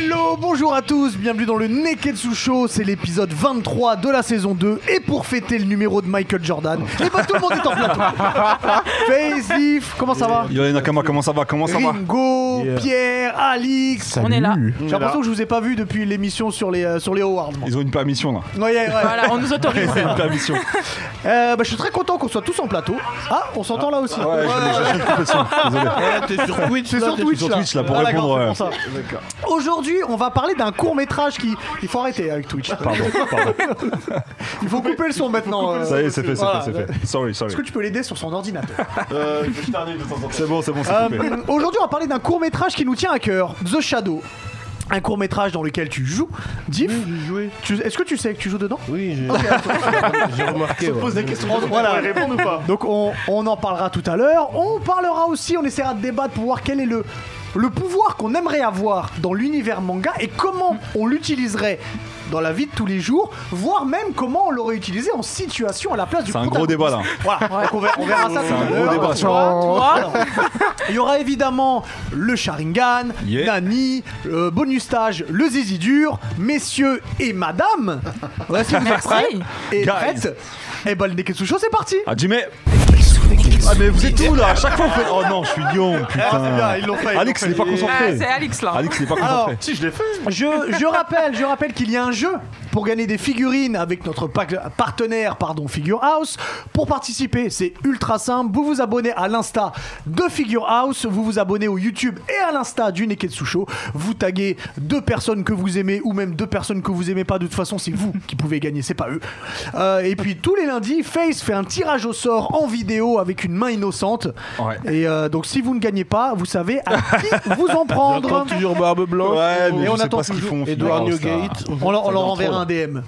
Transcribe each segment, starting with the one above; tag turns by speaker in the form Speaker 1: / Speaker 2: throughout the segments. Speaker 1: Yo, bonjour à tous, bienvenue dans le Neketsu Show, c'est l'épisode 23 de la saison 2 et pour fêter le numéro de Michael Jordan, et bah tout le monde est en plateau. Faisif, comment ça va
Speaker 2: Yo les Nakama, comment ça va Comment ça va
Speaker 1: Ringo, Pierre, Alix,
Speaker 3: On est là.
Speaker 1: j'ai l'impression que je vous ai pas vu depuis l'émission sur les, euh, sur les Awards. moi.
Speaker 2: Ils ont une permission là.
Speaker 1: Ouais, ouais, ouais.
Speaker 3: Voilà, on nous autorise.
Speaker 2: Une permission.
Speaker 1: Euh, bah, je suis très content qu'on soit tous en plateau. Ah, on s'entend là aussi.
Speaker 2: Ouais, j'ai j'ai coupé le son. Désolé.
Speaker 4: T'es sur Twitch
Speaker 1: C'est sur Twitch,
Speaker 2: sur
Speaker 1: là.
Speaker 2: Twitch, là, pour
Speaker 1: Ah,
Speaker 2: répondre,
Speaker 1: d'accord,
Speaker 2: euh,
Speaker 1: c'est pour ça. Aujourd'hui, on va parler d'un court métrage qui. Il faut arrêter avec Twitch.
Speaker 2: Pardon, pardon.
Speaker 1: Il faut couper le son maintenant. euh,
Speaker 2: Ça y est, c'est fait, c'est
Speaker 1: voilà.
Speaker 2: fait, c'est fait. Sorry, sorry.
Speaker 1: Est-ce que tu peux l'aider sur son ordinateur
Speaker 5: Euh,
Speaker 2: C'est bon, c'est bon, c'est
Speaker 1: Euh,
Speaker 2: coupé.
Speaker 1: Aujourd'hui, on va parler d'un court métrage qui nous tient à cœur The Shadow. Un court métrage dans lequel tu joues. Diff,
Speaker 4: joué.
Speaker 1: tu- est-ce que tu sais que tu joues dedans
Speaker 4: Oui, j'ai j'ai remarqué. ouais.
Speaker 1: Voilà. Donc on, on en parlera tout à l'heure. On parlera aussi, on essaiera de débattre pour voir quel est le, le pouvoir qu'on aimerait avoir dans l'univers manga et comment on l'utiliserait dans la vie de tous les jours, voire même comment on l'aurait utilisé en situation à la place du
Speaker 2: C'est un gros
Speaker 1: protagoniste.
Speaker 2: débat, là.
Speaker 1: Voilà, Donc on verra, on verra ça
Speaker 2: C'est un
Speaker 1: tout à
Speaker 2: gros
Speaker 1: l'heure.
Speaker 2: débat.
Speaker 1: Toi, toi. Il y aura évidemment le Sharingan,
Speaker 2: Yeah.
Speaker 1: Nani, le bonus stage, le zizi dur, messieurs et madame. Voilà, si vous êtes
Speaker 3: Merci.
Speaker 1: prêts et
Speaker 2: Guys.
Speaker 1: prêtes, et ben le Neketsu Show, c'est parti.
Speaker 2: Ah, Jimmy Ah, mais vous êtes où là À chaque fois, on fait. Oh non, je suis Guillaume,
Speaker 1: Ah,
Speaker 2: putain.
Speaker 1: l'ont fait.
Speaker 2: Alex, il est pas
Speaker 3: Ouais,
Speaker 2: concentré.
Speaker 3: Euh, c'est Alix là.
Speaker 2: Alex, il est pas
Speaker 1: Alors,
Speaker 2: concentré.
Speaker 4: Si, je l'ai fait.
Speaker 1: je, je rappelle, je rappelle qu'il y a un jeu pour gagner des figurines avec notre pack- partenaire, pardon, Figure House. Pour participer, c'est ultra simple. Vous vous abonnez à l'insta de Figure House, vous vous abonnez au YouTube et à l'insta du Neketsu Show. Vous taguez deux personnes que vous aimez ou même deux personnes que vous aimez pas. De toute façon, c'est vous qui pouvez gagner, c'est pas eux. Euh, et puis tous les lundis, Face fait un tirage au sort en vidéo avec une main innocente.
Speaker 2: Ouais.
Speaker 1: Et euh, donc, si vous ne gagnez pas, vous savez à qui vous en
Speaker 4: J'entends
Speaker 1: prendre.
Speaker 4: toujours Barbe Blanche.
Speaker 2: Ouais, mais
Speaker 1: Et on
Speaker 2: je sais
Speaker 1: attend
Speaker 2: pas ce qu'ils font.
Speaker 4: Edouard
Speaker 2: finalement, ça.
Speaker 4: Newgate.
Speaker 1: On leur, on
Speaker 4: Ça
Speaker 1: leur
Speaker 4: dort
Speaker 1: enverra
Speaker 4: trop,
Speaker 1: un
Speaker 4: là.
Speaker 1: DM.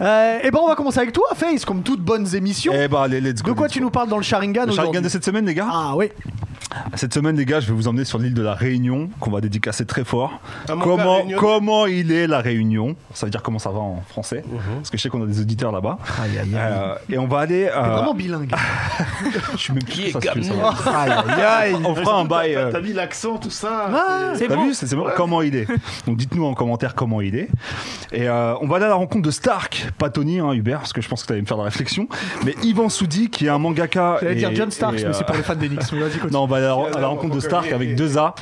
Speaker 1: Euh, et ben on va commencer avec toi, Face, comme toutes bonnes émissions.
Speaker 2: Eh bah, allez, let's go.
Speaker 1: de quoi
Speaker 2: let's
Speaker 1: tu
Speaker 2: go.
Speaker 1: nous parles dans le Sharingan
Speaker 2: Le Sharingan
Speaker 1: aujourd'hui
Speaker 2: de cette semaine, les gars
Speaker 1: Ah oui.
Speaker 2: Cette semaine, les gars, je vais vous emmener sur l'île de la Réunion, qu'on va dédicacer très fort.
Speaker 4: Un manga
Speaker 2: Comment,
Speaker 4: réunionnais.
Speaker 2: comment il est la Réunion Ça veut dire comment ça va en français, parce que je sais qu'on a des auditeurs là-bas. Euh, et on va aller. euh,
Speaker 1: Vraiment bilingue.
Speaker 2: je suis même plus sûr que ça se fait, ça va.
Speaker 4: Aïe, aïe.
Speaker 2: On fera un bail. euh,
Speaker 5: T'as mis l'accent, tout ça.
Speaker 1: Ah,
Speaker 3: C'est
Speaker 2: T'as
Speaker 3: bon.
Speaker 2: vu, c'est c'est bon. Comment il est Donc dites-nous en commentaire comment il est. Et euh, on va aller à la rencontre de Stark, pas Tony, hein, Hubert, parce que je pense que tu me faire la réflexion. Mais Yvan Soudi, qui est un mangaka.
Speaker 1: J'allais
Speaker 2: et-
Speaker 1: dire John Stark,
Speaker 2: et,
Speaker 1: mais c'est
Speaker 2: euh,
Speaker 1: pour les fans d'Enix. Mais vas-y, continue.
Speaker 2: Non, on va à la, à la rencontre de Stark avec deux A.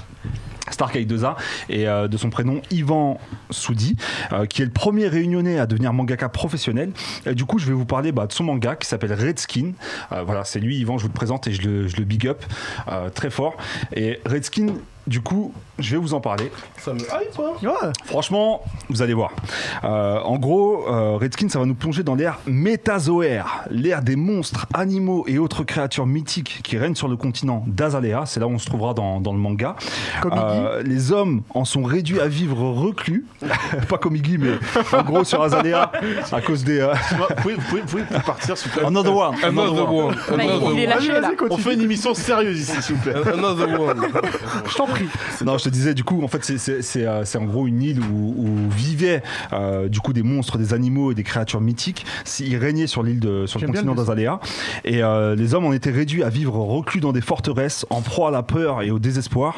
Speaker 2: Stark avec deux A et euh, de son prénom Ivan Soudi, euh, qui est le premier réunionnais à devenir mangaka professionnel. Et du coup, je vais vous parler bah, de son manga qui s'appelle Redskin. Euh, voilà, c'est lui, Ivan, je vous le présente et je le, je le big up euh, très fort. Et Redskin, du coup, je vais vous en parler.
Speaker 4: Ça me hype, hein.
Speaker 1: Ouais.
Speaker 2: Franchement, vous allez voir. Euh, en gros, euh, Redskin, ça va nous plonger dans l'ère métazoaire, l'ère des monstres, animaux et autres créatures mythiques qui règnent sur le continent d'Azalea. C'est là où on se trouvera dans, dans le manga.
Speaker 1: Comme
Speaker 2: Euh, les hommes en sont réduits à vivre reclus. Pas comme Iggy, mais en gros sur Azalea, à cause des. euh,
Speaker 5: Tu vois, vous pouvez, vous pouvez- vous pouvez partir, s'il vous plaît.
Speaker 2: Another one.
Speaker 4: Another one.
Speaker 3: Bah, il- il est lâché là.
Speaker 5: On fait une émission sérieuse ici, s'il vous plaît.
Speaker 4: Another one.
Speaker 1: Je t'en prie.
Speaker 2: Non, je te disais, du coup, en fait, c'est- c'est c'est, euh, c'est en gros une île où, où vivaient euh, du coup des monstres, des animaux et des créatures mythiques. S- Ils régnaient sur l'île de, sur le
Speaker 1: J'aime bien
Speaker 2: continent
Speaker 1: le dessin.
Speaker 2: d'Azalea. Et euh, les hommes en étaient réduits à vivre reclus dans des forteresses, en proie à la peur et au désespoir.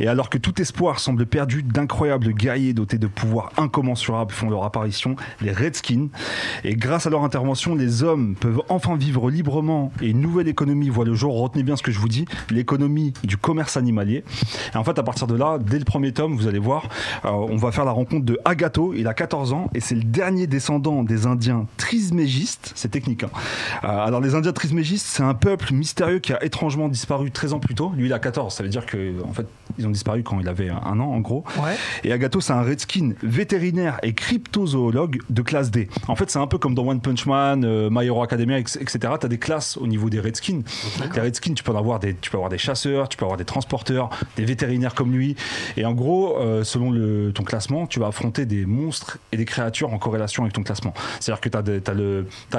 Speaker 2: Et alors que tout espoir semble perdu, d'incroyables guerriers dotés de pouvoirs incommensurables font leur apparition, les Redskins. Et grâce à leur intervention, les hommes peuvent enfin vivre librement et une nouvelle économie voit le jour. Retenez bien ce que je vous dis, l'économie du commerce animalier. Et en fait, à partir de là, dès le premier tome, vous allez voir, euh, on va faire la rencontre de Agato. Il a 14 ans et c'est le dernier descendant des Indiens trismégistes. C'est technique. hein. Euh, alors, les Indiens trismégistes, c'est un peuple mystérieux qui a étrangement disparu 13 ans plus tôt. Lui, il a 14. Ça veut dire que, en fait, ils ont disparu quand il avait un an, en gros.
Speaker 1: Ouais.
Speaker 2: Et Agato, c'est un redskin vétérinaire et cryptozoologue de classe D. En fait, c'est un peu comme dans One Punch Man, euh, My Hero Academia, ex- etc. Tu as des classes au niveau des redskins. Les redskins, tu peux, en avoir des, tu peux avoir des chasseurs, tu peux avoir des transporteurs, des vétérinaires comme lui. Et en gros, euh, selon le, ton classement, tu vas affronter des monstres et des créatures en corrélation avec ton classement. C'est-à-dire que tu as,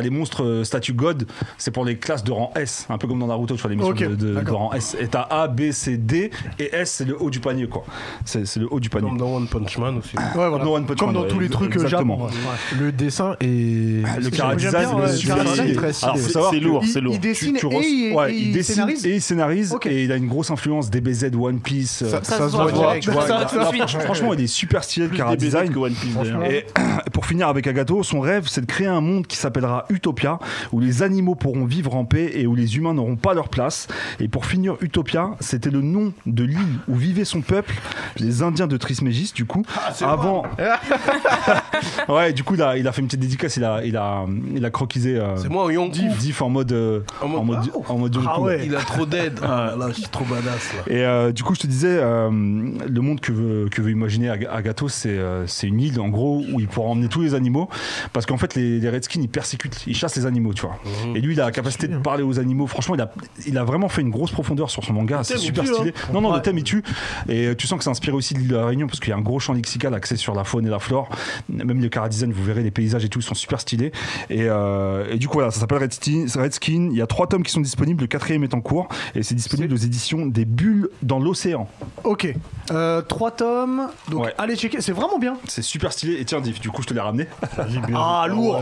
Speaker 2: les monstres euh, statut God, c'est pour les classes de rang S, un peu comme dans Naruto, tu vois les missions
Speaker 1: Ok,
Speaker 2: de, de- de
Speaker 1: d'accord.
Speaker 2: rang S. Et tu as A, B, C, D, et S, c'est le haut du panier, quoi. C'est c'est le haut du panier.
Speaker 4: Comme dans One Punch Man aussi.
Speaker 5: Ah,
Speaker 1: Ouais, voilà.
Speaker 2: dans One Punch
Speaker 1: Comme
Speaker 2: Man,
Speaker 1: dans
Speaker 2: ouais,
Speaker 1: tous les
Speaker 2: ex-
Speaker 1: trucs euh,
Speaker 2: exactement. Ah,
Speaker 1: Japon. ouais.
Speaker 4: Le dessin est.
Speaker 2: Le
Speaker 1: bien,
Speaker 2: chara-design,
Speaker 1: ouais,
Speaker 2: le
Speaker 1: le
Speaker 2: super
Speaker 1: chara-design
Speaker 2: stylé.
Speaker 1: est
Speaker 4: très stylé.
Speaker 2: Alors, faut savoir
Speaker 5: C'est
Speaker 2: que
Speaker 5: lourd,
Speaker 1: Il-
Speaker 5: c'est lourd.
Speaker 1: Il dessine
Speaker 2: tu
Speaker 1: et il-
Speaker 2: ouais,
Speaker 1: et
Speaker 2: il
Speaker 1: il
Speaker 2: dessine
Speaker 1: scénarise.
Speaker 2: et il scénarise
Speaker 1: Ok.
Speaker 2: et il a une grosse influence DBZ, One Piece. euh,
Speaker 3: Ça se voit direct,
Speaker 4: tu vois.
Speaker 3: ça, tout de
Speaker 2: là,
Speaker 3: suite.
Speaker 2: franchement, franchement, il est super stylé le
Speaker 5: Plus des BD
Speaker 2: chara-design.
Speaker 5: que One Piece, d'ailleurs.
Speaker 2: Et pour finir avec Agato, son rêve, c'est de créer un monde qui s'appellera Utopia, où les animaux pourront vivre en paix et où les humains n'auront pas leur place. Et pour finir, Utopia, c'était le nom de l'île où vivait son peuple, les Indiens de Trismégis, du coup.
Speaker 4: Ah,
Speaker 2: avant. ouais, du coup, là, il a fait une petite dédicace, il a, il a, il a croquisé. euh,
Speaker 4: C'est moi, Yon
Speaker 2: Diff. en mode. euh,
Speaker 4: En
Speaker 2: en
Speaker 4: mode-
Speaker 2: mode. En mode,
Speaker 1: Ah
Speaker 2: Yonkou.
Speaker 1: ouais.
Speaker 4: Il a trop d'aide. Ah là, je suis trop badass là.
Speaker 2: Et euh, du coup, je te disais, euh, le monde que veut, que veut imaginer Ag- Agato, c'est euh, c'est une île, en gros, où il pourra emmener tous les animaux. Parce qu'en fait, les, les Redskins, ils persécutent, ils chassent les animaux, tu vois.
Speaker 5: Mhm.
Speaker 2: Et lui, il a la capacité
Speaker 5: hein.
Speaker 2: de parler aux animaux. Franchement, il a, il a vraiment fait une grosse profondeur sur son manga. C'est
Speaker 5: thème, il
Speaker 2: super
Speaker 5: tue, hein.
Speaker 2: stylé. Non, non,
Speaker 1: Ouais.
Speaker 2: le thème, il tue. Et euh, tu sens que c'est inspiré aussi de l'île de la Réunion, parce qu'il y a un gros champ lexical axé sur la faune et la flore. Même le chara-design, vous verrez, les paysages et tout, ils sont super stylés. Et, euh, et du coup, voilà, ça s'appelle Redskin. Redskin. Il y a trois tomes qui sont disponibles. Le quatrième est en cours. Et c'est disponible aux éditions des Bulles dans l'Océan.
Speaker 1: Ok. Euh, Trois tomes. Donc
Speaker 2: Ouais.
Speaker 1: allez checker. C'est vraiment bien.
Speaker 2: C'est super stylé. Et tiens, Diff, du coup, je te l'ai ramené.
Speaker 1: Ah lourd.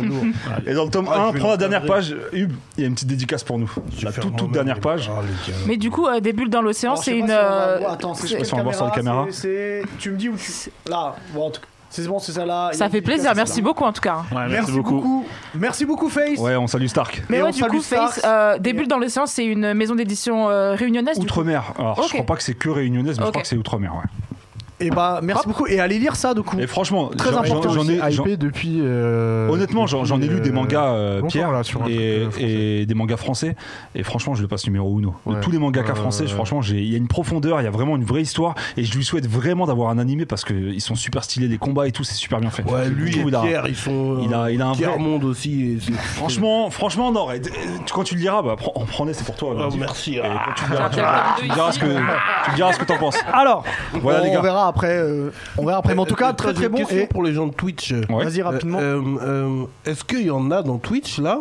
Speaker 2: Et dans le tome
Speaker 4: Ah, je
Speaker 2: 1,
Speaker 4: vais
Speaker 2: prends la
Speaker 4: l'encadrer.
Speaker 2: dernière page. Hub, il y a une petite dédicace pour nous. La toute, toute dernière page.
Speaker 5: Ah,
Speaker 3: Mais du coup, euh, des bulles dans l'océan,
Speaker 1: Alors, je sais
Speaker 3: c'est
Speaker 1: pas
Speaker 3: une.
Speaker 1: si on va
Speaker 3: euh,
Speaker 1: voir. Attends, c'est
Speaker 3: c'est-
Speaker 1: quelle
Speaker 2: si on va voir sur la caméra.
Speaker 1: C'est- c'est- Tu me dis où tu. Là. Bon, en tout cas, c'est bon, c'est ça là. Il y a
Speaker 3: Ça
Speaker 1: une
Speaker 3: fait
Speaker 1: dédicace,
Speaker 3: plaisir,
Speaker 1: c'est
Speaker 3: merci
Speaker 1: là.
Speaker 3: beaucoup en tout cas.
Speaker 5: Ouais,
Speaker 1: Merci beaucoup. Merci beaucoup Face.
Speaker 2: Ouais, on salue Stark.
Speaker 3: Mais
Speaker 1: Et on
Speaker 3: ouais, du
Speaker 1: salue
Speaker 3: coup,
Speaker 1: Stark.
Speaker 3: Face, euh, des bulles dans l'océan, c'est une maison d'édition euh, réunionnaise. du coup.
Speaker 2: Outre-mer. Alors,
Speaker 3: Ok.
Speaker 2: je crois pas que c'est que réunionnaise, mais je
Speaker 3: Ok.
Speaker 2: crois que c'est outre-mer. Ouais.
Speaker 1: Et bah merci beaucoup et allez lire ça du coup.
Speaker 2: Et franchement,
Speaker 1: Très
Speaker 2: j'en-
Speaker 1: important
Speaker 2: j'en- j'en ai. j'en-
Speaker 6: hypé depuis. euh,
Speaker 2: Honnêtement, j'en j'en ai lu
Speaker 6: depuis,
Speaker 2: des
Speaker 6: euh,
Speaker 2: mangas euh,
Speaker 6: longtemps,
Speaker 2: Pierre
Speaker 6: là, sur un
Speaker 2: et,
Speaker 6: truc, euh,
Speaker 2: et des mangas français. Et franchement, je le passe numéro uno. De
Speaker 6: Ouais.
Speaker 2: tous les mangakas
Speaker 6: Euh,
Speaker 2: français, je-
Speaker 6: ouais.
Speaker 2: franchement, j'ai- il y a une profondeur, il y a vraiment une vraie histoire. Et je lui souhaite vraiment d'avoir un animé parce qu'ils sont super stylés, les combats et tout, c'est super bien fait.
Speaker 4: Ouais, lui
Speaker 2: Du
Speaker 4: et
Speaker 2: coup, il a-
Speaker 4: Pierre, ils sont.
Speaker 2: il a- il a un
Speaker 4: Pierre
Speaker 2: vrai-
Speaker 4: Monde aussi. et c'est-
Speaker 2: Franchement, franchement, non. et- et- Quand tu le liras, bah, prends- prenez, c'est pour toi.
Speaker 4: Ah,
Speaker 2: Dis-
Speaker 4: merci.
Speaker 2: Et
Speaker 4: ah.
Speaker 2: quand tu le liras, tu,
Speaker 3: Ah,
Speaker 2: tu me diras ce que tu me diras ce que t'en penses.
Speaker 1: Alors,
Speaker 2: Voilà,
Speaker 1: on,
Speaker 2: les gars.
Speaker 1: verra après. euh, on verra après. Mais en tout cas,
Speaker 4: Euh,
Speaker 1: très
Speaker 4: j'ai
Speaker 1: très
Speaker 4: une
Speaker 1: bon.
Speaker 4: question
Speaker 1: Et
Speaker 4: pour les gens de Twitch.
Speaker 2: Ouais.
Speaker 1: vas-y rapidement.
Speaker 4: Euh, euh, Est-ce qu'il y en a dans Twitch là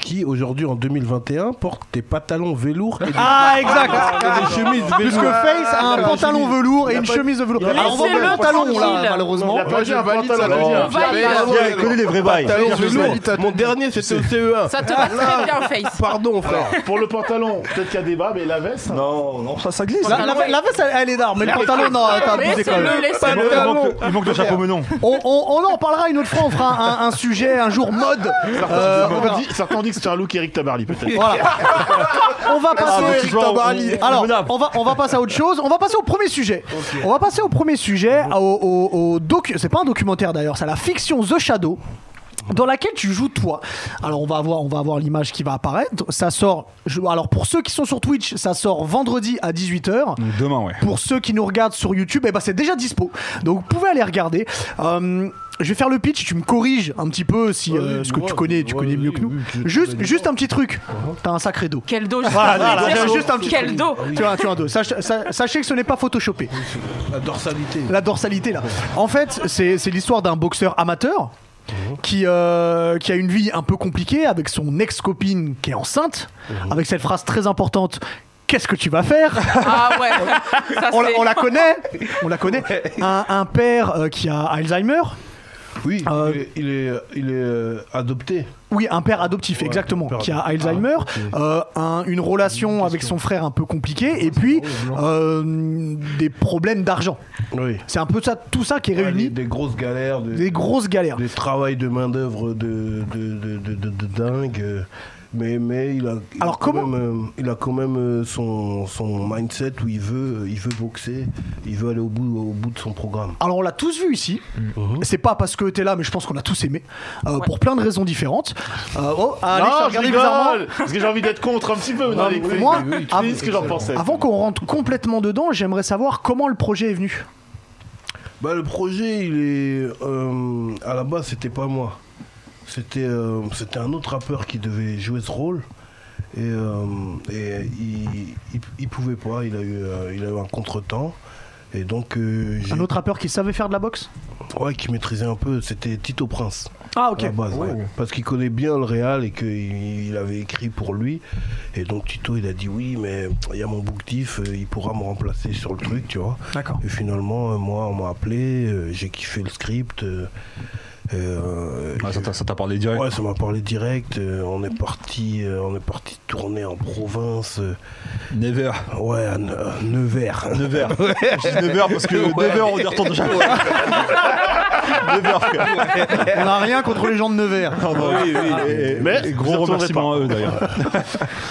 Speaker 4: qui aujourd'hui en 2021 portent des pantalons velours et des
Speaker 1: Ah exact.
Speaker 4: chemises
Speaker 1: Puisque
Speaker 4: velours
Speaker 1: Face a un pantalon velours et une chemise de velours. Ah,
Speaker 3: il a
Speaker 1: Alors on va
Speaker 3: pas-
Speaker 1: le pantalon là
Speaker 3: tranquille.
Speaker 1: malheureusement.
Speaker 5: Il a pas dit un valide, ça
Speaker 4: pantalon.
Speaker 5: veut dire.
Speaker 3: On va y
Speaker 1: hein.
Speaker 3: aller.
Speaker 2: Pierre, il connaît les vrais bails.
Speaker 4: Pantalons
Speaker 2: Pierre, je le
Speaker 4: velours.
Speaker 2: sais.
Speaker 4: Mon dernier c'était au E CE1.
Speaker 3: Ça
Speaker 1: Ah,
Speaker 3: te va très bien, Face.
Speaker 4: Pardon frère.
Speaker 5: Pour le pantalon, peut-être qu'il y a débat, mais la veste. hein.
Speaker 2: Non, non, ça, ça glisse.
Speaker 1: La, la- la veste elle elle est d'art mais le pantalon non t'as abusé quand même.
Speaker 2: Il
Speaker 3: Laissez-le,
Speaker 2: manque-
Speaker 3: laissez-le.
Speaker 2: il manque, le- il manque le
Speaker 1: Ah,
Speaker 2: chapeau menon.
Speaker 1: On, on- on en parlera une autre fois, on fera un, un sujet un jour mode. Euh, on,
Speaker 5: Certains
Speaker 1: va,
Speaker 5: dit- certains ont dit que c'était un look Eric Tabarly, peut-être.
Speaker 1: voilà. On va passer.
Speaker 2: Ah, donc, tu vois, on- on-
Speaker 1: Alors,
Speaker 2: on menace.
Speaker 1: on va, on va passer à autre chose. On va passer au premier sujet. On va passer au premier sujet, au, au, au docu. C'est pas un documentaire d'ailleurs, c'est la fiction The Shadow. Dans laquelle tu joues toi. Alors on va avoir, on va avoir l'image qui va apparaître. Ça sort. je- alors pour ceux qui sont sur Twitch, ça sort vendredi à 18h.
Speaker 2: Donc demain, ouais.
Speaker 1: Pour ceux qui nous regardent sur YouTube, eh ben c'est déjà dispo. Donc vous pouvez aller regarder. Euh, je vais faire le pitch, tu me corriges un petit peu si euh,
Speaker 4: oui,
Speaker 1: ce que
Speaker 4: ouais,
Speaker 1: tu connais, tu
Speaker 4: ouais,
Speaker 1: connais
Speaker 4: oui,
Speaker 1: mieux que nous.
Speaker 4: oui, Uh-huh. je-
Speaker 1: juste, juste un petit truc. T'as un sacré dos.
Speaker 3: Quel dos je-
Speaker 1: Voilà, voilà,
Speaker 3: Quel
Speaker 1: juste un petit
Speaker 3: Quel dos
Speaker 1: Tu as, un- tu as un dos. Sach- sa- sachez que ce n'est pas photoshopé.
Speaker 4: La dorsalité.
Speaker 1: La dorsalité là. En fait, c'est c'est l'histoire d'un boxeur amateur
Speaker 4: Uh-huh.
Speaker 1: qui, euh, qui a une vie un peu compliquée avec son ex-copine qui est enceinte,
Speaker 4: Uh-huh.
Speaker 1: avec cette phrase très importante. Qu'est-ce que tu vas faire
Speaker 3: Ah ouais. Ça,
Speaker 1: on, la-
Speaker 3: c'est-
Speaker 1: on la connaît, on la connaît. Un, un père euh, qui a Alzheimer.
Speaker 4: Oui,
Speaker 1: Euh,
Speaker 4: il, est, il, est, il est, euh, adopté.
Speaker 1: Oui, un père adoptif,
Speaker 4: Ouais,
Speaker 1: exactement,
Speaker 4: un père
Speaker 1: qui a
Speaker 4: adoptif.
Speaker 1: Alzheimer,
Speaker 4: Ah,
Speaker 1: euh, un- une relation avec son frère un peu compliquée, et puis
Speaker 4: Ah,
Speaker 1: euh, des problèmes d'argent.
Speaker 4: Oui.
Speaker 1: C'est un peu ça, tout ça qui est
Speaker 4: Ouais, les-
Speaker 1: réuni,
Speaker 4: des grosses galères. Des,
Speaker 1: des grosses galères.
Speaker 4: Des travails de main-d'œuvre de, de, de, de- de- de dingue. euh, Mais, mais il a, il
Speaker 1: Alors
Speaker 4: a quand
Speaker 1: comment-
Speaker 4: même, euh, il a quand même euh, son, son mindset où il veut, euh, il veut boxer, il veut aller au bout, au bout de son programme.
Speaker 1: Alors on l'a tous vu ici.
Speaker 4: Mm. Uh-huh.
Speaker 1: C'est pas parce que t'es là, mais je pense qu'on a tous aimé euh, pour plein de raisons différentes. Euh, oh, Alex a
Speaker 5: non, je
Speaker 1: regardé bizarrement.
Speaker 5: rigole Parce que j'ai envie d'être contre un petit peu.
Speaker 1: Non,
Speaker 5: Non,
Speaker 1: mais
Speaker 5: mais
Speaker 1: moi,
Speaker 5: oui, tu
Speaker 1: avant-
Speaker 5: dis ce que j'en pensais.
Speaker 1: Avant qu'on rentre complètement dedans, j'aimerais savoir comment le projet est venu.
Speaker 4: Bah, le projet, il est. euh, à la base, c'était pas moi. C'était euh, c'était un autre rappeur qui devait jouer ce rôle. Et, euh, et il, il, il pouvait pas, il a eu, euh, il a eu un contretemps. Et donc, euh, j'ai-
Speaker 1: Un autre rappeur qui savait faire de la boxe
Speaker 4: ouais, qui maîtrisait un peu, c'était Tito Prince.
Speaker 1: Ah, ok.
Speaker 4: à la base, bah, ouais. Parce qu'il connaît bien le Real et qu'il il avait écrit pour lui. Et donc Tito, il a dit oui, mais il y a mon bouctif, euh, il pourra me remplacer sur le truc, tu vois.
Speaker 1: D'accord.
Speaker 4: Et finalement, euh, moi, on m'a appelé, euh, j'ai kiffé le script. euh, euh,
Speaker 2: Ah, ça t'a- ça t'a parlé direct.
Speaker 4: Ouais, ça m'a parlé direct. euh, on est parti, euh, on est parti tourner en province. euh,
Speaker 2: Never.
Speaker 4: ouais, à Ne- à Nevers.
Speaker 2: Never. Je dis Never parce que Never, on y retourne jamais. Never, frère.
Speaker 1: On n'a rien contre les gens de Nevers.
Speaker 2: oui, oui.
Speaker 5: Mais
Speaker 2: Mais
Speaker 5: vous y
Speaker 2: gros
Speaker 5: retournerez
Speaker 2: remerciement à eux d'ailleurs.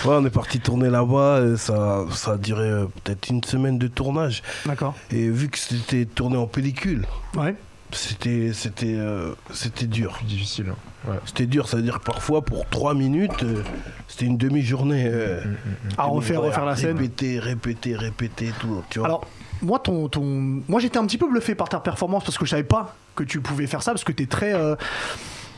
Speaker 4: Ouais, on est parti tourner là-bas. euh, Ça, ça a duré euh, peut-être une semaine de tournage.
Speaker 1: D'accord.
Speaker 4: Et vu que c'était tourné en pellicule,
Speaker 1: Ouais.
Speaker 4: c'était, c'était, euh, c'était dur.
Speaker 6: Difficile.
Speaker 1: hein.
Speaker 6: Ouais.
Speaker 4: C'était dur, c'est-à-dire que parfois pour 3 minutes, euh, c'était une demi-journée. euh,
Speaker 1: Mm, À refaire,
Speaker 4: ouais,
Speaker 1: refaire la scène.
Speaker 4: Répéter, répéter, répéter, tout. Tu vois.
Speaker 1: Alors, moi, ton, ton... moi j'étais un petit peu bluffé par ta performance parce que je savais pas que tu pouvais faire ça parce que t'es très. euh,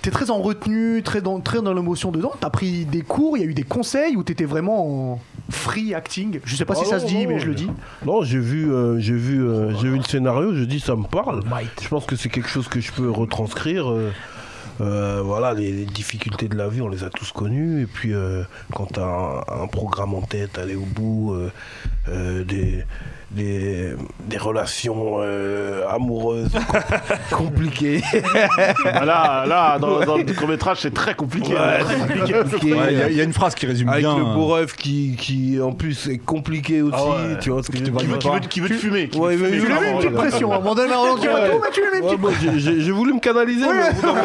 Speaker 1: T'es très en retenue, très dans, très dans l'émotion dedans. T'as pris des cours, il y a eu des conseils où t'étais vraiment en free acting. Je sais pas si
Speaker 4: Ah
Speaker 1: ça
Speaker 4: non,
Speaker 1: se dit,
Speaker 4: non,
Speaker 1: mais je le dis.
Speaker 4: Non, j'ai vu, euh, j'ai vu, euh, j'ai vu le scénario. Je dis, ça me parle. Je pense que c'est quelque chose que je peux retranscrire. euh, euh, voilà, les, les difficultés de la vie, on les a tous connues. Et puis, euh, quand t'as un, un programme en tête, aller au bout, euh, euh, des, des, des relations euh, amoureuses com- compliquées.
Speaker 5: Bah là, là, dans, dans le court-métrage, c'est très compliqué.
Speaker 4: Ouais,
Speaker 5: Très
Speaker 4: c'est
Speaker 5: compliqué.
Speaker 4: compliqué.
Speaker 2: Il y,
Speaker 1: euh,
Speaker 2: a- y a une phrase qui résume
Speaker 4: Avec
Speaker 2: bien.
Speaker 4: le
Speaker 2: euh,
Speaker 4: beau rêve qui, qui, en plus, est compliqué aussi.
Speaker 5: ouais.
Speaker 4: Ah Tu vois ce que je veux
Speaker 5: Qui
Speaker 4: dire
Speaker 5: veut, qui veut, qui veut te fumer qui veut
Speaker 4: Ouais,
Speaker 5: te
Speaker 4: mais
Speaker 5: fumer,
Speaker 4: oui,
Speaker 1: Tu lui mets une
Speaker 5: clairement.
Speaker 1: petite pression. À un moment donné, on dit, bah, tout, bah, tu lui mets une
Speaker 4: Ouais,
Speaker 1: petite
Speaker 4: moi, j'ai- J'ai j'ai voulu me canaliser, mais au bout d'un moment-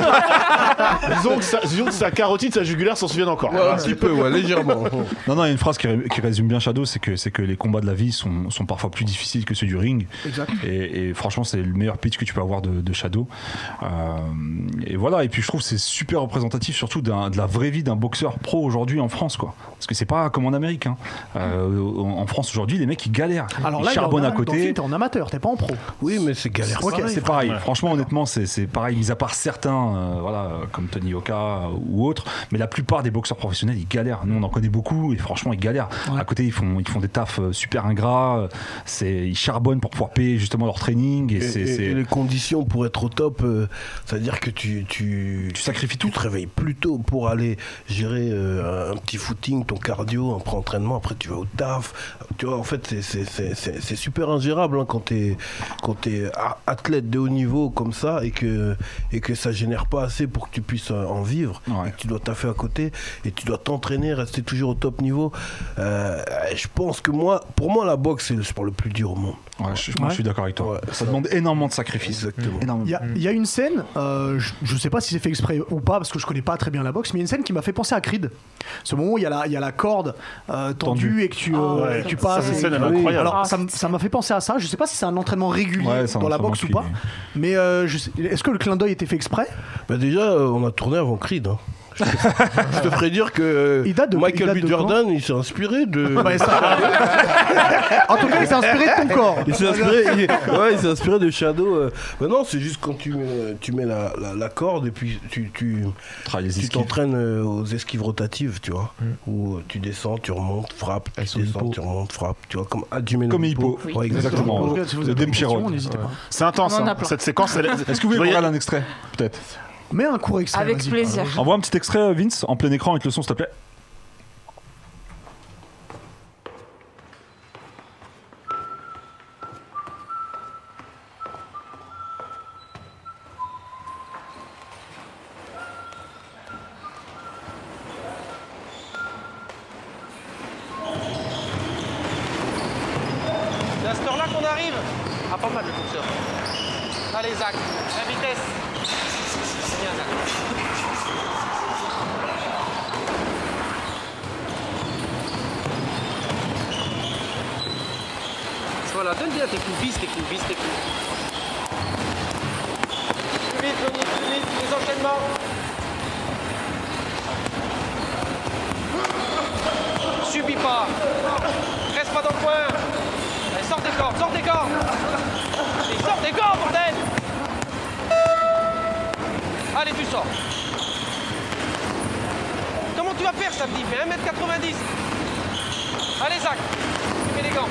Speaker 5: Disons que, sa, disons que sa carotide, sa jugulaire s'en souviennent encore.
Speaker 6: un petit peu, ouais, légèrement.
Speaker 2: Non, non, il y a une phrase qui, ré- qui résume bien Shadow, c'est que, c'est que les combats de la vie sont, sont parfois plus difficiles que ceux du ring. Et, et franchement, c'est le meilleur pitch que tu peux avoir de, de Shadow. Euh, et voilà, et puis je trouve que c'est super représentatif surtout d'un- de la vraie vie d'un boxeur pro aujourd'hui en France, quoi. Parce que c'est pas comme en Amérique. hein. Euh, en en France aujourd'hui, les mecs ils galèrent.
Speaker 1: Alors
Speaker 2: ils
Speaker 1: là, il est en
Speaker 2: charbonnent à
Speaker 1: amateur. Dans le
Speaker 2: côté.
Speaker 1: film, T'es en amateur, t'es pas en pro.
Speaker 4: Oui, mais c'est galère.
Speaker 2: Ok, c'est pareil. Franchement, honnêtement, c'est c'est pareil. Mis à part certains, euh, voilà, euh, comme Tony Oka euh, ou autres, mais la plupart des boxeurs professionnels, ils galèrent. Nous, on en connaît beaucoup et franchement, ils galèrent. À côté, ils font, ils font des tafs euh, super ingrats. euh, C'est, ils charbonnent pour pouvoir payer justement leur training et,
Speaker 4: Et,
Speaker 2: c'est,
Speaker 4: et-
Speaker 2: c'est-
Speaker 4: et les conditions pour être au top, euh, c'est-à-dire que tu, tu,
Speaker 2: tu sacrifies
Speaker 4: tu
Speaker 2: tout.
Speaker 4: te réveilles plus tôt pour aller gérer euh, un petit footing, ton cardio, un pré-entraînement, après tu vas au taf. Tu vois, en fait, c'est- c'est- c'est c'est- c'est super ingérable hein, quand t'es quand t'es a- athlète de haut niveau comme ça et que, et que ça génère pas assez pour que tu puisses euh, en vivre.
Speaker 2: Ouais.
Speaker 4: Et que tu dois taffer à côté et tu dois t'entraîner, rester toujours au top niveau. Euh, je pense que moi, pour moi, la boxe, c'est le sport le plus dur au monde.
Speaker 2: Ouais, je, moi,
Speaker 1: Ouais.
Speaker 2: je suis d'accord avec toi.
Speaker 4: Ouais,
Speaker 2: ça,
Speaker 4: ça-
Speaker 2: demande énormément de sacrifices.
Speaker 4: Exactement.
Speaker 2: Énormément.
Speaker 1: Il y a- il y, a une scène, euh, je, je sais pas si c'est fait exprès ou pas, parce que je connais pas très bien la boxe, mais il y a une scène qui m'a fait penser à Creed. Ce moment où il y a la, il y a la corde euh, tendue
Speaker 2: Tendue. Ah,
Speaker 1: et que tu, euh,
Speaker 5: Ah, ouais.
Speaker 1: et que tu
Speaker 5: Ça,
Speaker 1: passes.
Speaker 5: cette
Speaker 1: et-
Speaker 5: scène, elle est
Speaker 1: Oui.
Speaker 5: incroyable.
Speaker 1: Alors, ça m- ça m'a fait penser à ça. Je sais pas si c'est un entraînement régulier
Speaker 2: Ouais, c'est un
Speaker 1: dans la
Speaker 2: entraînement
Speaker 1: boxe ou
Speaker 2: qui-
Speaker 1: pas, mais euh, je sais- est-ce que le clin d'œil était fait exprès
Speaker 4: Bah déjà, euh, on a tourné avant Creed. hein. Je te- je te ferai dire que euh,
Speaker 1: Il date de- il
Speaker 4: Michael
Speaker 1: date
Speaker 4: B.
Speaker 1: de
Speaker 4: Jordan, il s'est inspiré de.
Speaker 2: Euh,
Speaker 1: Ouais, ça- En tout cas, il s'est inspiré de ton corps.
Speaker 4: Il s'est inspiré, il- ouais, il s'est inspiré de Shadow. euh. Bah non, c'est juste quand tu mets, tu mets la, la- la corde et puis tu, tu,
Speaker 2: Travailler les
Speaker 4: tu
Speaker 2: esquives.
Speaker 4: t'entraînes euh, aux esquives rotatives, tu vois. Où euh, tu descends, tu remontes, frappes,
Speaker 6: Elles
Speaker 4: tu
Speaker 6: sont
Speaker 4: descends,
Speaker 6: hippo.
Speaker 4: tu remontes, frappes. Tu vois, comme Adjumé
Speaker 2: Comme
Speaker 4: Nonpo.
Speaker 2: hippo.
Speaker 4: Ouais, exactement.
Speaker 2: Exactement.
Speaker 1: En tout cas, si vous
Speaker 2: Le
Speaker 1: avez des
Speaker 2: Dempsey
Speaker 1: questions,
Speaker 2: Road.
Speaker 1: n'hésitez pas.
Speaker 5: C'est intense,
Speaker 3: On en a
Speaker 5: hein.
Speaker 3: plein.
Speaker 5: cette séquence. elle-
Speaker 2: Est-ce que vous
Speaker 5: Je
Speaker 2: voulez
Speaker 5: voyais-
Speaker 2: qu'on regarde un extrait Peut-être.
Speaker 1: Mets un court extrait.
Speaker 3: Avec
Speaker 1: vas-y.
Speaker 3: plaisir.
Speaker 2: Envoie un petit extrait, euh, Vince, en plein écran avec le son, s'il te plaît.
Speaker 7: C'est à cette heure-là qu'on arrive Ah, pas mal le boxeur. Allez, Zach, la vitesse. Bien, Zach. Voilà, donne bien tes coups, vise tes coups, vise tes coups. Plus vite, Loni, plus vite, les enchaînements. Subis pas. Reste pas dans le coin. Allez, sors des cordes, sors des cordes Allez, sors des cordes, bordel Allez, tu sors Comment tu vas faire samedi Fais 1m90 Allez, Zach Tu mets les gants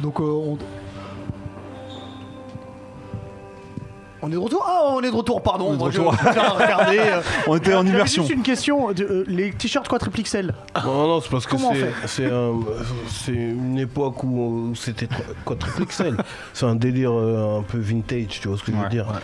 Speaker 1: Donc euh, on. On est de retour Ah, on est de retour, pardon.
Speaker 2: On est de
Speaker 1: Moi, je-
Speaker 2: retour.
Speaker 1: je suis en train de regarder, euh.
Speaker 2: On était en
Speaker 1: J'avais
Speaker 2: immersion.
Speaker 1: Juste une question de, euh, les t-shirts quadripixels.
Speaker 4: Non, non, c'est parce que
Speaker 1: Comment on
Speaker 4: c'est- c'est un- c'est une époque où, où c'était tro- quadrupixel. c'est un délire euh, un peu vintage, tu vois ce que je veux
Speaker 2: Ouais,
Speaker 4: dire.
Speaker 1: Alors,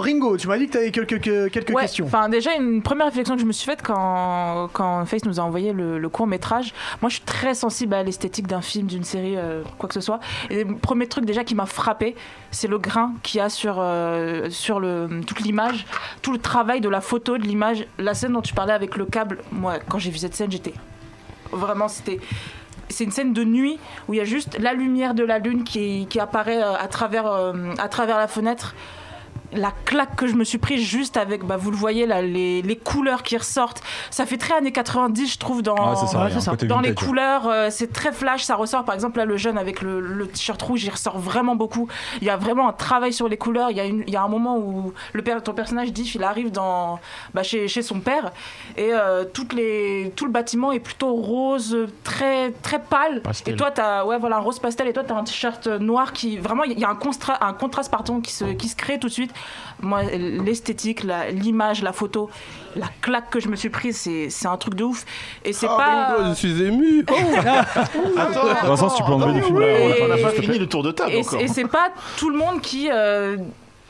Speaker 1: Ah, Ringo, tu m'as dit que tu avais quelques, que- quelques
Speaker 3: Ouais,
Speaker 1: questions.
Speaker 3: Enfin, déjà, une première réflexion que je me suis faite quand, quand Face nous a envoyé le, court métrage. Moi, je suis très sensible à l'esthétique d'un film, d'une série, euh, quoi que ce soit. Et le premier truc déjà qui m'a frappé, c'est le grain qu'il y a sur, euh, sur le, toute l'image, tout le travail de la photo, de l'image. La scène dont tu parlais avec le câble, moi, quand j'ai vu cette scène, j'étais. Vraiment, c'était. C'est une scène de nuit où il y a juste la lumière de la lune qui, qui apparaît euh, à travers, euh, à travers la fenêtre la claque que je me suis prise juste avec, bah, vous le voyez là, les, les couleurs qui ressortent. Ça fait très années 90, je trouve, dans,
Speaker 2: Ah, c'est ça, il y a un côté
Speaker 3: dans les
Speaker 2: vintage, ouais.
Speaker 3: couleurs. euh, c'est très flash, ça ressort. Par exemple, là, le jeune avec le, le t-shirt rouge, il ressort vraiment beaucoup. Il y a vraiment un travail sur les couleurs. Il y a, une- il y a un moment où le père, ton personnage, dit il arrive dans, bah, chez, chez son père et euh, toutes les, tout le bâtiment est plutôt rose, très, très pâle.
Speaker 8: Pastel.
Speaker 3: Et toi, t'as ouais, voilà, un rose pastel et toi, tu as un t-shirt noir qui vraiment, il y a un, constra- un contraste pardon, qui, se, qui se crée tout de suite. Moi, l'esthétique, la- l'image, la photo, la claque que je me suis prise, c'est c'est un truc de ouf. Et c'est
Speaker 6: Ah,
Speaker 3: pas.
Speaker 6: Ringo, je suis ému.
Speaker 2: Vincent, tu peux enlever des films.
Speaker 3: oui.
Speaker 5: Ah, On n'a pas
Speaker 3: Et-
Speaker 5: fini le tour de
Speaker 4: Ah,
Speaker 5: table
Speaker 3: Et
Speaker 5: encore.
Speaker 3: c'est- et c'est pas tout le monde qui, euh,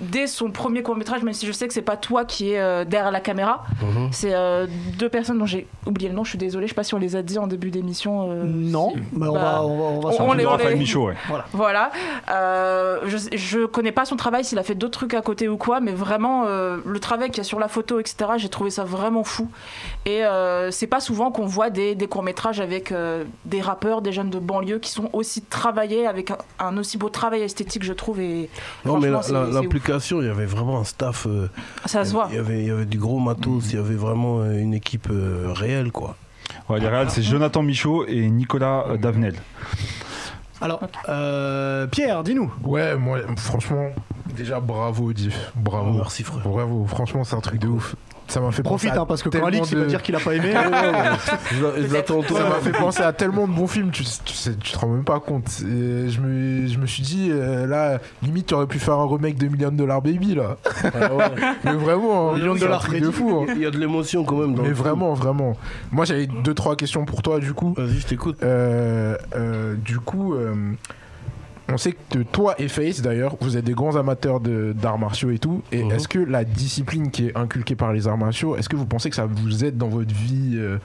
Speaker 3: dès son premier court métrage, même si je sais que c'est pas toi qui est derrière la caméra,
Speaker 4: Mhm.
Speaker 3: c'est euh, deux personnes dont j'ai oublié le nom, je suis désolée, je sais pas si on les a dit en début d'émission. euh,
Speaker 4: Mhm.
Speaker 1: Non, mais on
Speaker 3: Bah,
Speaker 1: va, on va, on va
Speaker 3: on-
Speaker 1: s'en
Speaker 3: on
Speaker 2: les
Speaker 3: les-
Speaker 2: Raphaël
Speaker 3: les-
Speaker 2: Michaud, ouais.
Speaker 3: Voilà. Euh, je, je connais pas son travail, s'il a fait d'autres trucs à côté ou quoi, mais vraiment, euh, le travail qu'il y a sur la photo, etc., j'ai trouvé ça vraiment fou. Et euh, c'est pas souvent qu'on voit des, des courts-métrages avec euh, des rappeurs, des jeunes de banlieue qui sont aussi travaillés, avec un, un aussi beau travail esthétique, je trouve. Et
Speaker 4: Non, mais la-
Speaker 3: franchement,
Speaker 4: la-
Speaker 3: c'est- c'est ouf.
Speaker 4: l'application, il y avait vraiment un staff. euh,
Speaker 3: Ah, ça se voit.
Speaker 4: Il y avait, il y avait du gros matos, il y avait vraiment euh, une équipe euh, réelle, quoi.
Speaker 2: Ouais, les réals, c'est Jonathan Michaud et Nicolas euh, Davenel.
Speaker 1: Alors, euh, Pierre, dis-nous.
Speaker 6: Ouais, moi, franchement, déjà bravo, Diff. Bravo.
Speaker 4: Merci, frère.
Speaker 6: Bravo, franchement, c'est un truc de ouf. Ça m'a fait
Speaker 1: Oh, Profite,
Speaker 6: penser à
Speaker 1: hein, parce que quand
Speaker 6: tellement
Speaker 1: Alix, il
Speaker 6: de-
Speaker 1: va dire qu'il a pas aimé. euh,
Speaker 4: Je l'a- je l'attends
Speaker 6: Ça
Speaker 4: autour.
Speaker 6: m'a fait penser à tellement de bons films, tu, tu sais, tu te rends même pas compte. Et je, me, je me suis dit, euh, là, limite, tu aurais pu faire un remake de Million Dollar Baby, là.
Speaker 4: Ah ouais.
Speaker 6: Mais vraiment, hein,
Speaker 1: Million
Speaker 6: c'est un
Speaker 1: Dollar
Speaker 6: truc
Speaker 1: Freddy.
Speaker 6: de fou. hein.
Speaker 4: Il y a de l'émotion quand même. Dans
Speaker 6: Mais
Speaker 4: le-
Speaker 6: vraiment, vraiment. Moi, j'avais deux, trois questions pour toi, du coup.
Speaker 4: Vas-y, je t'écoute.
Speaker 6: Euh, euh, du coup, euh, on sait que toi et Face, d'ailleurs, vous êtes des grands amateurs de- d'arts martiaux et tout. Et
Speaker 4: Mhm.
Speaker 6: est-ce que la discipline qui est inculquée par les arts martiaux, est-ce que vous pensez que ça vous aide dans votre vie euh,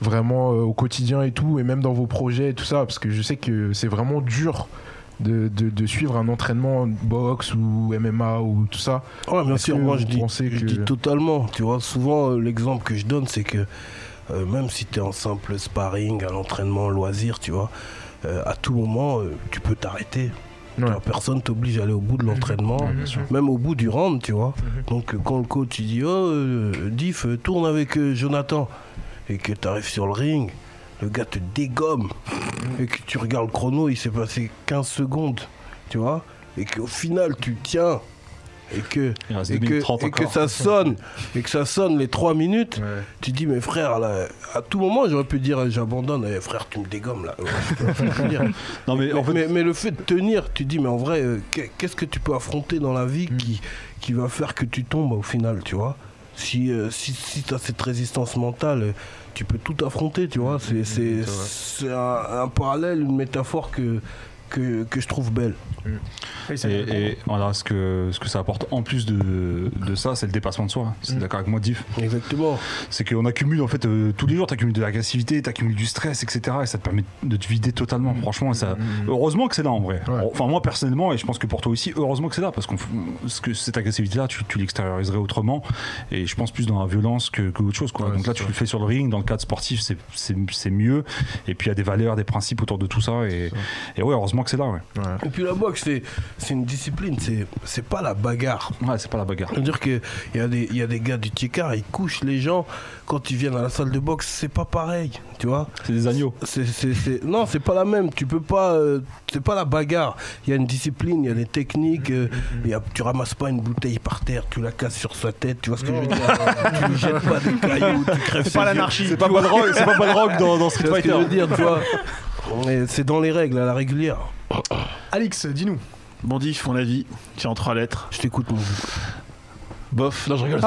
Speaker 6: vraiment euh, au quotidien et tout, et même dans vos projets et tout ça Parce que je sais que c'est vraiment dur. De, de- de suivre un entraînement boxe ou MMA ou tout ça.
Speaker 4: Ouais, bien
Speaker 6: Est-ce
Speaker 4: sûr,
Speaker 6: que
Speaker 4: moi
Speaker 6: vous
Speaker 4: je dis,
Speaker 6: pensez
Speaker 4: je
Speaker 6: que-
Speaker 4: dis totalement. Tu vois, souvent euh, l'exemple que je donne, c'est que euh, même si tu es en simple sparring, à l'entraînement, loisir, tu vois, euh, à tout moment, euh, tu peux t'arrêter. Tu vois, Personne t'oblige à aller au bout de l'entraînement, même au bout du round, tu vois. Donc euh, quand le coach il dit Oh, euh, Diff, euh, tourne avec euh, Jonathan, et que tu arrives sur le ring, le gars te dégomme, et que tu regardes le chrono, il s'est passé 15 secondes, tu vois, et qu'au final tu tiens, et que,
Speaker 2: Il reste
Speaker 4: et
Speaker 2: deux minutes trente
Speaker 4: que, et que
Speaker 2: encore.
Speaker 4: ça sonne, et que ça sonne les 3 minutes, tu dis mais frère, là, à tout moment j'aurais pu dire j'abandonne, Eh, frère tu me dégommes là. Tu vois ce que je veux dire
Speaker 2: Non, mais en
Speaker 4: mais,
Speaker 2: fait,
Speaker 4: mais- mais le fait de tenir, tu dis, mais en vrai, euh, qu'est- qu'est-ce que tu peux affronter dans la vie
Speaker 2: Hmm.
Speaker 4: qui, qui va faire que tu tombes au final, tu vois Si, euh, si, tu as cette résistance mentale, euh, tu peux tout affronter, tu vois
Speaker 2: Hmm,
Speaker 4: C'est- C'est c'est un, un parallèle, une métaphore que, que, que je trouve belle.
Speaker 2: et, et voilà, ce que, ce que ça apporte en plus de, de ça, c'est le dépassement de soi. C'est d'accord avec moi, Diff
Speaker 4: Exactement.
Speaker 2: c'est qu'on accumule en fait euh, tous les jours, t'accumules de l'agressivité, t'accumules du stress, etc. Et ça te permet de te vider totalement, franchement. Et ça, heureusement que c'est là en vrai.
Speaker 6: Ouais.
Speaker 2: Enfin, moi personnellement, et je pense que pour toi aussi, heureusement que c'est là parce qu'on f- ce que cette agressivité là, tu, tu l'extérioriserais autrement. Et je pense plus dans la violence que, que autre chose, quoi.
Speaker 6: Ouais,
Speaker 2: Donc là,
Speaker 6: c'est
Speaker 2: tu le fais sur le ring, dans le cadre sportif, c'est- c'est c'est mieux. Et puis il y a des valeurs, des principes autour de tout ça. Et, et ouais, heureusement que c'est là, ouais.
Speaker 4: Et puis la boxe, c'est c'est une discipline, c'est- c'est pas la bagarre.
Speaker 2: Ouais, c'est pas la bagarre.
Speaker 4: C'est-à-dire qu'il y, a des- il y a des gars du Tiekar, ils couchent les gens quand ils viennent à la salle de boxe, c'est pas pareil, tu vois
Speaker 2: C'est des agneaux.
Speaker 4: C'est- c'est- c'est- Non, c'est pas la même. Tu peux pas. euh, c'est pas la bagarre. Il y a une discipline, il y a des techniques. euh, il y a- tu ramasses pas une bouteille par terre, tu la casses sur sa tête. Tu vois ce que je veux dire Tu lui jettes pas des cailloux, tu crèves
Speaker 1: C'est pas
Speaker 4: ses yeux.
Speaker 1: l'anarchie.
Speaker 2: C'est pas Balrog, c'est pas Balrog dans, dans Street
Speaker 4: Tu vois ce que
Speaker 2: Fighter.
Speaker 4: je veux dire, tu vois Mais C'est dans les règles, à la régulière.
Speaker 1: Alix, dis-nous.
Speaker 5: Bandif, mon avis, c'est en trois lettres.
Speaker 4: Je t'écoute, mon vieux.
Speaker 5: Bof, non, je rigole.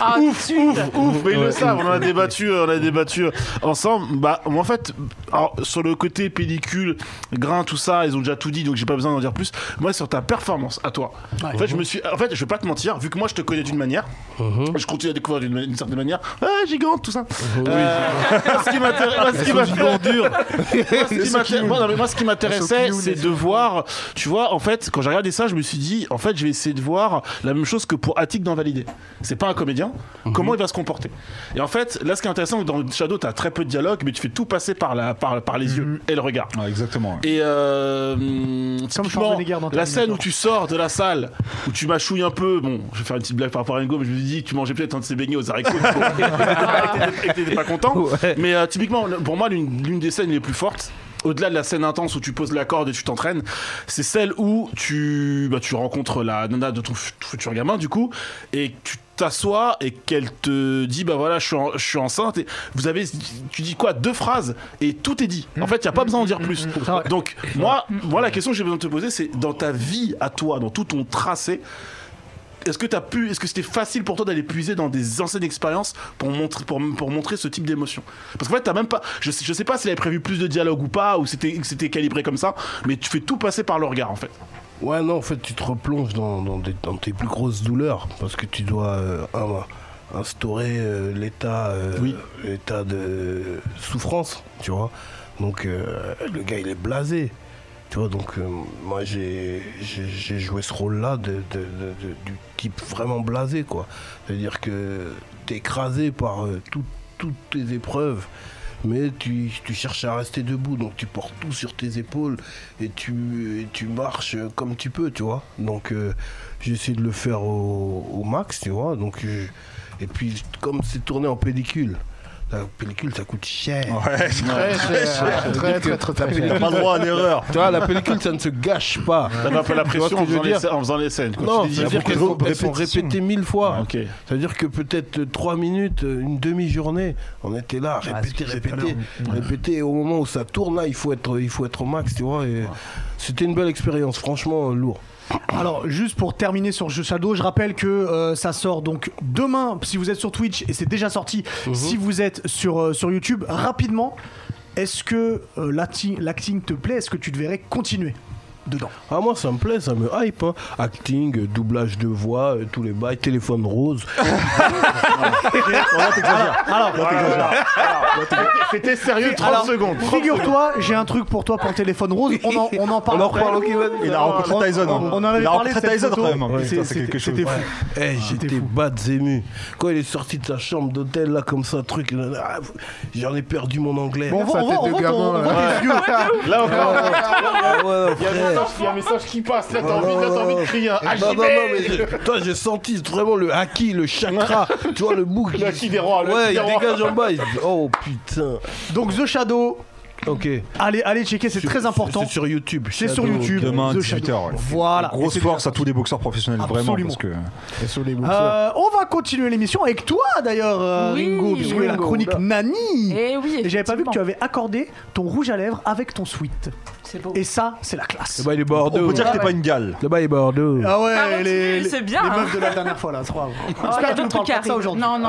Speaker 3: Ah,
Speaker 5: ouf, ouf, ouf, mais ils le
Speaker 4: Ouais.
Speaker 5: savent, on en a débattu, euh, on a débattu ensemble. Bah, moi, en fait, alors, sur le côté pellicule, grain, tout ça, ils ont déjà tout dit, donc j'ai pas besoin d'en dire plus. Moi, sur ta performance, à toi. En fait, je me suis, en fait, je vais pas te mentir, vu que moi, je te connais d'une manière, je continue à découvrir d'une d'une certaine manière. Ah, gigante, tout ça. Euh, moi, ce qui m'intéresse- moi, ce qui m'intéresse- moi, ce qui m'intéresse- moi, non, mais moi, ce qui m'intéressait, c'est de voir, tu vois, en fait, quand j'ai regardé ça, je me suis dit, en fait, je vais essayer de voir la même chose que pour Attic dans Validé. C'est pas un comédien, comment il va se comporter. Et en fait, là, ce qui est intéressant, dans Shadow, t'as très peu de dialogue, mais tu fais tout passer par, la, par, par les yeux et le regard.
Speaker 2: Ouais, exactement. ouais.
Speaker 5: Et euh, hum, typiquement,
Speaker 1: Schwarzenegger dans
Speaker 5: la scène
Speaker 1: Terminator.
Speaker 5: où tu sors de la salle, où tu mâchouilles un peu, bon, je vais faire une petite blague par rapport à Ringo, mais je me dis que tu mangeais peut-être un de ces beignets aux haricots et que t'étais- et que t'étais pas content. Mais euh, typiquement, le- pour moi, l'une l'une des scènes les plus fortes. Au-delà de la scène intense où tu poses la corde et tu t'entraînes, c'est celle où tu, bah, tu rencontres la nana de ton fu- futur gamin, du coup, et tu t'assois et qu'elle te dit bah voilà je suis, en- je suis enceinte et vous avez tu dis quoi deux phrases et tout est dit en fait il y a pas besoin d'en dire plus donc moi moi la question que j'ai besoin de te poser c'est dans ta vie à toi dans tout ton tracé est-ce que t'as pu est-ce que c'était facile pour toi d'aller puiser dans des anciennes expériences pour montrer pour, pour montrer ce type d'émotion parce qu'en fait t'as même pas je sais, je sais pas s'il avait prévu plus de dialogue ou pas ou c'était c'était calibré comme ça mais tu fais tout passer par le regard en fait
Speaker 4: Ouais, non, en fait, tu te replonges dans, dans des- dans tes plus grosses douleurs parce que tu dois euh, un- instaurer euh, l'état euh,
Speaker 5: Oui.
Speaker 4: l'état de souffrance, tu vois. Donc, euh, le gars, il est blasé. Tu vois, donc, euh, moi, j'ai j'ai- j'ai joué ce rôle-là de, de- de- de- du type vraiment blasé, quoi. C'est-à-dire que t'es écrasé par euh, tout- toutes tes épreuves mais tu, tu cherches à rester debout, donc tu portes tout sur tes épaules et tu, et tu marches comme tu peux, tu vois. Donc euh, j'essaie de le faire au, au max, tu vois. Donc, je- et puis comme c'est tourné en pellicule, la pellicule ça coûte cher. Très, très, cher. Très, très, très, très cher.
Speaker 9: T'as pas droit à l'erreur.
Speaker 4: Tu vois, la pellicule ça ne se gâche pas.
Speaker 5: t'avais un peu la
Speaker 4: Tu vois ce
Speaker 5: pression en
Speaker 4: que je
Speaker 5: faisant,
Speaker 4: veux
Speaker 5: les,
Speaker 4: dire
Speaker 5: scè- en faisant les scènes quoi.
Speaker 4: Non,
Speaker 5: Tu te dis, il y a
Speaker 4: c'est-à-dire
Speaker 5: beaucoup
Speaker 4: qu'elles
Speaker 5: de
Speaker 4: sont, elles sont
Speaker 5: répétitions.
Speaker 4: répétées mille fois.
Speaker 5: Ah, ok
Speaker 4: C'est-à-dire que peut-être 3 minutes, euh, une demi-journée, on était
Speaker 1: Ah,
Speaker 4: là, répéter, répéter, répéter. Et au moment où ça tourne, là, il faut être, il faut être au max, tu vois. et C'était une belle expérience, franchement, euh, lourd.
Speaker 1: Alors, juste pour terminer sur Jeu Shadow, je rappelle que euh, ça sort donc demain si vous êtes sur Twitch et c'est déjà sorti si vous êtes sur, euh, sur YouTube. Rapidement, est-ce que euh, l'acti- l'acting te plaît Est-ce que tu devrais continuer dedans
Speaker 4: Ah, moi, ça me plaît, ça me hype. hein. Acting, euh, doublage de voix, euh, tous les bails, téléphone rose.
Speaker 5: c'était sérieux 30
Speaker 1: Alors,
Speaker 5: secondes
Speaker 1: Figure-toi, j'ai un truc pour toi pour le téléphone rose. On en, on en parle.
Speaker 4: On en
Speaker 1: après.
Speaker 4: reparle au Kevin.
Speaker 2: Il a rencontré
Speaker 1: on-
Speaker 2: Tyson. hein.
Speaker 1: on- on en avait
Speaker 2: il a
Speaker 1: parlé
Speaker 2: rencontré
Speaker 1: de cette
Speaker 2: Tyson
Speaker 1: photo.
Speaker 2: quand même. hein.
Speaker 1: Ouais.
Speaker 2: Putain, c'est quelque chose.
Speaker 1: C'était Ah, fou.
Speaker 4: Eh, j'étais bad ému. Quand il est sorti de sa chambre d'hôtel, là, comme ça, truc, là, là, j'en ai perdu mon anglais.
Speaker 1: Bon, on
Speaker 10: Sa
Speaker 1: va- on va-
Speaker 10: tête
Speaker 1: on
Speaker 10: de
Speaker 1: va-
Speaker 10: gamin,
Speaker 1: on va-
Speaker 10: là.
Speaker 1: les yeux.
Speaker 5: là encore
Speaker 4: Ah,
Speaker 1: euh,
Speaker 4: ouais,
Speaker 5: il y a un
Speaker 4: frère.
Speaker 5: message- il y a un message qui passe là t'as
Speaker 4: Non,
Speaker 5: envie, là,
Speaker 4: non,
Speaker 5: t'as envie de
Speaker 4: non.
Speaker 5: crier un
Speaker 4: Eh,
Speaker 1: Ah,
Speaker 4: Non, non, non, mais
Speaker 5: HJB.
Speaker 4: j'ai- toi, j'ai senti vraiment le haki, le chakra, tu vois, le bouc.
Speaker 5: Le haki des rois, le
Speaker 4: Ouais,
Speaker 5: haki
Speaker 4: il
Speaker 5: des rois.
Speaker 4: dégage en bas, il dit, oh putain.
Speaker 1: Donc The Shadow,
Speaker 4: Ok.
Speaker 1: allez, allez checker, c'est très important.
Speaker 4: C'est sur YouTube.
Speaker 1: C'est sur
Speaker 4: Shadow.
Speaker 1: YouTube.
Speaker 2: Demain,
Speaker 1: The
Speaker 2: 18
Speaker 1: Shadow.
Speaker 2: heures, ouais.
Speaker 1: Voilà. Et
Speaker 2: Grosse
Speaker 1: c'est
Speaker 2: force à tous les boxeurs professionnels,
Speaker 1: Absolument.
Speaker 2: vraiment. Parce que...
Speaker 6: Et sur les boxeurs.
Speaker 1: Euh, on va continuer l'émission avec toi d'ailleurs, euh,
Speaker 3: Oui.
Speaker 1: Ringo, puisque la
Speaker 3: Ringo,
Speaker 1: chronique
Speaker 3: là.
Speaker 1: Nani.
Speaker 3: Eh oui,
Speaker 1: Et j'avais pas vu que tu
Speaker 3: effectivement.
Speaker 1: avais accordé ton rouge à lèvres avec ton sweat.
Speaker 3: C'est beau.
Speaker 1: Et ça, c'est la classe.
Speaker 4: Le bail est
Speaker 2: On
Speaker 4: Bordeaux.
Speaker 1: Oh,
Speaker 2: peut dire que t'es pas une gale.
Speaker 4: Le bail est Bordeaux.
Speaker 1: Ah ouais,
Speaker 3: Ah, continue,
Speaker 1: les,
Speaker 3: c'est
Speaker 1: les-
Speaker 3: bien,
Speaker 1: les
Speaker 3: hein.
Speaker 1: meufs de la dernière fois là, c'est grave.
Speaker 3: Oh, il y
Speaker 1: J'espère que
Speaker 3: a
Speaker 1: tu
Speaker 3: d'autres
Speaker 1: nous
Speaker 3: trucs
Speaker 1: parles
Speaker 3: qui
Speaker 1: pas de
Speaker 3: arrivent.
Speaker 1: ça aujourd'hui. Ah.
Speaker 3: Non, non,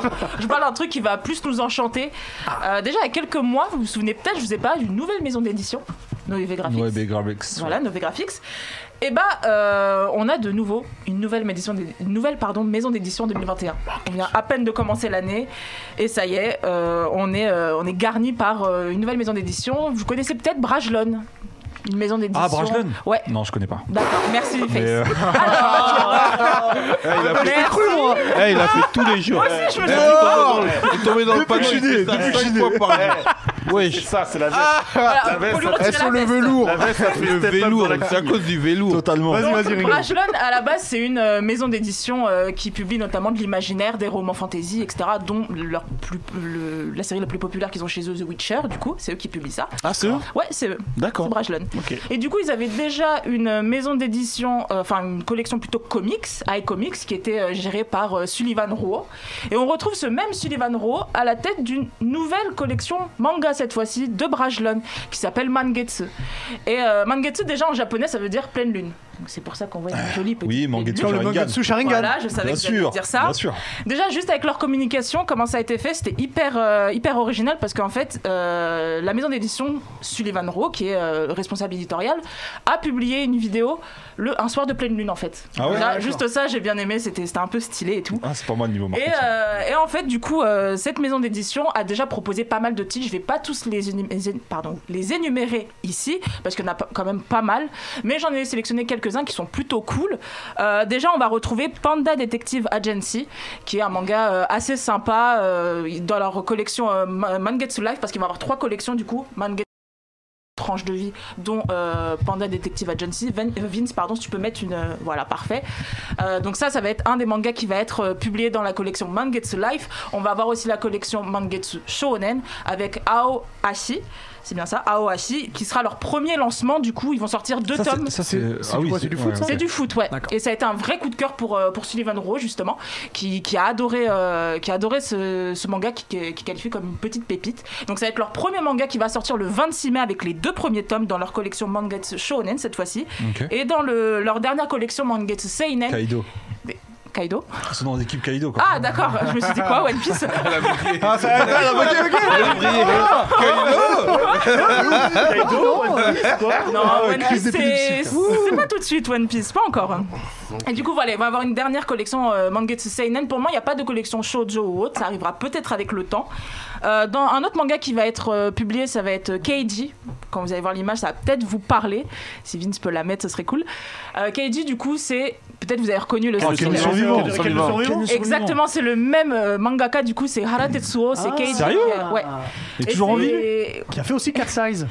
Speaker 3: là, je, je parle d'un truc qui va plus nous enchanter.
Speaker 1: Ah.
Speaker 3: Euh, déjà, il y a quelques mois, vous vous souvenez peut-être, je vous ai parlé d'une nouvelle maison d'édition, Nové Graphics. Voilà, Nové Graphics. Et bah, euh, on a de nouveau une nouvelle, édition d'é- une nouvelle pardon, maison d'édition 2021. On vient à peine de commencer l'année et ça y est, euh, on est, euh, on est garni par euh, une nouvelle maison d'édition. Vous connaissez peut-être Brajlon, une maison d'édition.
Speaker 2: Ah, Brajlon
Speaker 3: Ouais.
Speaker 2: Non, je connais pas.
Speaker 3: D'accord, merci Ah, Face.
Speaker 2: Mais, euh,
Speaker 3: Merci.
Speaker 4: Eh, il a fait tous les jours.
Speaker 3: Moi
Speaker 2: Eh,
Speaker 3: aussi, je me suis dit,
Speaker 4: Oh, Il est tombé dans le panneau. Depuis que je suis né.
Speaker 5: C'est
Speaker 4: Wesh. Ah,
Speaker 5: ça c'est la veste
Speaker 3: voilà,
Speaker 5: La veste,
Speaker 3: faut lui retirer la veste.
Speaker 5: la veste ça fait
Speaker 4: Le
Speaker 5: step up
Speaker 4: velours,
Speaker 5: dans la
Speaker 4: c'est à cause du velours.
Speaker 2: Totalement.
Speaker 3: Brajlon, à la base, c'est une euh, maison d'édition euh, qui publie notamment de l'imaginaire, des romans fantasy, etc., dont leur plus, le- la série la plus populaire qu'ils ont chez eux, The Witcher, du coup, c'est eux qui publient ça.
Speaker 5: ah c'est eux
Speaker 3: Ouais, c'est eux.
Speaker 5: D'accord.
Speaker 3: C'est Brajlon. Et du coup, ils avaient déjà une maison d'édition, euh, enfin une collection plutôt comics, iComics, qui était euh, gérée par euh, Sullivan Rouault. Et on retrouve ce même Sullivan Rouault à la tête d'une nouvelle collection manga cette fois-ci de Brajlon, qui s'appelle Mangetsu. Et euh, Mangetsu, déjà en japonais, ça veut dire pleine lune. Donc, C'est pour ça qu'on voit une jolie petite.
Speaker 2: Ah, Oui,
Speaker 3: pleine
Speaker 2: Mangetsu
Speaker 3: lune.
Speaker 1: Comme le
Speaker 2: Sharingan.
Speaker 1: Mangatsu Sharingan.
Speaker 3: Voilà, je savais
Speaker 2: Bien
Speaker 3: que j'allais
Speaker 2: sûr,
Speaker 3: dire ça.
Speaker 2: bien sûr.
Speaker 3: Déjà, juste avec leur communication, comment ça a été fait, c'était hyper, euh, hyper original parce qu'en fait, euh, la maison d'édition Sullivan Rowe, qui est euh, le responsable éditorial, a publié une vidéo le, un soir de pleine lune en fait.
Speaker 2: Ah ouais,
Speaker 3: Déjà,
Speaker 2: d'accord.
Speaker 3: juste ça, j'ai bien aimé, c'était c'était un peu stylé et tout.
Speaker 2: Ah, c'est pas moi le niveau
Speaker 3: Et,
Speaker 2: marketing.
Speaker 3: euh, et en fait, du coup, euh, cette maison d'édition a déjà proposé pas mal de titres. Je vais pas tous les, énum- les énum- pardon, les énumérer ici, parce qu'il y en a pas- quand même pas mal. Mais j'en ai sélectionné quelques-uns qui sont plutôt cool. Euh, déjà, on va retrouver Panda Detective Agency, qui est un manga euh, assez sympa euh, dans leur collection euh, Ma- Mangetsu Life, parce qu'ils vont avoir trois collections du coup. Mangetsu tranche de vie dont euh, Panda Detective Agency Vin- euh, Vince pardon si tu peux mettre une euh, voilà parfait Euh, donc ça ça va être un des mangas qui va être euh, publié dans la collection Mangetsu Life on va avoir aussi la collection Mangetsu Shonen avec Ao Ashi c'est bien ça Ao Ashi qui sera leur premier lancement du coup ils vont sortir deux
Speaker 1: Ça, c'est-
Speaker 3: tomes
Speaker 1: Ça, c'est
Speaker 6: C'est-
Speaker 1: c'est
Speaker 6: ah
Speaker 1: du
Speaker 6: oui,
Speaker 1: quoi, c'est du
Speaker 6: c'est-
Speaker 1: foot,
Speaker 6: ouais,
Speaker 1: ça
Speaker 6: ok.
Speaker 3: c'est du foot, ouais.
Speaker 1: D'accord.
Speaker 3: Et ça a été un vrai coup de cœur pour, euh, pour Sullivan Rowe, justement, qui, qui a adoré, euh, qui a adoré ce, ce manga qui, qui qui qualifie comme une petite pépite. Donc ça va être leur premier manga qui va sortir le 26 mai avec les deux premiers tomes dans leur collection Mangetsu Shonen cette fois-ci.
Speaker 2: Ok.
Speaker 3: Et dans le, leur dernière collection Mangetsu Seinen,
Speaker 2: Kaido.
Speaker 3: Kaido.
Speaker 2: Ils sont dans l'équipe Kaido, quoi.
Speaker 3: Ah d'accord, je me suis dit quoi, One Piece
Speaker 2: Ah, ça
Speaker 1: Ah,
Speaker 3: Non, One Piece, c'est c'est pas tout de suite One Piece, pas encore. Et du coup, voilà, on va avoir une dernière collection euh, Mangetsu Seinen. Pour moi, il n'y a pas de collection shoujo ou autre, ça arrivera peut-être avec le temps. Euh, dans un autre manga qui va être euh, publié, ça va être Keiji. Quand vous allez voir l'image, ça va peut-être vous parler. Si Vince peut la mettre, ce serait cool. Euh, Keiji, du coup, c'est. Peut-être vous avez reconnu le style.
Speaker 5: Quel survivant Quel survivant
Speaker 3: Exactement, c'est le même euh, mangaka, du coup, c'est Hara Tetsuo, c'est
Speaker 1: Ah,
Speaker 3: Keiji.
Speaker 2: Sérieux
Speaker 3: Euh, Ouais.
Speaker 2: Il est toujours en vie
Speaker 3: c'est-
Speaker 1: Qui a fait aussi Cat Size.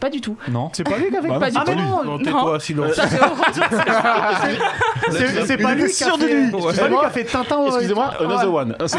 Speaker 3: Pas du tout.
Speaker 2: Non.
Speaker 1: C'est pas lui qui a fait
Speaker 2: Bah non,
Speaker 1: Ah,
Speaker 2: c'est
Speaker 1: mais
Speaker 2: pas lui.
Speaker 1: non,
Speaker 3: Non.
Speaker 4: Non, tais-toi,
Speaker 5: Euh.
Speaker 4: sinon.
Speaker 3: Ça, c'est horrible.
Speaker 1: Ah, c'est c'est pas
Speaker 2: Il est
Speaker 1: lui qui a
Speaker 2: sûr de
Speaker 1: fait-
Speaker 2: lui.
Speaker 1: c'est pas lui qui a fait Tintin.
Speaker 5: Excusez-moi,
Speaker 1: ouais.
Speaker 5: another one. Ah, c'est-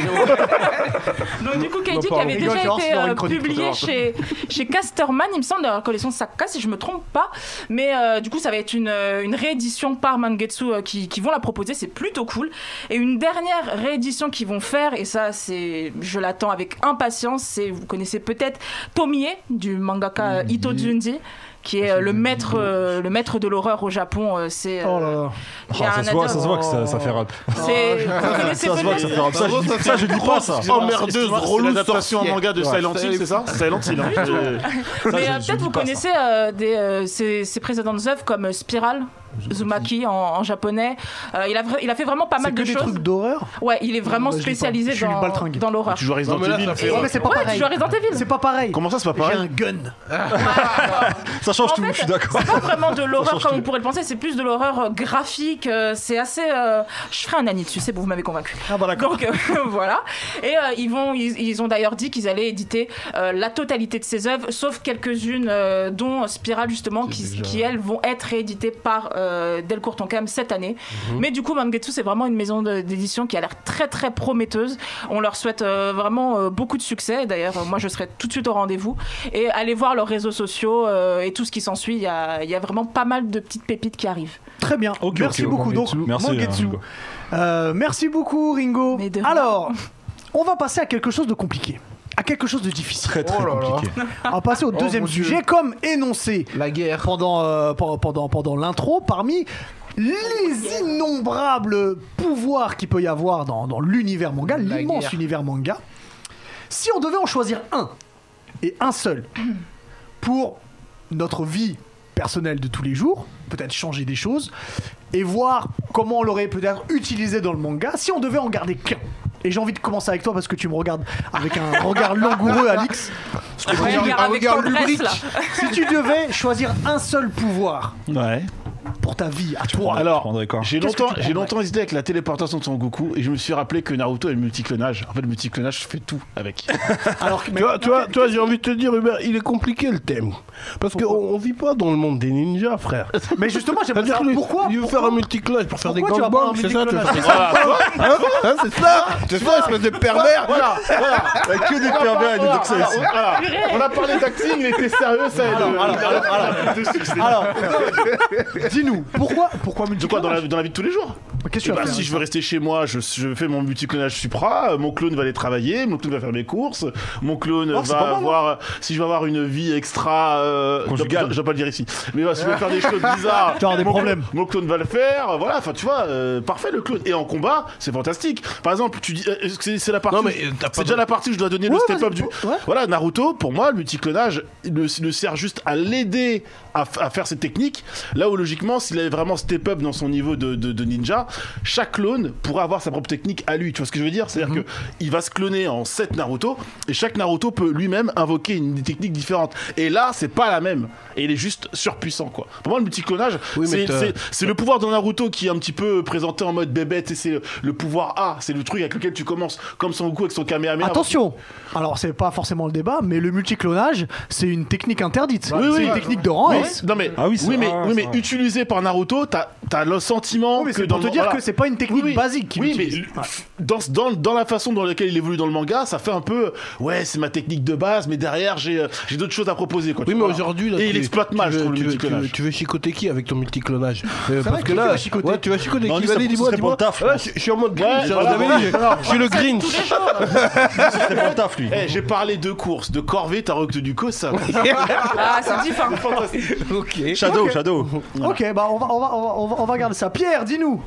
Speaker 3: Donc du coup, Keiji qui
Speaker 1: pardon.
Speaker 3: avait
Speaker 1: Rigole, tu
Speaker 3: déjà
Speaker 1: vas voir,
Speaker 3: été
Speaker 1: sinon, on aura
Speaker 3: euh,
Speaker 1: une chronique
Speaker 3: publié chez, chez Casterman, il me semble, dans la collection Sakka, si je me trompe pas. Mais euh, du coup, ça va être une, euh, une réédition par Mangetsu euh, qui, qui vont la proposer, c'est plutôt cool. Et une dernière réédition qu'ils vont faire, et ça, c'est, je l'attends avec impatience, c'est, vous connaissez peut-être Tomie du mangaka euh, Ito Junji qui
Speaker 2: Ah,
Speaker 3: est euh, le maître, euh, le maître de l'horreur au Japon. euh, c'est, euh,
Speaker 1: Oh là là.
Speaker 2: Ah,
Speaker 3: il y a
Speaker 2: ça,
Speaker 3: un
Speaker 2: se voit, ça
Speaker 3: adobe-
Speaker 2: se voit que ça, ça fait rap.
Speaker 3: c'est- vous
Speaker 2: Ça
Speaker 3: connaissez
Speaker 2: se voit que ça fait rap. Ça, je dis- Ça, je dis pas, ça.
Speaker 5: Emmerdeuse, relou, sorcière. en manga de Silent
Speaker 8: Hill,
Speaker 5: c'est ça Silent Hill. hein. Ça,
Speaker 3: Mais
Speaker 5: je-
Speaker 3: euh,
Speaker 5: je
Speaker 3: peut-être
Speaker 5: dis
Speaker 3: vous
Speaker 5: pas ça.
Speaker 3: connaissez euh, des, euh, ses, ses précédentes œuvres comme euh, Spiral, Zumaki en, en japonais. Euh, il, a, vra- il a fait vraiment pas
Speaker 1: C'est
Speaker 3: mal
Speaker 1: que
Speaker 3: de
Speaker 1: des
Speaker 3: choses.
Speaker 1: trucs d'horreur.
Speaker 3: Ouais, il est vraiment
Speaker 1: Bah, je dis pas.
Speaker 3: spécialisé
Speaker 1: Je suis une
Speaker 3: dans,
Speaker 1: baltringue.
Speaker 3: dans l'horreur.
Speaker 5: Ah, Tu joues à Resident
Speaker 4: Non, mais là,
Speaker 5: Evil.
Speaker 4: ça fait-
Speaker 1: Ouais, mais c'est pas
Speaker 3: Ouais, tu
Speaker 1: pareil.
Speaker 3: joues à Resident
Speaker 1: C'est
Speaker 3: Evil.
Speaker 1: pas pareil.
Speaker 5: Comment ça, c'est pas
Speaker 1: J'ai
Speaker 5: pareil
Speaker 1: un gun.
Speaker 2: Ça change
Speaker 3: En
Speaker 2: tout,
Speaker 3: fait,
Speaker 2: je suis d'accord.
Speaker 3: C'est pas vraiment de l'horreur comme on pourrait le penser, c'est plus de l'horreur euh, graphique. euh, c'est assez. euh, Je ferai un nani dessus, c'est bon, vous m'avez convaincu.
Speaker 1: Ah bah d'accord.
Speaker 3: Donc euh, voilà. Et euh, ils, vont, ils, ils ont d'ailleurs dit qu'ils allaient éditer euh, la totalité de ses œuvres, sauf quelques-unes, euh, dont Spiral justement, qui, qui, elles vont être rééditées par euh, Delcourt Tonkam cette année. Mais du coup, Mangetsu, c'est vraiment une maison de- d'édition qui a l'air très très prometteuse. On leur souhaite euh, vraiment euh, beaucoup de succès. D'ailleurs, euh, moi je serai tout de suite au rendez-vous. Et allez voir leurs réseaux sociaux euh, et tout ce qui s'ensuit. Il y a, il y a vraiment pas mal de petites pépites qui arrivent.
Speaker 1: Très bien.
Speaker 2: Ok,
Speaker 1: Merci
Speaker 2: ok,
Speaker 1: beaucoup. Donc,
Speaker 2: Mangetsu. Merci, euh,
Speaker 1: Mangetsu.
Speaker 2: Ringo.
Speaker 1: Euh, merci beaucoup, Ringo.
Speaker 3: Mais de rien.
Speaker 1: Alors, on va passer à quelque chose de compliqué. À quelque chose de difficile.
Speaker 2: Très, très
Speaker 6: Oh là là.
Speaker 2: compliqué.
Speaker 1: On va passer au deuxième
Speaker 6: mon Dieu.
Speaker 1: sujet, comme énoncé
Speaker 6: La guerre.
Speaker 1: pendant, euh, pendant, pendant, pendant l'intro, parmi les innombrables pouvoirs qu'il peut y avoir dans, dans l'univers manga,
Speaker 6: La
Speaker 1: l'immense
Speaker 6: guerre.
Speaker 1: univers manga, si on devait en choisir un, et un seul, pour notre vie personnelle de tous les jours, peut-être changer des choses, et voir comment on l'aurait peut-être utilisé dans le manga, si on devait en garder qu'un. Et j'ai envie de commencer avec toi parce que tu me regardes avec un regard langoureux, Alix.
Speaker 3: Après,
Speaker 6: regarde-
Speaker 3: regarde avec
Speaker 6: regarde
Speaker 3: tendresse,
Speaker 6: Kubrick.
Speaker 3: là.
Speaker 1: Si tu devais choisir un seul pouvoir
Speaker 5: Ouais.
Speaker 1: pour pour ta vie, à toi.
Speaker 2: Je
Speaker 5: Alors,
Speaker 2: prendrais quoi
Speaker 5: j'ai
Speaker 1: Qu'est-ce que
Speaker 5: longtemps,
Speaker 1: tu prendrais
Speaker 5: j'ai longtemps hésité avec la téléportation de Son Goku et je me suis rappelé que Naruto est le multiclonage. En fait, le multiclonage, je fais tout avec.
Speaker 1: Alors, que- mais-
Speaker 4: Tu vois, tu vois- tu vois, j'ai envie de te dire, Hubert, il est compliqué le thème. Parce qu'on on vit pas dans le monde des ninjas, frère.
Speaker 1: mais justement, j'aimerais
Speaker 4: C'est-à-dire
Speaker 1: savoir
Speaker 4: que lui,
Speaker 1: pourquoi.
Speaker 4: Il veut faire un multiclonage pour faire des
Speaker 1: Pourquoi tu vas pas
Speaker 4: gangbangs,
Speaker 1: en
Speaker 4: c'est ça tu veux
Speaker 1: multiclonage
Speaker 4: faire des gangbangs, hein Hein, C'est ça C'est ça, espèce de pervers
Speaker 2: Que des pervers et des toxins.
Speaker 5: Voilà. On a parlé d'acting, il était sérieux, ça aide.
Speaker 1: Alors, dis-nous, pourquoi, pourquoi
Speaker 5: De quoi dans
Speaker 1: multiclonage
Speaker 5: la, dans la vie de tous les jours
Speaker 1: Qu'est-ce
Speaker 5: Eh
Speaker 1: que tu vas
Speaker 5: ben,
Speaker 1: faire
Speaker 5: Si je veux rester chez moi, je, je fais mon multiclonage Supra, euh, mon clone va aller travailler, mon clone va faire mes courses, mon clone
Speaker 2: Oh, c'est pas
Speaker 5: va
Speaker 2: mal,
Speaker 1: hein.
Speaker 5: avoir... euh, si je veux avoir une vie extra... Euh,
Speaker 2: Conjugale.
Speaker 5: Je vais pas le dire ici. Mais euh, si je veux faire des choses bizarres...
Speaker 1: Tu vas avoir des
Speaker 5: mon clone-
Speaker 1: problèmes.
Speaker 5: Mon clone va le faire, euh, voilà, enfin tu vois, euh, parfait le clone. Et en combat, c'est fantastique. Par exemple, tu dis... euh, est-ce que c'est- c'est la partie...
Speaker 4: Non, mais, euh, t'as pas
Speaker 5: C'est
Speaker 4: de-
Speaker 5: déjà la partie où je dois donner
Speaker 1: Ouais,
Speaker 5: le step-up
Speaker 1: vas-y,
Speaker 5: du...
Speaker 1: ouais.
Speaker 5: Voilà, Naruto, pour moi, le multiclonage ne, ne sert juste à l'aider à, f- à faire ses techniques. Là où, logiquement, s'il avait vraiment step up dans son niveau de, de- de ninja, chaque clone pourrait avoir sa propre technique à lui. Tu vois ce que je veux dire
Speaker 4: Mhm.
Speaker 5: C'est-à-dire que il va se cloner en 7 Naruto et chaque Naruto peut lui-même invoquer une technique différente. Et là, c'est pas la même. Et il est juste surpuissant, quoi. Pour moi, le multiclonage,
Speaker 4: Oui, mais
Speaker 5: c'est-
Speaker 4: t'as-
Speaker 5: c'est c'est le pouvoir de Naruto qui est un petit peu présenté en mode bébête et c'est le, le pouvoir A. C'est le truc avec lequel tu commences, comme Son Goku avec son Kamehameha.
Speaker 1: Attention Alors, c'est pas forcément le débat, mais le multiclonage, c'est une technique interdite.
Speaker 5: Oui,
Speaker 1: c'est
Speaker 5: oui.
Speaker 1: une technique de rang.
Speaker 5: Mais-
Speaker 1: hein.
Speaker 5: non mais,
Speaker 2: Ah oui,
Speaker 5: oui,
Speaker 2: c'est-
Speaker 5: mais,
Speaker 2: ah,
Speaker 5: oui, mais
Speaker 2: c'est vrai.
Speaker 5: utilisé par Naruto, t'as as le sentiment
Speaker 1: Oui, mais
Speaker 5: que
Speaker 1: c'est
Speaker 5: dans
Speaker 1: pour te
Speaker 5: le-
Speaker 1: dire
Speaker 5: voilà.
Speaker 1: que c'est pas une technique
Speaker 5: Oui, oui.
Speaker 1: basique qu'il
Speaker 5: Oui, mais
Speaker 1: utilise.
Speaker 5: l- dans, ce- dans, dans la façon dans laquelle il évolue dans le manga, ça fait un peu ouais, c'est ma technique de base, mais derrière j'ai euh, j'ai d'autres choses à proposer quoi.
Speaker 4: Oui,
Speaker 5: tu
Speaker 4: mais
Speaker 5: vois.
Speaker 4: aujourd'hui, là,
Speaker 5: et
Speaker 4: tu
Speaker 5: il
Speaker 4: veux-
Speaker 5: exploite
Speaker 4: tu
Speaker 5: mal, je
Speaker 4: veux-
Speaker 5: trouve, le
Speaker 4: tu veux- tu veux-
Speaker 5: multiclonage.
Speaker 4: Tu veux chicoter qui avec ton multiclonage Euh,
Speaker 1: vrai,
Speaker 4: Parce que
Speaker 1: qui
Speaker 4: là,
Speaker 1: va chicoter
Speaker 4: ouais, tu vas chicoter
Speaker 2: Non,
Speaker 4: qui
Speaker 2: lui,
Speaker 4: Vas-y,
Speaker 2: ça- ce
Speaker 4: dis-moi,
Speaker 2: serait
Speaker 4: dis-moi.
Speaker 2: pour le taf, je
Speaker 4: Là, Je je suis en mode
Speaker 5: Ouais,
Speaker 4: Grinch, je
Speaker 5: voilà.
Speaker 4: l'avais dit, je- je suis le Grinch.
Speaker 2: C'est pas le taf, lui.
Speaker 5: Eh, j'ai parlé de courses, de corvée, t'as recte du cos, ça.
Speaker 3: Ah, c'est différent.
Speaker 2: Shadow, Shadow.
Speaker 1: Ok, bah on va, on, va, on, va, on va- on va regarder ça. Pierre, dis-nous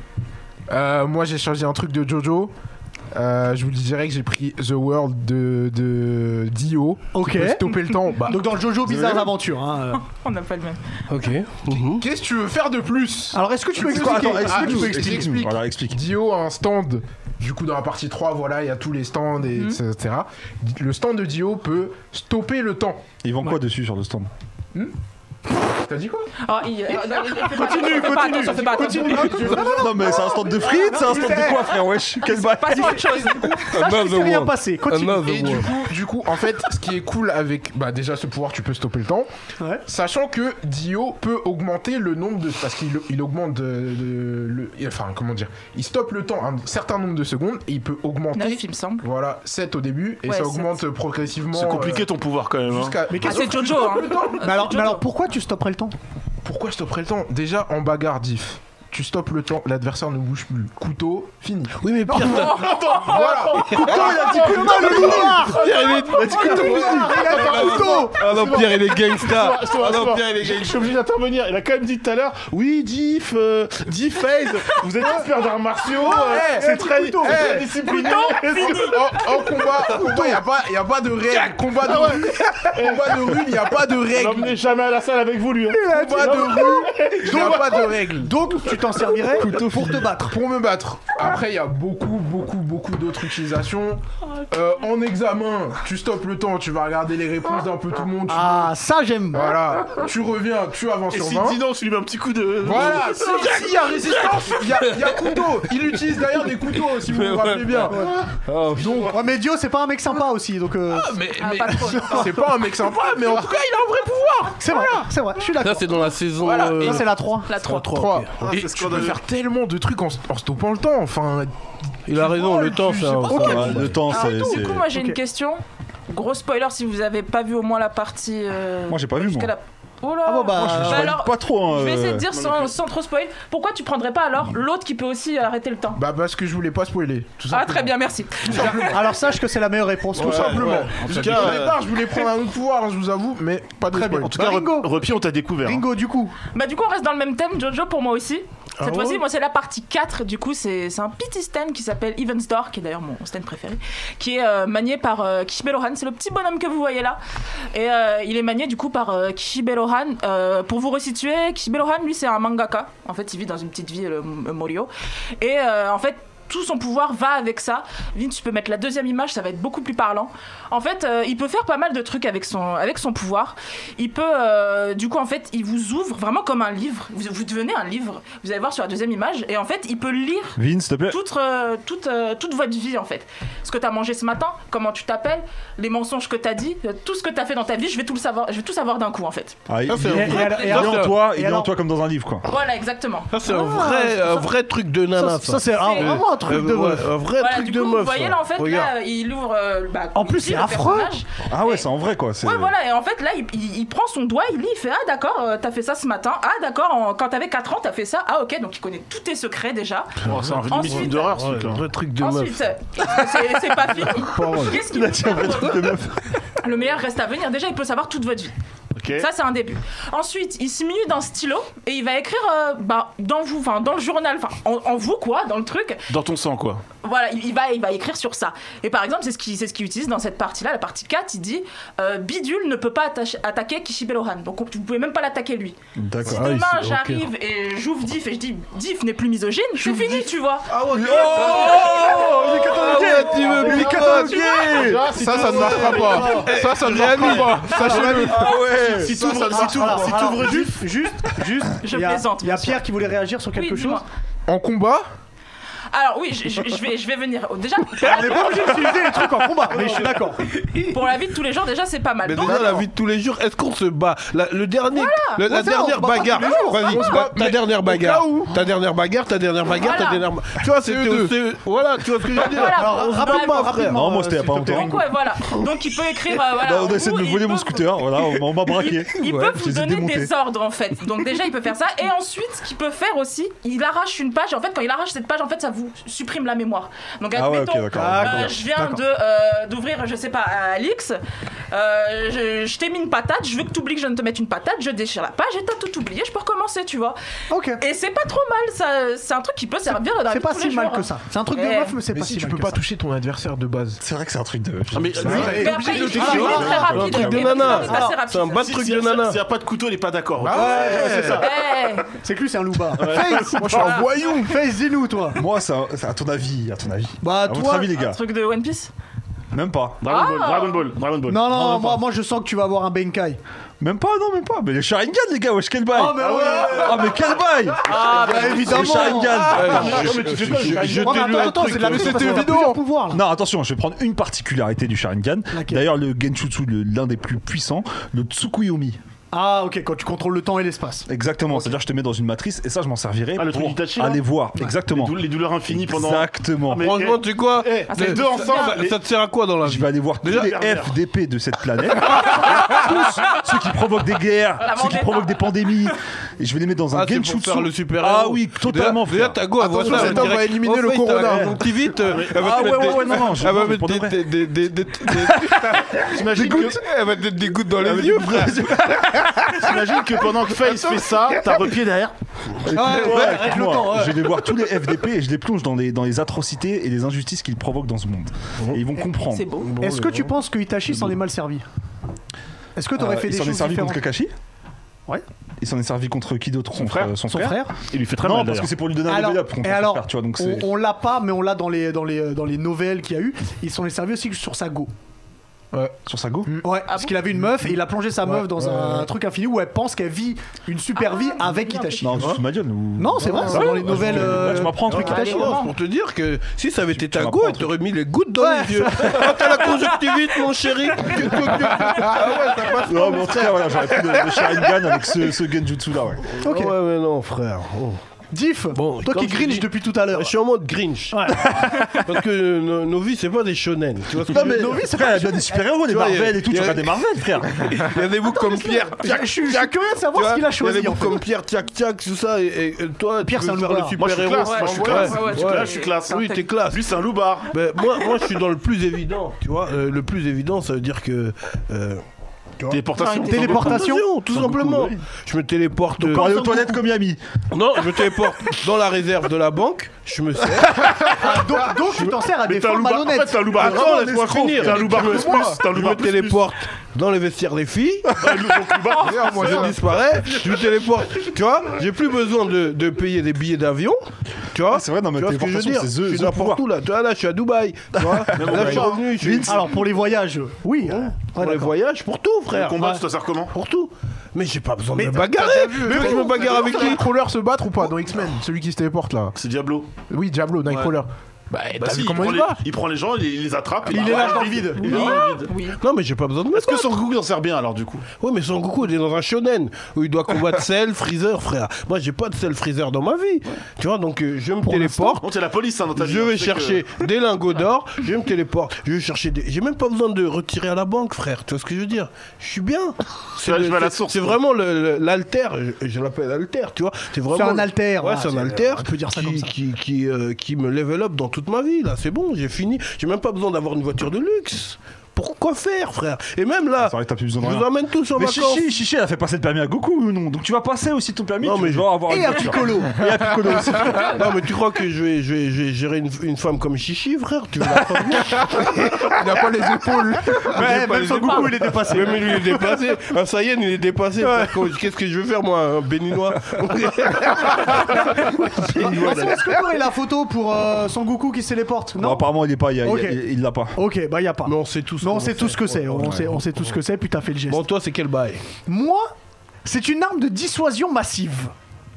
Speaker 6: Euh, moi, j'ai changé un truc de Jojo. Euh, je vous le dirais que j'ai pris The World de, de Dio.
Speaker 1: Ok.
Speaker 6: Qui peut Stopper le temps. Bah,
Speaker 1: Donc, dans le Jojo Bizarre Aventure. hein,
Speaker 3: On n'a pas le même.
Speaker 4: Ok.
Speaker 6: qu'est-ce que tu veux faire de plus
Speaker 1: euh. Alors, est-ce que tu peux expliquer
Speaker 2: Attends,
Speaker 1: Ah, Est-ce que tu peux
Speaker 2: explique-nous,
Speaker 1: expliquer
Speaker 2: explique-nous. Voilà, explique.
Speaker 6: Dio a un stand. Du coup, dans la partie 3, voilà, il y a tous les stands, et etc. Le stand de Dio peut stopper le temps.
Speaker 2: Ils vendent quoi dessus sur le stand
Speaker 6: T'as dit quoi
Speaker 3: Oh, il, continue, continue. Fais pas attention.
Speaker 2: Non, mais c'est un stand de frites, c'est un stand de quoi, frère Wesh Quel bail
Speaker 3: Passe à autre chose.
Speaker 1: Sache qu'il
Speaker 4: Another
Speaker 1: s'est rien
Speaker 4: one.
Speaker 1: passé. Continue.
Speaker 4: Another
Speaker 6: Et du
Speaker 4: one.
Speaker 6: coup, du coup, en fait, ce qui est cool avec bah, déjà ce pouvoir, tu peux stopper le temps.
Speaker 1: Ouais.
Speaker 6: Sachant que Dio peut augmenter le nombre de. Parce qu'il il augmente. de- de- le, et- enfin, comment dire Il stoppe le temps un certain nombre de secondes et il peut augmenter.
Speaker 3: Neuf, il me semble.
Speaker 6: Voilà, 7 au début et
Speaker 3: Ouais,
Speaker 6: ça
Speaker 3: sept.
Speaker 6: augmente progressivement.
Speaker 5: C'est compliqué
Speaker 6: euh,
Speaker 5: ton pouvoir quand même. hein.
Speaker 6: Jusqu'à.
Speaker 1: Mais
Speaker 3: Ah,
Speaker 1: qu'est-ce
Speaker 3: c'est Jojo, hein.
Speaker 1: Mais alors, mais alors, pourquoi tu stopperais le temps
Speaker 6: Pourquoi je stopperais le temps Déjà, en bagarre, diff. Tu stoppes le temps, l'adversaire ne bouge plus. Couteau, fini.
Speaker 4: Oui, mais Pierre, t'as- Ah non, Pierre, il est gangsta.
Speaker 5: Ah, c'est bon,
Speaker 4: Ah
Speaker 5: c'est
Speaker 4: non,
Speaker 5: bon.
Speaker 4: Pierre, il est
Speaker 5: Je je suis obligé d'intervenir. Il a quand même dit tout à l'heure Oui, Diff, euh, Diff FaZe, vous êtes expert d'arts martiaux, euh, c'est très, c'est très discipliné.
Speaker 6: En, en combat, il n'y a, pas- y a pas de règle. Combat de rue, combat de rue, il n'y a pas de règle.
Speaker 5: L'emmenez jamais à la salle avec vous, lui. hein.
Speaker 6: Combat de rue, il n'y a pas de règle.
Speaker 1: Donc, tu t'en servirais pour te battre.
Speaker 6: Pour me battre. Après, il y a beaucoup, beaucoup, beaucoup d'autres utilisations. Euh, en examen, tu stoppes le temps, tu vas regarder les réponses d'un peu tout le monde. tu-
Speaker 1: Ah, ça, j'aime.
Speaker 6: Voilà, tu reviens, tu avances
Speaker 5: Et
Speaker 6: sur
Speaker 5: si
Speaker 6: 20.
Speaker 5: dis non, tu lui mets un petit coup de.
Speaker 6: Voilà, si s'il y a résistance, il y, a- il y a couteau. Il utilise d'ailleurs des couteaux, si vous vous rappelez bien.
Speaker 1: Ouais, mais Dio, c'est pas un mec sympa aussi, donc. euh,
Speaker 4: Mais,
Speaker 3: Ah,
Speaker 4: mais-
Speaker 3: pas trop.
Speaker 6: C'est pas un mec sympa, mais en tout cas, il a un vrai pouvoir.
Speaker 1: c'est vrai, c'est vrai, je suis
Speaker 4: ça,
Speaker 1: d'accord.
Speaker 4: c'est dans la saison.
Speaker 6: Voilà,
Speaker 4: euh,
Speaker 1: Ça, c'est la 3.
Speaker 3: La 3.
Speaker 4: trois,
Speaker 6: Trois.
Speaker 4: ok.
Speaker 5: Ah,
Speaker 6: Et
Speaker 5: c'est
Speaker 6: tu peux
Speaker 5: scandaleux.
Speaker 6: faire tellement de trucs en, en stoppant le temps. Enfin,
Speaker 4: Il a raison, le temps,
Speaker 6: tu-
Speaker 4: ça.
Speaker 6: c'est
Speaker 4: ça-
Speaker 2: Ouais, Le
Speaker 1: Ah,
Speaker 2: temps, c'est.
Speaker 3: Du
Speaker 2: c'est-
Speaker 3: coup, moi j'ai
Speaker 1: Ok.
Speaker 3: une question. Gros spoiler si vous avez pas vu au moins la partie. euh,
Speaker 2: Moi, j'ai pas vu,
Speaker 3: jusqu'à
Speaker 2: moi.
Speaker 3: la- Oh là
Speaker 1: Ah bon, bah,
Speaker 3: Moi,
Speaker 1: je- je
Speaker 3: bah
Speaker 1: valide
Speaker 3: alors,
Speaker 2: Pas trop, hein.
Speaker 3: je vais essayer de
Speaker 2: euh,
Speaker 3: dire sans, sans trop spoil. Pourquoi tu prendrais pas alors l'autre qui peut aussi arrêter le temps
Speaker 6: bah parce que je voulais pas spoiler. Tout
Speaker 3: Ah,
Speaker 6: simplement.
Speaker 3: très bien, merci.
Speaker 1: Alors, sache que c'est la meilleure réponse.
Speaker 6: Tout simplement.
Speaker 5: En tout
Speaker 6: Au
Speaker 5: cas, euh,
Speaker 6: départ, je voulais prendre un autre pouvoir, hein, je vous avoue, mais pas de
Speaker 1: Très bien.
Speaker 6: spoil.
Speaker 5: en tout cas,
Speaker 1: Bah,
Speaker 5: Re-
Speaker 1: Ringo.
Speaker 5: Repi, on t'a découvert. hein.
Speaker 1: Ringo, du coup,
Speaker 3: Bah du coup on reste dans le même thème Jojo pour moi aussi. Cette
Speaker 4: ouais
Speaker 3: fois-ci moi c'est la partie 4 du coup c'est c'est un petit stand qui s'appelle Evensdor qui est d'ailleurs mon stand préféré qui est euh, manié par euh, Kishibe Lohan c'est le petit bonhomme que vous voyez là et euh, il est manié du coup par euh, Kishibe Lohan Euh, pour vous resituer Kishibe Lohan lui c'est un mangaka en fait il vit dans une petite ville euh, M- Morio et euh, en fait tout son pouvoir va avec ça. Vince, tu peux mettre la deuxième image, ça va être beaucoup plus parlant. En fait, euh, il peut faire pas mal de trucs avec son, avec son pouvoir. Il peut, euh, du coup, en fait, il vous ouvre vraiment comme un livre. Vous, vous devenez un livre. Vous allez voir sur la deuxième image. Et en fait, il peut lire
Speaker 2: Vin, s'il te plaît.
Speaker 3: toute, euh, toute, euh, toute votre vie en fait. Ce que tu as mangé ce matin, comment tu t'appelles, les mensonges que tu as dit, euh, tout ce que tu as fait dans ta vie, je vais tout le savoir, je vais tout savoir d'un coup en fait.
Speaker 2: Ah, il,
Speaker 4: Ça,
Speaker 2: il-
Speaker 4: c'est un
Speaker 2: il-
Speaker 1: Et
Speaker 4: vrai-
Speaker 1: alors- et
Speaker 2: il est
Speaker 1: alors-
Speaker 2: en toi,
Speaker 1: et
Speaker 2: il est en
Speaker 1: alors-
Speaker 2: toi comme dans un livre, quoi.
Speaker 3: Voilà, exactement.
Speaker 4: Ça, c'est un vrai, un vrai truc de
Speaker 1: Ça,
Speaker 4: nana, ça.
Speaker 1: ça, c'est ah,
Speaker 3: C'est-
Speaker 1: vraiment un truc de
Speaker 4: Euh, ouais,
Speaker 1: meuf.
Speaker 4: Un vrai
Speaker 3: Voilà,
Speaker 4: truc
Speaker 3: du
Speaker 4: de
Speaker 3: coup,
Speaker 4: meuf.
Speaker 3: vous voyez
Speaker 4: ça.
Speaker 3: là en fait,
Speaker 4: Regarde.
Speaker 3: là, il ouvre. euh, bah,
Speaker 1: En plus,
Speaker 3: ici,
Speaker 1: c'est
Speaker 3: le
Speaker 1: affreux.
Speaker 3: personnage.
Speaker 2: Ah ouais,
Speaker 3: Et-
Speaker 2: c'est en vrai, quoi. c'est-
Speaker 3: Ouais, voilà, et en fait, là, il, il- il prend son doigt, il lit, il fait Ah, d'accord, euh, t'as fait ça ce matin. Ah, d'accord, en- quand t'avais 4 ans, t'as fait ça. Ah, ok, donc il connaît tous tes secrets déjà.
Speaker 8: Oh, c'est un
Speaker 3: Ensuite-
Speaker 8: film d'horreur, ce
Speaker 4: Ouais,
Speaker 8: truc-là.
Speaker 4: un vrai truc de meuf.
Speaker 3: Ensuite, euh, c'est c'est pas fini. Qu'est-ce qu'il peut faire pour- Le meilleur reste à venir. Déjà, il peut savoir toute votre vie.
Speaker 8: Ok.
Speaker 3: Ça, c'est un début. Ensuite, il se munit d'un stylo et il va écrire euh, bah, dans vous, enfin dans le journal, enfin en, en vous quoi, dans le truc.
Speaker 8: Dans ton sang, quoi.
Speaker 3: Voilà, il, il va, il va écrire sur ça. Et par exemple, c'est ce qu'il c'est ce qu'il utilise dans cette partie-là, la partie 4, il dit euh, Bidule ne peut pas attache- attaquer Kishibe Lohan. Donc on- vous pouvez même pas l'attaquer lui. Si
Speaker 4: D'accord.
Speaker 8: Ah
Speaker 3: demain j'arrive et j'ouvre Diff et je dis Diff n'est plus misogyne, c'est fini, tu vois.
Speaker 4: Ah ouais,
Speaker 2: Il est catalogué
Speaker 4: tu veux
Speaker 2: Il est catalogué
Speaker 11: Ça, ça ne marchera pas. Ça, ça ne marchera pas. Sachez-le.
Speaker 2: Ah ouais
Speaker 8: Si t'ouvres, si
Speaker 1: Alors,
Speaker 8: t'ouvres, si
Speaker 1: alors,
Speaker 8: t'ouvres juste.
Speaker 1: juste, juste, juste,
Speaker 3: Je
Speaker 1: il y a,
Speaker 3: plaisante,
Speaker 1: il y a
Speaker 3: bien sûr.
Speaker 1: Pierre qui voulait réagir sur quelque
Speaker 3: Oui,
Speaker 1: chose.
Speaker 3: dis-moi.
Speaker 6: En combat
Speaker 3: Alors oui, je, je- je vais, je vais venir. Oh, Déjà,
Speaker 1: On n'est pas obligé d'utiliser les trucs en combat, mais je suis d'accord.
Speaker 3: pour la vie de tous les jours, déjà c'est pas mal.
Speaker 4: Mais
Speaker 3: Donc,
Speaker 4: déjà, la vie de tous les jours, est-ce qu'on se bat La- Le dernier, le- la
Speaker 1: Ouais, ça, on se
Speaker 4: dernière
Speaker 1: bat pas
Speaker 4: bagarre.
Speaker 1: tous les jours,
Speaker 4: Vas-y, bah, ta dernière bagarre. Ta dernière bagarre, ta dernière bagarre, ta
Speaker 3: Voilà.
Speaker 4: dernière. ba- Tu vois, c'était au CE. Voilà, tu vois ce que je veux dire.
Speaker 3: Voilà,
Speaker 4: Alors,
Speaker 3: on se
Speaker 4: rappe-
Speaker 3: bat
Speaker 1: Rapidement,
Speaker 4: frère.
Speaker 1: rapidement.
Speaker 2: Non, moi, c'était il y a
Speaker 1: euh,
Speaker 2: pas
Speaker 1: s'il te plaît.
Speaker 2: longtemps.
Speaker 3: Donc ouais, voilà. Donc il peut écrire. euh,
Speaker 8: hein.
Speaker 3: voilà,
Speaker 2: Là, on a essayé de
Speaker 3: en
Speaker 2: me
Speaker 3: gros,
Speaker 2: voler
Speaker 3: il
Speaker 2: mon
Speaker 3: peut-
Speaker 2: scooter, voilà, on m'a- on m'a braqué.
Speaker 3: Ils
Speaker 6: Ouais,
Speaker 3: peuvent
Speaker 6: je
Speaker 3: vous
Speaker 6: les ai
Speaker 3: donner
Speaker 6: démontés.
Speaker 3: des ordres en fait. Donc déjà il peut faire ça. Et ensuite, ce qu'il peut faire aussi, il arrache une page. En fait, quand il arrache cette page, en fait, ça vous supprime la mémoire. Donc
Speaker 2: Ah ouais,
Speaker 3: admettons,
Speaker 2: ok, d'accord.
Speaker 3: euh,
Speaker 1: D'accord.
Speaker 3: je viens de euh, d'ouvrir, je sais pas, à Alix. Euh, je je t'ai mis une patate. Je veux que tu oublies que je ne te mette une patate. Je déchire la page et t'as tout oublié. Je peux recommencer, tu vois.
Speaker 1: Ok.
Speaker 3: Et c'est pas trop mal. Ça, c'est un truc qui peut servir dans la
Speaker 1: C'est
Speaker 3: vie
Speaker 1: pas
Speaker 3: de Bah,
Speaker 1: si
Speaker 3: tous les
Speaker 1: mal
Speaker 3: jours.
Speaker 1: que ça. C'est un truc de
Speaker 3: Eh.
Speaker 1: meuf, mais c'est
Speaker 6: Mais
Speaker 1: pas
Speaker 6: si,
Speaker 1: si
Speaker 6: tu
Speaker 1: mal
Speaker 6: peux
Speaker 1: que
Speaker 6: pas
Speaker 1: ça.
Speaker 6: toucher ton adversaire de base.
Speaker 2: C'est vrai que c'est un truc de.
Speaker 8: Ah, mais lui,
Speaker 3: Mais après, il-
Speaker 1: toucher.
Speaker 3: il est très
Speaker 1: Ah,
Speaker 3: rapide.
Speaker 4: truc de
Speaker 3: Et maintenant,
Speaker 4: nana.
Speaker 3: c'est assez
Speaker 1: Ah,
Speaker 3: rapide.
Speaker 4: C'est un bas
Speaker 8: si-
Speaker 4: truc
Speaker 8: si-
Speaker 4: de
Speaker 8: si-
Speaker 4: nana.
Speaker 8: S'il n'y a pas de couteau, il n'est pas d'accord.
Speaker 4: Ah,
Speaker 3: Eh.
Speaker 1: C'est que lui, c'est un loupard. Face, moi je suis un voyou. Face, dis-nous toi.
Speaker 2: Moi, ça, ça- à ton avis, à ton avis.
Speaker 1: Bah
Speaker 2: À votre
Speaker 1: toi.
Speaker 2: avis, les gars,
Speaker 3: Truc de One Piece
Speaker 2: même pas.
Speaker 4: Bah.
Speaker 8: Dragon Ball,
Speaker 3: Ah.
Speaker 8: Dragon Ball, Dragon Ball.
Speaker 1: Non, non,
Speaker 2: Non,
Speaker 1: moi,
Speaker 2: pas.
Speaker 1: moi je sens que tu vas avoir un Benkai.
Speaker 2: Même pas, non, même pas. Mais les Sharingan, les gars, wesh, quel bail
Speaker 1: Oh, mais ouais.
Speaker 2: Ah, mais quel bail
Speaker 1: Ah, bah
Speaker 2: Les Sharingan
Speaker 4: Ah, bah,
Speaker 8: Ah,
Speaker 4: Je
Speaker 1: Ouais, mais
Speaker 4: t'ai lu
Speaker 1: attends,
Speaker 4: un
Speaker 1: attends,
Speaker 4: truc.
Speaker 1: c'est de la
Speaker 4: euh,
Speaker 1: même chose parce
Speaker 4: c'était
Speaker 1: qu'il a
Speaker 4: évident.
Speaker 1: plusieurs pouvoirs là.
Speaker 2: Non, attention, je vais prendre une particularité du Sharingan.
Speaker 1: Laquelle
Speaker 2: D'ailleurs, le Genshutsu, le- l'un des plus puissants, le Tsukuyomi.
Speaker 1: Ah, ok, quand tu contrôles le temps et l'espace.
Speaker 2: Exactement, c'est-à-dire que je te mets dans une matrice et ça, je m'en servirai
Speaker 8: Ah, le truc
Speaker 2: pour
Speaker 8: d'Itachi, là
Speaker 2: aller voir.
Speaker 8: Les,
Speaker 2: Exactement.
Speaker 8: dou- les douleurs infinies pendant.
Speaker 2: Exactement.
Speaker 8: Ah, mais-
Speaker 4: Franchement,
Speaker 8: eh,
Speaker 4: tu sais quoi
Speaker 8: eh,
Speaker 3: Ah,
Speaker 4: les
Speaker 3: c'est-
Speaker 4: deux ensemble, ça- ça te sert à quoi dans la
Speaker 2: Je
Speaker 4: vie
Speaker 2: vais aller voir tous
Speaker 4: Ah Déjà,
Speaker 2: les
Speaker 8: dernière.
Speaker 2: FDP de cette planète, tous ceux qui provoquent des guerres,
Speaker 3: La
Speaker 2: ceux qui
Speaker 3: vendetta.
Speaker 2: provoquent des pandémies, et je vais les mettre dans un
Speaker 4: Ah, c'est
Speaker 2: Genshutsu.
Speaker 4: pour faire le super
Speaker 2: ah oui, totalement.
Speaker 4: Déjà,
Speaker 2: frère.
Speaker 4: ta go, elle voit
Speaker 2: Attention,
Speaker 4: ça.
Speaker 2: cet
Speaker 4: elle
Speaker 2: homme va
Speaker 4: dirait-
Speaker 2: éliminer
Speaker 4: Oh,
Speaker 2: le
Speaker 4: fait,
Speaker 2: corona.
Speaker 4: t'as un petit vite. euh, Elle va
Speaker 2: Ah
Speaker 4: te
Speaker 2: ouais,
Speaker 4: mettre
Speaker 2: ouais, ouais,
Speaker 4: des-
Speaker 2: non, non, je-
Speaker 4: Elle
Speaker 2: non,
Speaker 4: va
Speaker 2: mais pour de
Speaker 4: mettre
Speaker 2: vrai.
Speaker 4: des- des- des- des- des-
Speaker 8: T'imagines
Speaker 4: Écoute,
Speaker 8: que, Ah,
Speaker 4: elle va te mettre des gouttes dans les yeux, frère.
Speaker 8: t'imagines que pendant que Face fait ça, t'as repied derrière.
Speaker 4: Ah,
Speaker 2: Ouais, écoute-moi, Je vais voir tous les FDP et je les plonge dans les, dans les atrocités et les injustices qu'ils provoquent dans ce monde.
Speaker 4: Oh.
Speaker 2: Et ils vont comprendre.
Speaker 3: C'est beau.
Speaker 1: Est-ce que tu penses que Itachi s'en est mal servi Est-ce que t'aurais
Speaker 2: Euh,
Speaker 1: fait
Speaker 2: il
Speaker 1: des
Speaker 2: s'en est
Speaker 1: choses
Speaker 2: servi
Speaker 1: différentes
Speaker 2: contre Kakashi
Speaker 1: Ouais.
Speaker 2: Il s'en est servi contre qui d'autre Son
Speaker 8: frère.
Speaker 2: euh, Son,
Speaker 1: Son
Speaker 2: frère,
Speaker 1: frère
Speaker 8: Il lui fait très
Speaker 2: Non,
Speaker 8: mal.
Speaker 2: parce que
Speaker 8: d'ailleurs.
Speaker 2: c'est pour lui donner un
Speaker 1: alors,
Speaker 2: level up. contre
Speaker 1: et
Speaker 2: son
Speaker 1: alors,
Speaker 2: frère, tu vois, donc
Speaker 1: on,
Speaker 2: c'est-
Speaker 1: on l'a pas, mais on l'a dans les, dans, les, dans les nouvelles qu'il y a eu. Ils s'en est servis aussi sur sa go. Mm.
Speaker 2: sur sa go.
Speaker 1: Ouais, parce
Speaker 3: Ah bon
Speaker 1: qu'il avait une meuf et il a plongé sa meuf dans
Speaker 6: ouais,
Speaker 1: un
Speaker 6: ouais.
Speaker 1: truc infini où elle pense qu'elle vit une super
Speaker 3: Ah,
Speaker 1: vie
Speaker 3: je me
Speaker 1: avec
Speaker 3: souviens de
Speaker 1: Itachi.
Speaker 2: Non, c'est ma gueule. ou-
Speaker 1: Non, c'est vrai, c'est dans les nouvelles.
Speaker 2: Là,
Speaker 1: euh,
Speaker 2: bah, je m'apprends un truc.
Speaker 1: Ah,
Speaker 4: Je pense pour te dire que si ça avait été ta
Speaker 2: m'apprends
Speaker 4: go,
Speaker 2: un
Speaker 4: elle t'aurait mis les gouttes dans les yeux. Ah, t'as la conjonctivite, mon chéri. Ah ouais, ça passe.
Speaker 2: Non, mais en tout cas, voilà, j'aurais pris le, le Sharingan avec ce, ce Genjutsu là, ouais.
Speaker 1: Ok.
Speaker 4: Ouais, mais non, frère. Oh.
Speaker 1: Diff,
Speaker 4: Bon,
Speaker 1: toi
Speaker 4: comme
Speaker 1: qui
Speaker 4: je
Speaker 1: grinch
Speaker 4: dis-
Speaker 1: depuis tout à l'heure.
Speaker 4: Je suis en mode Grinch.
Speaker 1: Ouais.
Speaker 4: Parce que euh, nos, nos vies, c'est pas des shonen. Tu vois ce que je veux dire
Speaker 2: Novi, c'est frère, il y a bien des super-héros, des
Speaker 4: vois, il y a-
Speaker 2: Marvel et tout.
Speaker 4: il y
Speaker 2: Tu
Speaker 4: a-
Speaker 2: regardes des Marvel, frère.
Speaker 4: Il y a des boucs comme Pierre.
Speaker 1: Je je suis je suis curieux de savoir ce qu'il a
Speaker 4: Il y a
Speaker 1: choisi.
Speaker 4: des
Speaker 1: en
Speaker 4: boucs
Speaker 1: fait.
Speaker 4: comme Pierre, Tiac, Tiac, tout ça. Et, et- et toi,
Speaker 1: Pierre,
Speaker 4: tu
Speaker 1: c'est
Speaker 4: veux
Speaker 1: un
Speaker 4: faire
Speaker 1: loupard.
Speaker 4: le
Speaker 8: Moi, je suis
Speaker 4: super-héros.
Speaker 8: classe. Moi, je suis
Speaker 4: Ouais,
Speaker 8: classe.
Speaker 4: ouais,
Speaker 8: Moi, je suis
Speaker 4: ouais.
Speaker 8: classe, je suis classe.
Speaker 4: Oui, t'es classe.
Speaker 8: Lui, c'est un loupard.
Speaker 4: Ben, moi, moi, je suis dans le plus évident. Tu vois, Euh, le plus évident, ça veut dire que. euh,
Speaker 8: Téléportation.
Speaker 1: Téléportation
Speaker 4: tout simplement. Je me téléporte. euh,
Speaker 2: Pour aller aux toilettes comme Yami.
Speaker 4: Non, je me téléporte dans la réserve de la banque. Je me sers.
Speaker 1: Donc, donc tu t'en sers à des
Speaker 8: Mais t'es un
Speaker 1: fins
Speaker 8: loupard. En fait,
Speaker 1: malhonnêtes.
Speaker 8: t'es un loupard.
Speaker 4: Bah, Ah, Attends,
Speaker 8: Vraiment,
Speaker 4: laisse-moi
Speaker 8: escroc.
Speaker 4: finir.
Speaker 8: T'es un loupard plus. plus, T'es un
Speaker 4: Je me
Speaker 8: loupard plus.
Speaker 4: téléporte dans les vestiaires des filles. je disparais. Je me téléporte. Tu vois, j'ai plus besoin de, de payer des billets d'avion. Tu vois
Speaker 2: C'est vrai, dans ma
Speaker 4: Tu vois ce que je veux
Speaker 2: téléportation,
Speaker 4: dire
Speaker 2: c'est
Speaker 4: Je
Speaker 2: The-
Speaker 4: suis
Speaker 2: The Pouvoir.
Speaker 4: n'importe où là. Tu vois, là, je suis à Dubaï. Tu vois Là, je suis revenu. Je suis
Speaker 1: Alors pour les voyages, oui.
Speaker 2: hein.
Speaker 1: euh, ouais,
Speaker 4: pour les
Speaker 1: d'accord.
Speaker 4: voyages, pour tout,
Speaker 8: Le
Speaker 4: frère.
Speaker 8: combat, tu dois faire comment
Speaker 4: Pour tout. Mais j'ai pas besoin de
Speaker 1: Mais
Speaker 4: me bagarrer. Mais je me bagarre avec qui
Speaker 6: Nightcrawler se battre ou pas dans X-Men Celui qui se téléporte là.
Speaker 8: C'est Diablo.
Speaker 6: Oui, Diablo, Nightcrawler. Bah,
Speaker 8: Bah
Speaker 6: t'as
Speaker 8: si,
Speaker 6: vu
Speaker 8: il
Speaker 6: comment
Speaker 8: prend,
Speaker 6: il
Speaker 8: les,
Speaker 6: se bat
Speaker 8: il prend les gens, il, il les attrape, et
Speaker 1: Il
Speaker 8: il
Speaker 1: est là,
Speaker 8: dans
Speaker 1: dans-
Speaker 8: le vide.
Speaker 3: Oui,
Speaker 8: Il est dans le vide.
Speaker 3: oui.
Speaker 4: Non, mais j'ai pas besoin de me
Speaker 8: Est-ce que
Speaker 4: battre.
Speaker 8: Son Goku en sert bien alors du coup
Speaker 4: Oui, mais Son Goku, il est dans un shonen où il doit combattre Cell, Freezer, frère. Moi, j'ai pas de Cell, Freezer dans ma vie. Tu vois, donc euh, je me téléporte.
Speaker 8: Bon, t'es la police hein, dans ta vie,
Speaker 4: Je
Speaker 8: hein,
Speaker 4: vais
Speaker 8: tu sais que-
Speaker 4: chercher des lingots d'or, je me téléporte, je vais chercher des. J'ai même pas besoin de retirer à la banque, frère. Tu vois ce que je veux dire Je suis bien. C'est
Speaker 8: Ouais,
Speaker 4: le-
Speaker 8: je vais à la
Speaker 4: c'est-
Speaker 8: source,
Speaker 4: C'est
Speaker 8: quoi.
Speaker 4: vraiment le- le- l'alter. Je, je l'appelle alter, tu vois. C'est vraiment.
Speaker 1: un alter,
Speaker 4: Ouais,
Speaker 1: voilà,
Speaker 4: c'est un
Speaker 1: c'est-
Speaker 4: alter.
Speaker 1: on peut dire ça
Speaker 4: qui,
Speaker 1: comme ça.
Speaker 4: Qui, qui, euh, qui me level up dans toute ma vie, là. C'est bon, j'ai fini. J'ai même pas besoin d'avoir une voiture de luxe. Pourquoi faire, frère Et même là,
Speaker 2: C'est vrai que t'as plus
Speaker 4: je
Speaker 2: besoin de rien.
Speaker 4: vous emmène tous en
Speaker 2: Mais
Speaker 4: vacances.
Speaker 2: Chichi, Chichi, elle a fait passer le permis à Goku ou non Donc tu vas passer aussi ton permis,
Speaker 4: Non,
Speaker 2: tu
Speaker 4: mais
Speaker 2: vas
Speaker 4: je-
Speaker 2: devoir avoir
Speaker 1: Et
Speaker 2: une
Speaker 1: à
Speaker 2: voiture.
Speaker 1: Piccolo.
Speaker 4: Et à Piccolo aussi. non, mais tu crois que je vais, je vais, je vais gérer une, une femme comme Chichi, frère Tu veux la prendre
Speaker 6: Il a pas les épaules.
Speaker 1: Ouais, même sans Goku, il est dépassé.
Speaker 4: Même lui, il est dépassé. Un Saiyan, il est dépassé. Qu'est-ce que je vais faire, moi, un béninois
Speaker 1: Bah, c'est parce que vous aurez la photo pour euh, Son Goku qui se téléporte
Speaker 2: Non,
Speaker 1: Non
Speaker 2: apparemment il est pas, il y a- il y a-
Speaker 1: Ok.
Speaker 2: il- il l'a pas.
Speaker 1: Ok, bah y a pas.
Speaker 4: Mais on sait tous.
Speaker 1: Mais on
Speaker 4: qu'on
Speaker 1: sait tout ce que c'est, on sait, on sait tout ce que c'est, puis t'as fait le geste.
Speaker 4: Bon, toi, c'est quel bail
Speaker 1: Moi, c'est une arme de dissuasion massive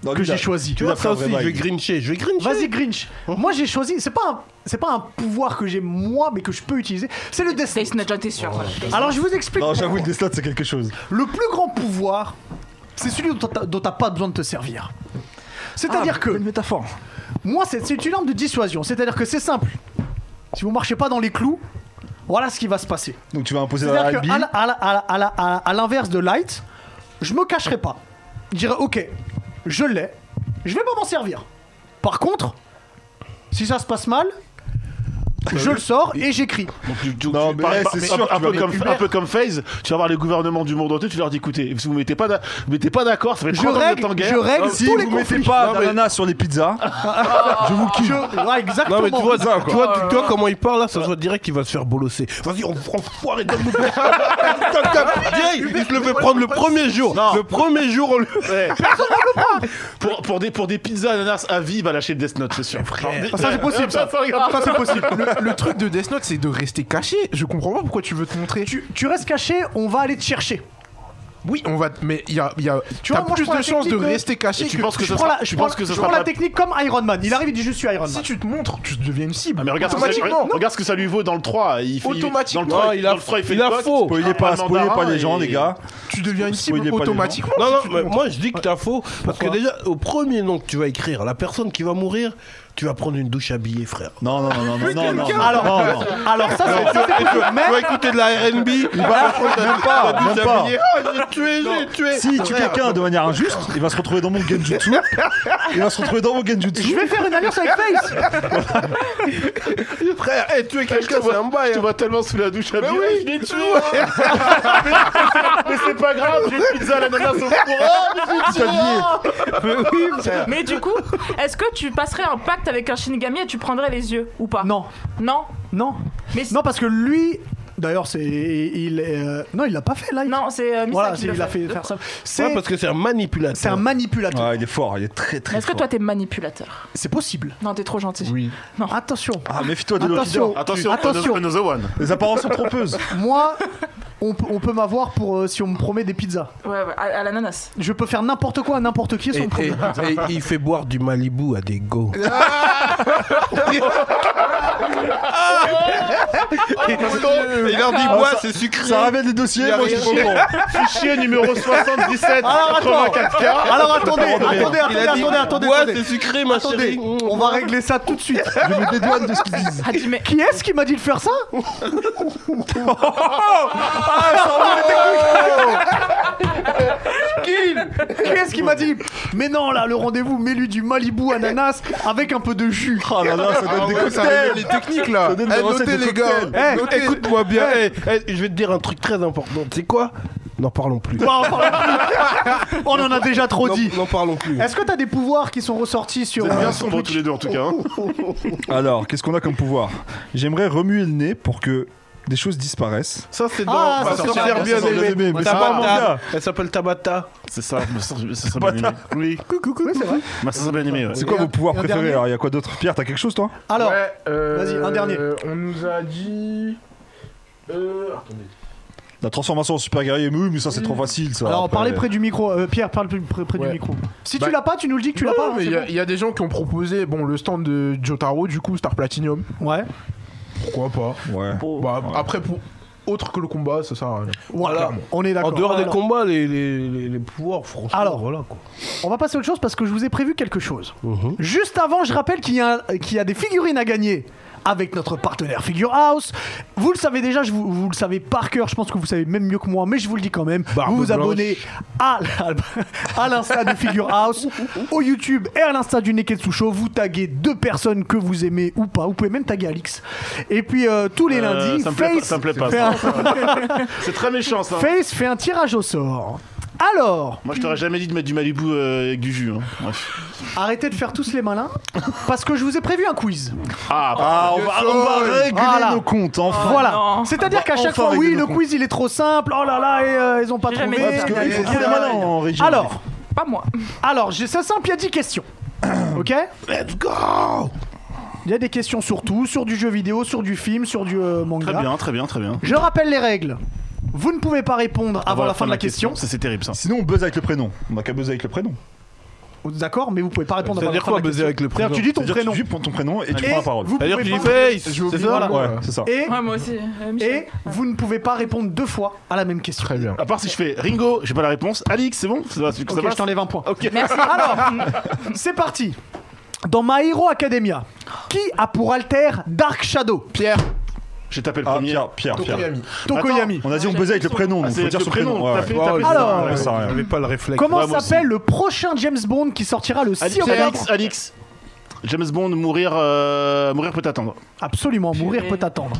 Speaker 2: Non,
Speaker 1: que
Speaker 2: lui, il
Speaker 1: j'ai
Speaker 2: a-
Speaker 1: choisie.
Speaker 4: Tu vois,
Speaker 2: fait un
Speaker 4: ça aussi,
Speaker 2: vrai bail.
Speaker 4: je vais grincher. Je vais grincher.
Speaker 1: Vas-y Grinch. Moi j'ai choisi, c'est pas un, c'est pas un pouvoir que j'ai moi mais que je peux utiliser, c'est le destin.
Speaker 3: Days Nugent, t'es sûr. voilà.
Speaker 1: Alors je vous explique.
Speaker 2: Non, j'avoue,
Speaker 1: pourquoi.
Speaker 2: le destin c'est quelque chose.
Speaker 1: Le plus grand pouvoir, c'est celui dont t'as- dont t'as pas besoin de te servir. C'est-à-dire
Speaker 2: Ah,
Speaker 1: que. Une métaphore. Moi, c'est c'est une arme de dissuasion. C'est-à-dire que c'est simple. Si vous marchez pas dans les clous, voilà ce qui va se passer.
Speaker 2: Donc tu vas imposer la
Speaker 1: C'est-à-dire
Speaker 2: rugby.
Speaker 1: qu'à à, la- à la- à la- à la- à- à l'inverse de Light, je me cacherai pas. Je dirais, ok, je l'ai, je vais pas m'en servir. Par contre, si ça se passe mal, je le sors et j'écris.
Speaker 2: Non, mais
Speaker 8: Par-
Speaker 2: ouais,
Speaker 8: par-
Speaker 2: c'est
Speaker 8: mais
Speaker 2: sûr,
Speaker 8: un,
Speaker 2: tu
Speaker 8: peu
Speaker 2: vas
Speaker 8: comme,
Speaker 2: les
Speaker 8: un peu comme FaZe, tu vas voir les gouvernements du monde entier, tu leur dis écoutez, si vous mettez pas d'a- vous mettez pas d'accord, ça fait
Speaker 1: Je
Speaker 8: 30 ans que vous
Speaker 1: règle-
Speaker 8: êtes en guerre.
Speaker 1: je règle
Speaker 2: Si
Speaker 1: tous
Speaker 2: vous
Speaker 1: les
Speaker 2: mettez
Speaker 1: conflits.
Speaker 2: pas d'ananas sur les pizzas,
Speaker 1: Je vous kiffe. Ouais, exactement.
Speaker 4: Non, mais tu vois,
Speaker 2: ça, quoi.
Speaker 4: tu vois, tu- tu vois comment il parle là, ça se voit direct qu'il va se faire bolosser. Vas-y, on enfoiré, donne-nous Tac, tac, vieille, Il te le fait prendre le premier jour.
Speaker 8: Non.
Speaker 4: Le premier jour, on le.
Speaker 8: Ouais. pour, pour, des, pour des pizzas ananas à vie, il va lâcher le Death Note, c'est sûr. Genre, des-
Speaker 1: Ça, c'est possible, ça. Ça, c'est possible.
Speaker 6: Le, le truc de Death Note, c'est de rester caché. Je comprends pas pourquoi tu veux te montrer.
Speaker 1: Tu, tu restes caché, on va aller te chercher.
Speaker 6: Oui, on va. te- Mais il y a, il y a-
Speaker 1: Tu
Speaker 6: t'as
Speaker 1: vois, moi, je
Speaker 6: plus
Speaker 1: prends
Speaker 6: de
Speaker 1: la
Speaker 6: chances de
Speaker 1: technique de-
Speaker 6: rester caché
Speaker 8: Et tu
Speaker 6: que
Speaker 8: penses que
Speaker 1: Je
Speaker 8: ça
Speaker 1: prends
Speaker 8: sera-
Speaker 1: la, je
Speaker 8: tu
Speaker 1: prends-
Speaker 8: penses que ça
Speaker 1: je
Speaker 8: sera
Speaker 1: prends
Speaker 8: pas-
Speaker 1: la technique comme Iron Man. Il arrive, il dit je suis Iron Man.
Speaker 6: si tu te montres, tu deviens une cible.
Speaker 8: Ah, mais regarde, ce que ça,
Speaker 6: automatiquement.
Speaker 8: regarde ce que ça lui vaut dans le 3. Il fait, il-
Speaker 6: Automatiquement.
Speaker 8: dans le 3,
Speaker 4: Non, il a-
Speaker 8: dans le 3, il fait
Speaker 4: il
Speaker 8: le
Speaker 4: a
Speaker 8: coq,
Speaker 4: faux.
Speaker 2: spoilez pas,
Speaker 8: un
Speaker 2: spoilez pas
Speaker 8: mandarin
Speaker 2: les gens,
Speaker 8: et-
Speaker 2: les gars.
Speaker 6: Tu deviens une cible
Speaker 2: Spoilez pas les gens.
Speaker 6: automatiquement.
Speaker 4: Non,
Speaker 6: si
Speaker 4: non,
Speaker 6: tu te
Speaker 4: mais
Speaker 6: montres.
Speaker 4: moi je dis que t'as faux. Parce que déjà, au premier nom que tu vas écrire, la personne qui va mourir, tu vas prendre une douche habillée, frère.
Speaker 2: Non, non, non, non, non, non, non.
Speaker 1: Alors, alors ça, c'est- ça, c'est possible. Mais
Speaker 4: Tu vas écouter de la RB, il va prendre
Speaker 2: Même pas,
Speaker 4: la douche
Speaker 2: même pas.
Speaker 4: habillée. Ah, j'ai tué, j'ai tué.
Speaker 2: Si il tue quelqu'un de manière injuste, il va se retrouver dans mon genjutsu. Il va se retrouver dans mon
Speaker 1: je
Speaker 2: genjutsu.
Speaker 1: vais faire une alliance avec Face.
Speaker 4: Frère, eh, tuer quelqu'un, c'est un bail.
Speaker 8: Je te
Speaker 4: hein.
Speaker 8: vois tellement sous la douche à
Speaker 4: Mais
Speaker 8: bière,
Speaker 4: oui.
Speaker 8: je l'ai tué hein. Mais c'est pas grave, j'ai une pizza à l'ananas au four
Speaker 3: Mais du coup, est-ce que tu passerais un pacte avec un Shinigami et tu prendrais les yeux ou pas
Speaker 1: Non,
Speaker 3: Non
Speaker 1: non,
Speaker 3: Mais c-
Speaker 1: non, parce que lui, d'ailleurs, c'est il est, euh, non, il l'a pas fait là. il-
Speaker 3: Non, c'est euh, Misa
Speaker 1: voilà,
Speaker 3: qui
Speaker 1: c'est-
Speaker 3: le
Speaker 1: il a fait faire ça. C'est
Speaker 4: Ouais, parce que c'est un manipulateur.
Speaker 1: c'est un manipulateur.
Speaker 2: Ah, il est fort, il est très très
Speaker 3: Est-ce que
Speaker 2: fort.
Speaker 3: toi t'es manipulateur
Speaker 1: C'est possible.
Speaker 3: Non, t'es trop gentil.
Speaker 6: Oui.
Speaker 1: Attention.
Speaker 2: Ah, méfie-toi de
Speaker 1: Attention.
Speaker 2: l'Okidor.
Speaker 8: Attention,
Speaker 1: Attention.
Speaker 8: attention, another one.
Speaker 2: Les apparences sont trompeuses.
Speaker 1: Moi, on, peut- on peut m'avoir pour euh, si on me promet des pizzas.
Speaker 3: Ouais, ouais, à, à l'ananas.
Speaker 1: Je peux faire n'importe quoi à n'importe qui
Speaker 4: Et,
Speaker 1: sans me promettre.
Speaker 4: et- et il fait boire du Malibu à des go. Ah,
Speaker 6: Il leur dit bois, c'est sucré.
Speaker 2: Ça ramène les dossiers, moi je suis pas au courant.
Speaker 8: Fichier numéro 77
Speaker 1: Alors attends,
Speaker 8: 84K.
Speaker 1: alors attendez, attendez, attendez, attendez, attendez,
Speaker 4: Bois,
Speaker 1: attendez.
Speaker 4: c'est sucré, ma
Speaker 1: Attendez,
Speaker 4: chérie. Mm.
Speaker 1: on va régler ça tout de suite.
Speaker 2: Je me dédouane de ce qu'ils disent.
Speaker 3: Ah, dis, mais
Speaker 1: Qui est-ce qui m'a dit de faire ça
Speaker 2: Ah,
Speaker 1: Qui est-ce qui m'a dit Mais non, là, le rendez-vous, mets-lui du Malibu ananas avec un peu de jus.
Speaker 2: Oh là là, ça donne des
Speaker 6: Ça révèle les
Speaker 2: cocktails.
Speaker 6: techniques là.
Speaker 4: Ah,
Speaker 2: Ça donne des
Speaker 6: Eh,
Speaker 2: recettes
Speaker 6: notez
Speaker 2: de
Speaker 6: les gars.
Speaker 2: cocktails.
Speaker 1: Eh,
Speaker 6: Notez.
Speaker 4: Écoute-moi bien. eh, eh, je vais te dire un truc très important. C'est quoi N'en parlons plus.
Speaker 1: Bah, on, parle plus. On en a déjà trop
Speaker 4: N'en-
Speaker 1: dit.
Speaker 4: N'en parlons plus.
Speaker 1: Est-ce que t'as des pouvoirs qui sont ressortis sur.
Speaker 8: Bien
Speaker 1: euh,
Speaker 8: sombres tous les deux en tout cas. hein.
Speaker 2: Alors, qu'est-ce qu'on a comme pouvoir J'aimerais remuer le nez pour que des choses disparaissent.
Speaker 4: Ça, c'est dans.
Speaker 1: Ah,
Speaker 4: ma
Speaker 1: ça,
Speaker 4: sœur
Speaker 1: c'est
Speaker 4: bien
Speaker 1: bien
Speaker 4: aimée.
Speaker 2: aimé, mais c'est
Speaker 4: Tabata.
Speaker 2: pas mon gars.
Speaker 4: Elle s'appelle Tabata.
Speaker 8: C'est ça, ma sœur, ça serait bien aimé. Oui,
Speaker 1: Oui, c'est vrai.
Speaker 8: ma sœur serait bien aimée. ouais.
Speaker 2: C'est quoi
Speaker 1: Et un-
Speaker 2: vos pouvoirs
Speaker 1: et un
Speaker 2: préférés
Speaker 1: dernier
Speaker 2: Alors, il y a quoi d'autre Pierre, t'as quelque chose toi
Speaker 1: Alors,
Speaker 6: Ouais, euh,
Speaker 1: vas-y, un dernier.
Speaker 6: On nous a dit. Euh, attendez.
Speaker 2: La transformation en super guerrier, mais oui, mais ça c'est trop facile ça.
Speaker 1: Mm. alors
Speaker 2: Après-
Speaker 1: parlez près du micro. Euh, Pierre, parle plus près, près
Speaker 6: Ouais.
Speaker 1: du micro. Si
Speaker 6: Bah-
Speaker 1: tu l'as pas, tu nous le dis que tu l'as
Speaker 6: Non,
Speaker 1: pas. hein,
Speaker 6: mais
Speaker 1: c'est
Speaker 6: il y, a- il y a des gens qui ont proposé bon, le stand de Jotaro, du coup, Star Platinum.
Speaker 1: bon. Ouais.
Speaker 6: Pourquoi pas
Speaker 2: Ouais.
Speaker 6: Bah, Après, pour autre que le combat, ça sert à rien.
Speaker 1: Voilà, on est
Speaker 4: En
Speaker 1: d'accord.
Speaker 4: dehors des
Speaker 1: Alors,
Speaker 4: combats, les, les, les, les pouvoirs, franchement.
Speaker 1: Alors.
Speaker 4: voilà quoi.
Speaker 1: on va passer à autre chose parce que je vous ai prévu quelque chose.
Speaker 8: Mhm.
Speaker 1: Juste avant, je rappelle qu'il y, a- qu'il y a des figurines à gagner avec notre partenaire Figure House. Vous le savez déjà, je vous, vous le savez par cœur, je pense que vous savez même mieux que moi, mais je vous le dis quand même.
Speaker 4: Barbe
Speaker 1: vous vous
Speaker 4: blanche.
Speaker 1: abonnez à, la- à l'insta de Figure House, au YouTube et à l'insta du Neketsu Show. Vous taguez deux personnes que vous aimez ou pas. Vous pouvez même taguer Alix. Et puis euh, tous les
Speaker 8: Euh,
Speaker 1: lundis,
Speaker 8: ça me plaît pas,
Speaker 1: Face
Speaker 8: ça me plaît pas,
Speaker 1: fait
Speaker 8: ça.
Speaker 1: un-
Speaker 8: C'est très méchant ça.
Speaker 1: Face fait un tirage au sort. Alors,
Speaker 8: Moi, je t'aurais jamais dit de mettre du Malibu euh, avec du jus. hein. Bref.
Speaker 1: Arrêtez de faire tous les malins, parce que je vous ai prévu un quiz.
Speaker 8: Ah,
Speaker 2: Ah, on va, on va régler
Speaker 1: Voilà. Oh,
Speaker 2: nos comptes, enfin.
Speaker 1: voilà.
Speaker 3: non.
Speaker 1: C'est-à-dire qu'à chaque
Speaker 2: enfin
Speaker 1: fois,
Speaker 2: régler
Speaker 1: oui,
Speaker 2: nos
Speaker 1: le
Speaker 2: comptes.
Speaker 1: quiz il est trop simple. Oh là là, et, euh, ils ont pas
Speaker 3: J'ai
Speaker 1: trouvé.
Speaker 3: jamais dit
Speaker 2: Parce qu'il faut
Speaker 1: Et
Speaker 2: trouver
Speaker 1: voilà.
Speaker 2: malin en région.
Speaker 1: Alors,
Speaker 3: Pas moi.
Speaker 1: alors, j'ai c'est simple, il y a 10 questions. Ok Let's go Il y a des questions sur tout, sur du jeu vidéo, sur du film, sur du euh, manga.
Speaker 8: très bien, très bien, très bien.
Speaker 1: Je rappelle les règles. Vous ne pouvez pas répondre avant, la fin de la question.
Speaker 8: Ça, c'est terrible ça.
Speaker 2: Sinon, on buzz avec le prénom. On n'a qu'à buzzer avec le prénom.
Speaker 1: D'accord, mais vous pouvez pas répondre avant la
Speaker 4: C'est-à-dire
Speaker 1: fin de
Speaker 4: quoi,
Speaker 1: la
Speaker 4: baiser
Speaker 1: question.
Speaker 4: avec le prénom
Speaker 1: C'est-à-dire, tu dis ton
Speaker 2: C'est-à-dire,
Speaker 1: prénom.
Speaker 2: Tu dis ton prénom et tu
Speaker 1: Et
Speaker 2: prends la parole.
Speaker 1: vous
Speaker 4: C'est-à-dire que
Speaker 1: pouvez
Speaker 4: tu dis
Speaker 1: pas-
Speaker 4: face
Speaker 6: oublié
Speaker 4: C'est
Speaker 6: le
Speaker 4: ça
Speaker 6: mot.
Speaker 2: Ouais, c'est ça.
Speaker 1: Et,
Speaker 3: Ouais, moi aussi. euh, Michel.
Speaker 1: et vous ne pouvez pas répondre deux fois à la même question.
Speaker 6: Très bien.
Speaker 8: À part si je fais Ringo, j'ai pas la réponse. Alix, c'est bon Ça va, ça
Speaker 1: Ok,
Speaker 8: va
Speaker 1: je t'enlève un point.
Speaker 8: Ok.
Speaker 3: Merci.
Speaker 1: Alors, c'est parti. Dans My Hero Academia, qui a pour alter Dark Shadow
Speaker 6: Pierre,
Speaker 8: J'ai tapé le
Speaker 2: Ah,
Speaker 8: premier.
Speaker 2: Pierre, Pierre, Pierre.
Speaker 6: Tokoyami.
Speaker 1: Tokoyami.
Speaker 2: On a dit on buzzait avec le prénom,
Speaker 8: Ah,
Speaker 2: donc
Speaker 8: c'est
Speaker 2: faut dire
Speaker 8: le
Speaker 2: son prénom. ouais,
Speaker 8: t'as
Speaker 2: ouais.
Speaker 8: fait- t'as fait-
Speaker 1: Alors,
Speaker 8: Ouais,
Speaker 2: Ça
Speaker 8: ça.
Speaker 2: sert à rien.
Speaker 4: J'avais pas le réflexe.
Speaker 1: Comment
Speaker 8: Ouais, moi aussi.
Speaker 1: s'appelle le prochain James Bond qui sortira le 6 octobre
Speaker 8: Alix, Alix. James Bond, mourir, euh, mourir peut attendre.
Speaker 1: Absolument, mourir peut attendre.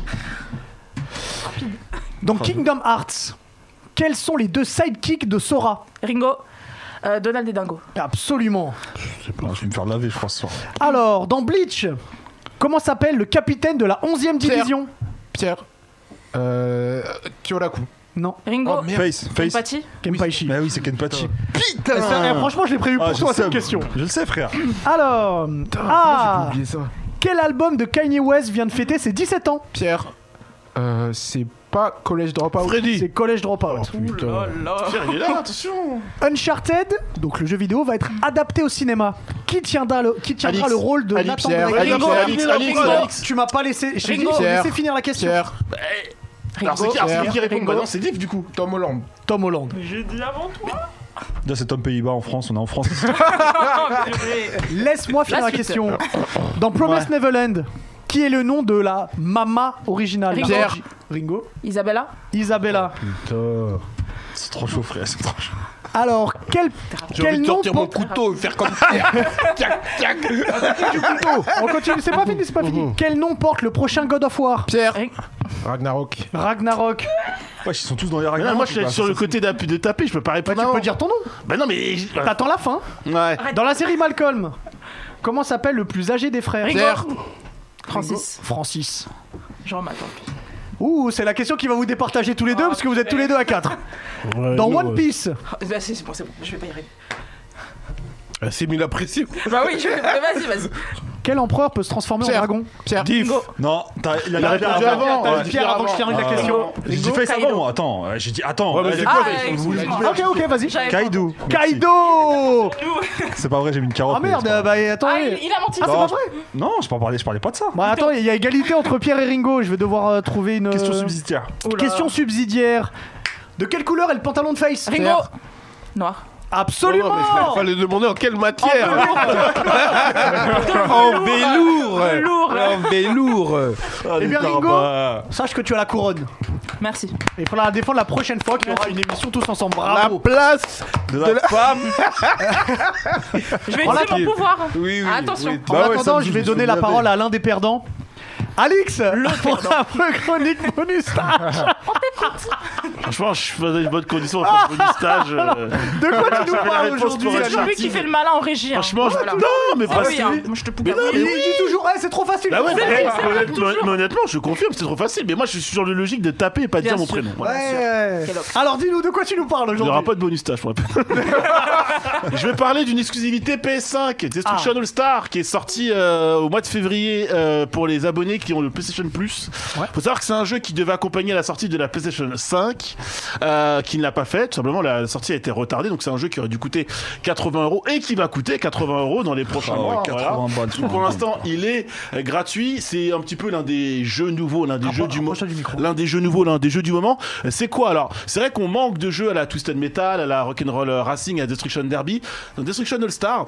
Speaker 1: Dans Kingdom Hearts, quels sont les deux sidekicks de Sora
Speaker 3: Ringo. euh, Donald et Dingo.
Speaker 1: Absolument.
Speaker 2: Putain, Je vais me faire laver, je crois, ce soir.
Speaker 1: Alors, dans Bleach, comment s'appelle le capitaine de la 11e division
Speaker 6: Pierre. Euh, Oh, Kyoraku.
Speaker 1: Non,
Speaker 3: Ringo.
Speaker 2: Face, face.
Speaker 3: Empathy.
Speaker 1: Kenpachi.
Speaker 2: Bah oui, c'est Kenpachi.
Speaker 1: Eh, franchement, je l'ai prévu pour
Speaker 2: Ah, je
Speaker 1: toi
Speaker 2: le sais,
Speaker 1: cette question.
Speaker 2: Je le sais, frère.
Speaker 1: Alors,
Speaker 6: J'ai
Speaker 1: ah,
Speaker 6: oublié ça.
Speaker 1: quel album de Kanye West vient de fêter ses 17 ans
Speaker 6: Pierre. Euh, c'est pas Collège Dropout.
Speaker 1: C'est Collège Dropout.
Speaker 6: Oh, Putain.
Speaker 8: Pierre, il est là, attention
Speaker 1: Uncharted, donc le jeu vidéo, va être adapté au cinéma. Qui tiendra le, qui tiendra
Speaker 8: Alix.
Speaker 1: le rôle de
Speaker 8: Alix,
Speaker 1: Nathan
Speaker 6: Pierre,
Speaker 1: Drake
Speaker 8: Alix,
Speaker 3: Ringo,
Speaker 8: Alix,
Speaker 3: Ringo,
Speaker 8: Alix,
Speaker 3: Ringo.
Speaker 8: Alix.
Speaker 1: Tu m'as pas laissé, j'ai dit,
Speaker 3: Ringo.
Speaker 1: j'ai laissé
Speaker 6: Pierre.
Speaker 1: finir la question.
Speaker 6: Pierre.
Speaker 4: Bah,
Speaker 8: Alors, c'est qui, alors, c'est qui qui répond
Speaker 3: Ringo.
Speaker 8: Bah non, c'est Diff du coup.
Speaker 6: Tom Holland.
Speaker 1: Tom Holland.
Speaker 2: Là, c'est Tom Pays-Bas en France, on est en France.
Speaker 1: Laisse-moi finir la,
Speaker 3: suite.
Speaker 1: question. Dans Promise Neverland, qui est le nom de la mama originale
Speaker 3: Ringo.
Speaker 1: La-
Speaker 3: Pierre.
Speaker 1: Ringo.
Speaker 3: Isabella.
Speaker 1: Isabella.
Speaker 4: Putain.
Speaker 2: Oh, C'est trop chaud, frère, c'est trop chaud.
Speaker 1: Alors, quel,
Speaker 4: J'ai envie
Speaker 1: quel
Speaker 4: de
Speaker 1: nom
Speaker 4: sortir mon
Speaker 1: porte...
Speaker 4: couteau et faire comme Pierre.
Speaker 1: On continue, c'est pas fini, c'est pas fini. Quel nom porte le prochain God of War
Speaker 6: Pierre.
Speaker 3: Ring-
Speaker 6: Ragnarok.
Speaker 1: Ragnarok.
Speaker 2: Ouais, ils sont tous dans les
Speaker 8: Mais
Speaker 2: règles.
Speaker 8: non, moi, je suis sur le côté d'app- de taper, je peux pas
Speaker 1: Bah,
Speaker 8: répondre.
Speaker 1: tu
Speaker 8: avant.
Speaker 1: peux dire ton nom.
Speaker 8: Bah non, mais. Ouais.
Speaker 1: T'attends la fin. Dans la série Malcolm, comment s'appelle le plus âgé des frères
Speaker 3: Ringo.
Speaker 6: Pierre.
Speaker 3: Francis.
Speaker 1: Francis.
Speaker 3: Jean m'attends.
Speaker 1: Ouh, c'est la question qui va vous départager tous les deux parce que vous êtes tous les deux à 4. Dans One Piece,
Speaker 3: Bah, c'est c'est bon, c'est bon, je vais pas y arriver.
Speaker 4: Elle s'est mis la pression.
Speaker 2: Ah,
Speaker 3: Bah oui, je vais. Vas-y, vas-y.
Speaker 1: quel empereur peut se transformer en
Speaker 6: Pierre.
Speaker 1: dragon
Speaker 6: Pierre.
Speaker 4: Diff.
Speaker 2: Non, t'as- il a,
Speaker 8: a répondu avant,
Speaker 2: ouais.
Speaker 1: Pierre, avant que je termine la question.
Speaker 2: J'ai dit face avant, moi. Attends, euh, j'ai dit attends.
Speaker 4: Ouais, mais
Speaker 2: euh,
Speaker 4: c'est
Speaker 3: Ah,
Speaker 4: quoi les-
Speaker 3: excuse-moi.
Speaker 1: Ok, ok, vas-y.
Speaker 3: J'avais-
Speaker 2: Kaido.
Speaker 1: Kaido
Speaker 2: C'est pas vrai, j'ai mis une carotte.
Speaker 5: Oh,
Speaker 1: Ah merde,
Speaker 2: mais c'est pas
Speaker 1: bah attends.
Speaker 3: Ah, il, il a menti.
Speaker 1: Ah, c'est
Speaker 2: Non,
Speaker 1: pas
Speaker 2: je-
Speaker 1: vrai
Speaker 2: grave. Non, je parlais, je parlais pas de ça.
Speaker 1: Bah attends, il y a égalité entre Pierre et Ringo, je vais devoir euh, trouver une...
Speaker 2: Question
Speaker 1: euh,
Speaker 2: subsidiaire.
Speaker 3: Oula.
Speaker 1: question subsidiaire. De quelle couleur est le pantalon de Face
Speaker 3: Ringo. Noir.
Speaker 5: Oh,
Speaker 1: Absolument
Speaker 4: Il fallait demander en quelle matière.
Speaker 11: En velours
Speaker 3: Velours.
Speaker 11: En velours
Speaker 4: Ah,
Speaker 2: Allez,
Speaker 1: bien,
Speaker 2: t'as
Speaker 1: Ringo.
Speaker 4: bah,
Speaker 2: pas-
Speaker 1: Sache que tu as la couronne.
Speaker 3: Merci.
Speaker 1: Et il faudra la défendre la prochaine fois qu'il y aura une émission tous ensemble.
Speaker 5: Bah
Speaker 4: La
Speaker 1: Bravo
Speaker 4: place
Speaker 2: De la femme.
Speaker 3: Je vais utiliser mon pouvoir.
Speaker 11: Oui, oui.
Speaker 3: Attention.
Speaker 11: oui.
Speaker 1: En
Speaker 2: Bah ouais, ça
Speaker 1: attendant,
Speaker 2: me
Speaker 1: je
Speaker 2: joue,
Speaker 1: vais
Speaker 2: je
Speaker 1: donner
Speaker 2: me
Speaker 1: la
Speaker 2: l'avais.
Speaker 1: parole à l'un des perdants. Alix, pour ta chronique bonus stage.
Speaker 5: Ah, Franchement, je faisais une bonne condition en fait, bonus stage.
Speaker 3: Ah,
Speaker 5: euh,
Speaker 1: De quoi tu nous
Speaker 5: j'avais la
Speaker 1: parles
Speaker 5: réponse
Speaker 1: aujourd'hui
Speaker 5: pour
Speaker 3: C'est
Speaker 5: la
Speaker 3: toujours lui
Speaker 5: Chartine.
Speaker 3: qui fait le malin en régie. hein.
Speaker 5: Franchement, je-
Speaker 3: Voilà.
Speaker 5: non, mais
Speaker 3: Ah
Speaker 5: parce
Speaker 3: oui,
Speaker 5: que.
Speaker 3: hein. Moi, je te pousse.
Speaker 5: Mais non,
Speaker 1: Il
Speaker 5: mais
Speaker 1: dit toujours, Ah, c'est trop facile.
Speaker 5: Bah ouais,
Speaker 1: Ouais,
Speaker 5: mais,
Speaker 3: c'est vrai,
Speaker 5: honnêtement-
Speaker 3: toujours.
Speaker 5: mais honnêtement, je confirme, c'est trop facile. Mais moi, je suis sur le logique de taper et pas de
Speaker 3: Bien
Speaker 5: dire mon
Speaker 3: sûr.
Speaker 5: prénom. Voilà.
Speaker 1: Ouais.
Speaker 3: Quel ox.
Speaker 1: Alors dis-nous de quoi tu nous parles
Speaker 5: Il n'y aura
Speaker 1: aujourd'hui.
Speaker 5: pas de bonus stage, je rappelle. je vais parler d'une exclusivité PS5, Destruction All Star, qui est sortie euh, au mois de février euh, pour les abonnés qui ont le PlayStation Plus. Faut savoir que c'est un jeu qui devait accompagner la sortie de la PlayStation 5, euh, qui ne l'a pas fait. Tout simplement, la sortie a été retardée. Donc c'est un jeu qui aurait dû coûter 80 euros et qui va coûter 80 euros dans les prochains
Speaker 2: Ah ouais,
Speaker 5: mois.
Speaker 2: 80
Speaker 5: voilà.
Speaker 2: balles,
Speaker 5: Tout pour l'instant, il est euh, gratuit. C'est un petit peu l'un des jeux nouveaux, l'un des jeux du moment. L'un des jeux nouveaux, l'un des jeux du moment. Euh, C'est quoi alors C'est vrai qu'on manque de jeux à la Twisted Metal, à la Rock'n'Roll Racing, à Destruction Derby. Dans Destruction All Star.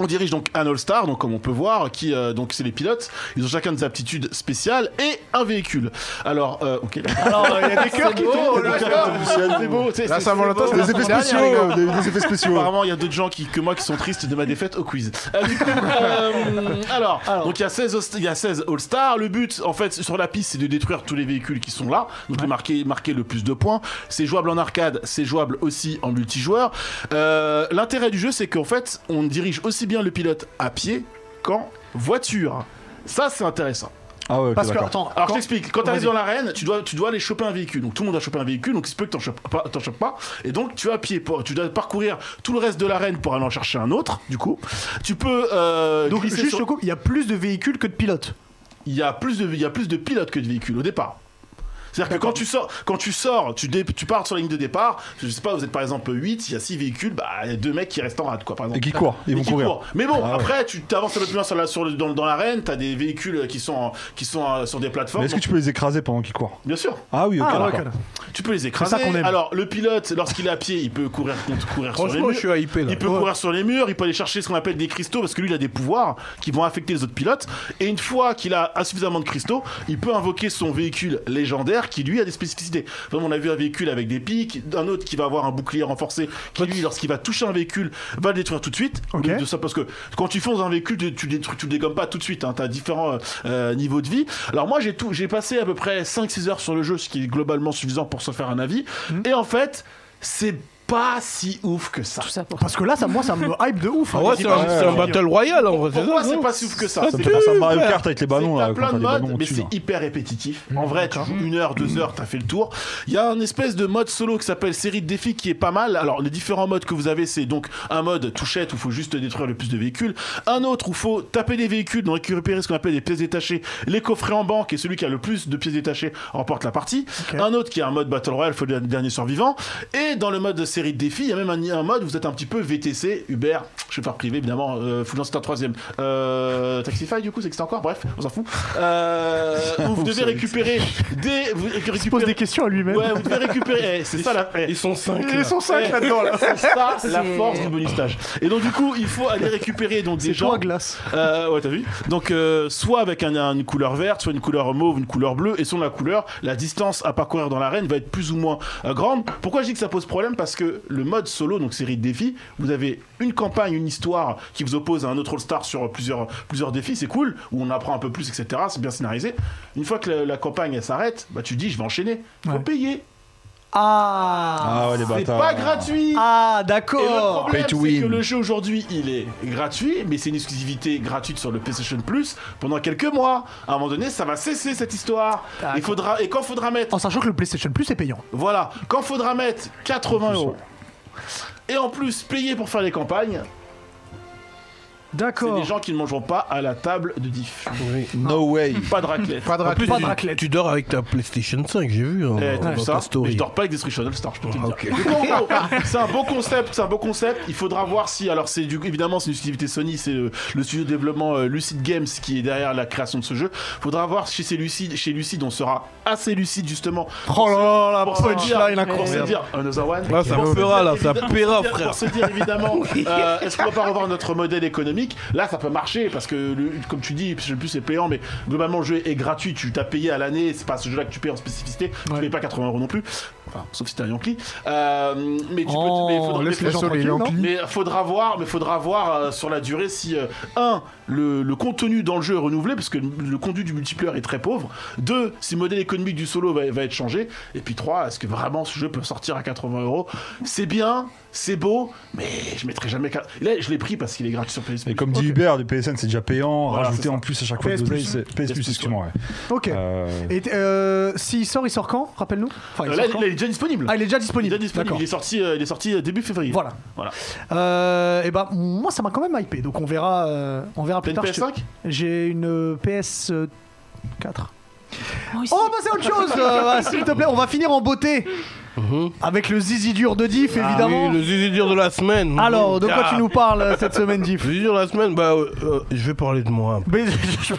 Speaker 5: On dirige donc un All-Star, donc comme on peut voir, qui euh, donc c'est les pilotes. Ils ont chacun des aptitudes spéciales et un véhicule. Alors, euh, ok.
Speaker 1: Alors, il y a des cœurs qui tombent.
Speaker 5: c'est beau. c'est-
Speaker 11: La
Speaker 5: c'est-
Speaker 11: Saint-Valentin,
Speaker 5: c'est
Speaker 11: c'est
Speaker 5: beau.
Speaker 11: des effets spéciaux.
Speaker 2: des, des effets spéciaux.
Speaker 5: Apparemment, il y a d'autres gens qui, que moi qui sont tristes de ma défaite au quiz. Euh, du coup, euh, alors, donc il y a 16, All- il y a 16 All-Stars. Le but, en fait, sur la piste, c'est de détruire tous les véhicules qui sont là. Donc, de marquer, marquer le plus de points. C'est jouable en arcade, c'est jouable aussi en multijoueur. Euh, L'intérêt du jeu, c'est qu'en fait, on dirige aussi bien le pilote à pied qu'en voiture. Ça, c'est intéressant.
Speaker 2: Ah ouais, ok,
Speaker 1: Parce que,
Speaker 2: d'accord.
Speaker 1: attends,
Speaker 5: Alors
Speaker 1: quand-
Speaker 5: je t'explique, quand t'arrives
Speaker 1: Vas-y.
Speaker 5: dans l'arène, tu dois, tu dois aller choper un véhicule. Donc tout le monde a chopé un véhicule, donc il se peut que t'en chopes pas, t'en chopes pas. Et donc tu as à pied, pour- tu dois parcourir tout le reste de l'arène pour aller en chercher un autre, du coup. Tu peux... euh,
Speaker 1: donc,
Speaker 5: glisser
Speaker 1: juste
Speaker 5: sur-
Speaker 1: le coup, il y a plus de véhicules que de pilotes.
Speaker 5: il y a plus de il y a plus de pilotes que de véhicules au départ. C'est-à-dire que quand tu sors, quand tu sors, tu, dé- tu pars sur la ligne de départ, je sais pas, vous êtes par exemple 8, il y a 6 véhicules, bah il y a deux mecs qui restent en rade quoi par exemple.
Speaker 2: Et qui courent, ils
Speaker 5: Et
Speaker 2: vont
Speaker 5: qui
Speaker 2: courir.
Speaker 5: courent. Mais bon,
Speaker 2: Ah ouais.
Speaker 5: après tu t'avances un peu plus loin sur la sur le- dans, dans l'arène, t'as des véhicules qui sont en- qui sont euh, sur des plateformes.
Speaker 2: Mais est-ce que tu peux les écraser pendant qu'ils courent
Speaker 5: Bien sûr.
Speaker 2: Ah oui, ok.
Speaker 1: Ah,
Speaker 2: d'accord.
Speaker 1: d'accord.
Speaker 5: Tu peux les écraser.
Speaker 1: C'est ça qu'on aime.
Speaker 5: Alors, le pilote, lorsqu'il est à pied, il peut courir contre courir sur les
Speaker 4: Franchement,
Speaker 5: murs.
Speaker 4: je suis hypé là.
Speaker 5: Il peut courir sur les murs, il peut aller chercher ce qu'on appelle des cristaux parce que lui il a des pouvoirs qui vont affecter les autres pilotes. Et une fois qu'il a suffisamment de cristaux, il peut invoquer son véhicule légendaire qui lui a des spécificités. Comme on a vu un véhicule avec des pics, un autre qui va avoir un bouclier renforcé qui lui, lorsqu'il va toucher un véhicule, va le détruire tout de suite.
Speaker 1: Ok.
Speaker 5: De- de ça parce que quand tu fonces un véhicule, tu, tu, le détruis- tu le dégommes pas tout de suite. Hein, T'as différents euh, euh, niveaux de vie. Alors moi j'ai tout, j'ai passé à peu près 5-6 heures sur le jeu, ce qui est globalement suffisant pour se faire un avis. Et en fait, c'est pas si ouf que ça.
Speaker 3: Tout ça pour.
Speaker 1: Parce que là, ça, moi, ça me hype de ouf. hein.
Speaker 4: Ah ouais, c'est un, c'est un battle royal en vrai, c'est
Speaker 5: Pourquoi
Speaker 4: ça,
Speaker 5: c'est
Speaker 4: non
Speaker 5: pas si ouf que ça
Speaker 2: Ça me
Speaker 5: C'est
Speaker 2: fait
Speaker 5: que-
Speaker 2: penser à Mario Kart avec les ballons
Speaker 5: C'est-
Speaker 2: là.
Speaker 5: T'as plein
Speaker 2: quand
Speaker 5: de
Speaker 2: les
Speaker 5: modes,
Speaker 2: ballons,
Speaker 5: mais
Speaker 2: tu-
Speaker 5: c'est hyper répétitif. En vrai, tu joues une heure, deux heures, t'as fait le tour. Il y a un espèce de mode solo qui s'appelle série de défis qui est pas mal. Alors, les différents modes que vous avez, c'est donc un mode touchette où faut juste détruire le plus de véhicules. Un autre où faut taper des véhicules, donc récupérer ce qu'on appelle des pièces détachées, les coffrets en banque et celui qui a le plus de pièces détachées remporte la partie. Un autre qui est un mode Battle Royale, faut le dernier survivant. Et dans le mode série de défis, il y a même un, un mode où vous êtes un petit peu VTC, Uber, je vais faire privé évidemment, euh, Full c'est un troisième. Euh, Taxify du coup, c'est que c'était encore, bref, on s'en fout. Euh, où vous devez récupérer des. Vous,
Speaker 1: Il pose
Speaker 5: récupérer,
Speaker 1: des questions à lui-même.
Speaker 5: ouais, vous devez récupérer. eh, c'est ça la. eh,
Speaker 8: Ils sont 5.
Speaker 1: Ils sont cinq
Speaker 5: Eh,
Speaker 1: là-dedans. Là.
Speaker 5: C'est ça la
Speaker 3: C'est-
Speaker 5: force du bonus stage. Et donc du coup, il faut aller récupérer donc des
Speaker 1: C'est
Speaker 5: gens.
Speaker 1: toi, glace.
Speaker 5: Euh, ouais, t'as vu Donc, euh, soit avec un- un- une couleur verte, soit une couleur mauve, une couleur bleue, et selon la couleur, la distance à parcourir dans l'arène va être plus ou moins euh, grande. Pourquoi je dis que ça pose problème Parce que le mode solo, donc série de défis, vous avez une campagne, une histoire qui vous oppose à un autre All-Star sur plusieurs, plusieurs défis, c'est cool, où on apprend un peu plus, etc. C'est bien scénarisé. Une fois que la, la campagne elle s'arrête, bah tu dis, je vais enchaîner. Faut
Speaker 1: Ouais.
Speaker 5: payer.
Speaker 1: Ah,
Speaker 2: Ah ouais, les
Speaker 5: C'est
Speaker 2: bâtards.
Speaker 5: pas gratuit.
Speaker 1: ah
Speaker 5: Et le
Speaker 1: d'accord.
Speaker 5: problème,
Speaker 2: Oh, Pay to
Speaker 5: c'est
Speaker 2: win.
Speaker 5: que le jeu aujourd'hui, il est gratuit, mais c'est une exclusivité gratuite sur le PlayStation Plus pendant quelques mois. À un moment donné, ça va cesser cette histoire. Il faudra et quand faudra mettre,
Speaker 1: En sachant que le PlayStation Plus est payant.
Speaker 5: voilà, quand faudra mettre 80 euros. Et en plus, payer pour faire les campagnes, c'est
Speaker 1: D'accord.
Speaker 5: des gens qui ne mangeront pas à la table de diff.
Speaker 2: No way.
Speaker 5: Pas de raclette.
Speaker 11: Pas de
Speaker 4: En
Speaker 11: raclette.
Speaker 4: plus,
Speaker 1: Pas
Speaker 4: tu-
Speaker 1: de raclette.
Speaker 4: Tu dors avec ta PlayStation 5, j'ai vu. hein,
Speaker 5: Eh,
Speaker 4: dans
Speaker 5: t'as vu
Speaker 4: ta
Speaker 5: ça
Speaker 4: story. Oh,
Speaker 5: Mais je dors pas avec Destruction All Star, je peux te le dire. Du coup, en gros, c'est un beau concept, c'est un beau concept. Il faudra voir si, alors c'est du, évidemment c'est une exclusivité Sony, c'est le, le studio de développement euh, Lucid Games qui est derrière la création de ce jeu. Faudra voir si c'est Lucid, chez Lucid, on sera assez lucide justement.
Speaker 1: Oh là là, la
Speaker 5: Pour se dire-
Speaker 1: punchline
Speaker 5: pour se
Speaker 1: incroyable.
Speaker 5: dire Another One.
Speaker 4: Ah, ça
Speaker 5: Pour se
Speaker 4: paiera,
Speaker 5: dire,
Speaker 4: là, ça
Speaker 5: évidemment-
Speaker 4: paiera,
Speaker 5: pour se dire,
Speaker 4: frère.
Speaker 5: Pour se dire évidemment, euh, est-ce qu'on va pas revoir notre modèle économique économique. Là, ça peut marcher parce que, le- comme tu dis, je sais plus, c'est payant, mais globalement, le jeu est gratuit. Tu t'as payé à l'année. C'est pas ce jeu-là que tu payes en spécificité. Tu
Speaker 1: Ouais.
Speaker 5: payes pas 80 euros non plus. Enfin, sauf si t'es un Yankee. Euh, mais tu
Speaker 1: Oh,
Speaker 5: peux. mais faudra-
Speaker 6: laisse
Speaker 5: mais faudra-
Speaker 6: les gens tranquilles, non
Speaker 5: mais faudra voir, mais faudra voir euh, sur la durée si euh, un le, le contenu dans le jeu est renouvelé parce que le, le contenu du multiplayer est très pauvre. Deux, si le modèle économique du solo va, va être changé. Et puis trois, est-ce que vraiment ce jeu peut sortir à 80 euros C'est bien, c'est beau, mais je mettrai jamais. quat- Là, je l'ai pris parce qu'il est gratuit sur PS.
Speaker 2: Et comme dit Hubert, le PSN c'est déjà payant,
Speaker 5: Voilà, c'est
Speaker 2: rajouter
Speaker 5: ça.
Speaker 2: en plus à chaque fois
Speaker 1: PS
Speaker 2: de-
Speaker 1: Plus.
Speaker 2: c'est- PS Plus, excuse-moi. ouais.
Speaker 1: Ok.
Speaker 2: Euh,
Speaker 1: Et euh, s'il sort, il sort quand Rappelle-nous. Enfin, il
Speaker 5: Euh,
Speaker 1: sort
Speaker 5: là,
Speaker 1: quand
Speaker 5: il est déjà disponible.
Speaker 1: ah, il est déjà
Speaker 5: Il est
Speaker 1: disponible.
Speaker 5: déjà disponible.
Speaker 1: D'accord.
Speaker 5: Il est sorti, euh, il est sorti euh, début février.
Speaker 1: Voilà.
Speaker 5: Voilà.
Speaker 1: Euh, et ben moi ça m'a quand même hypé, donc on verra, euh, on verra
Speaker 5: T'as
Speaker 1: plus
Speaker 5: une
Speaker 1: tard. je te-
Speaker 5: PS5
Speaker 1: J'ai une euh, PS4.
Speaker 3: Moi aussi.
Speaker 1: Oh bah c'est autre chose, euh, s'il te plaît. On va finir en beauté avec le zizi dur de Diff évidemment.
Speaker 4: Mhm. Ah oui, le zizi dur de la semaine.
Speaker 1: Alors de quoi
Speaker 4: Ah.
Speaker 1: tu nous parles euh, cette semaine Diff
Speaker 4: Le zizi dur de la semaine, bah, euh, euh, je vais parler de moi.
Speaker 1: Mais, je-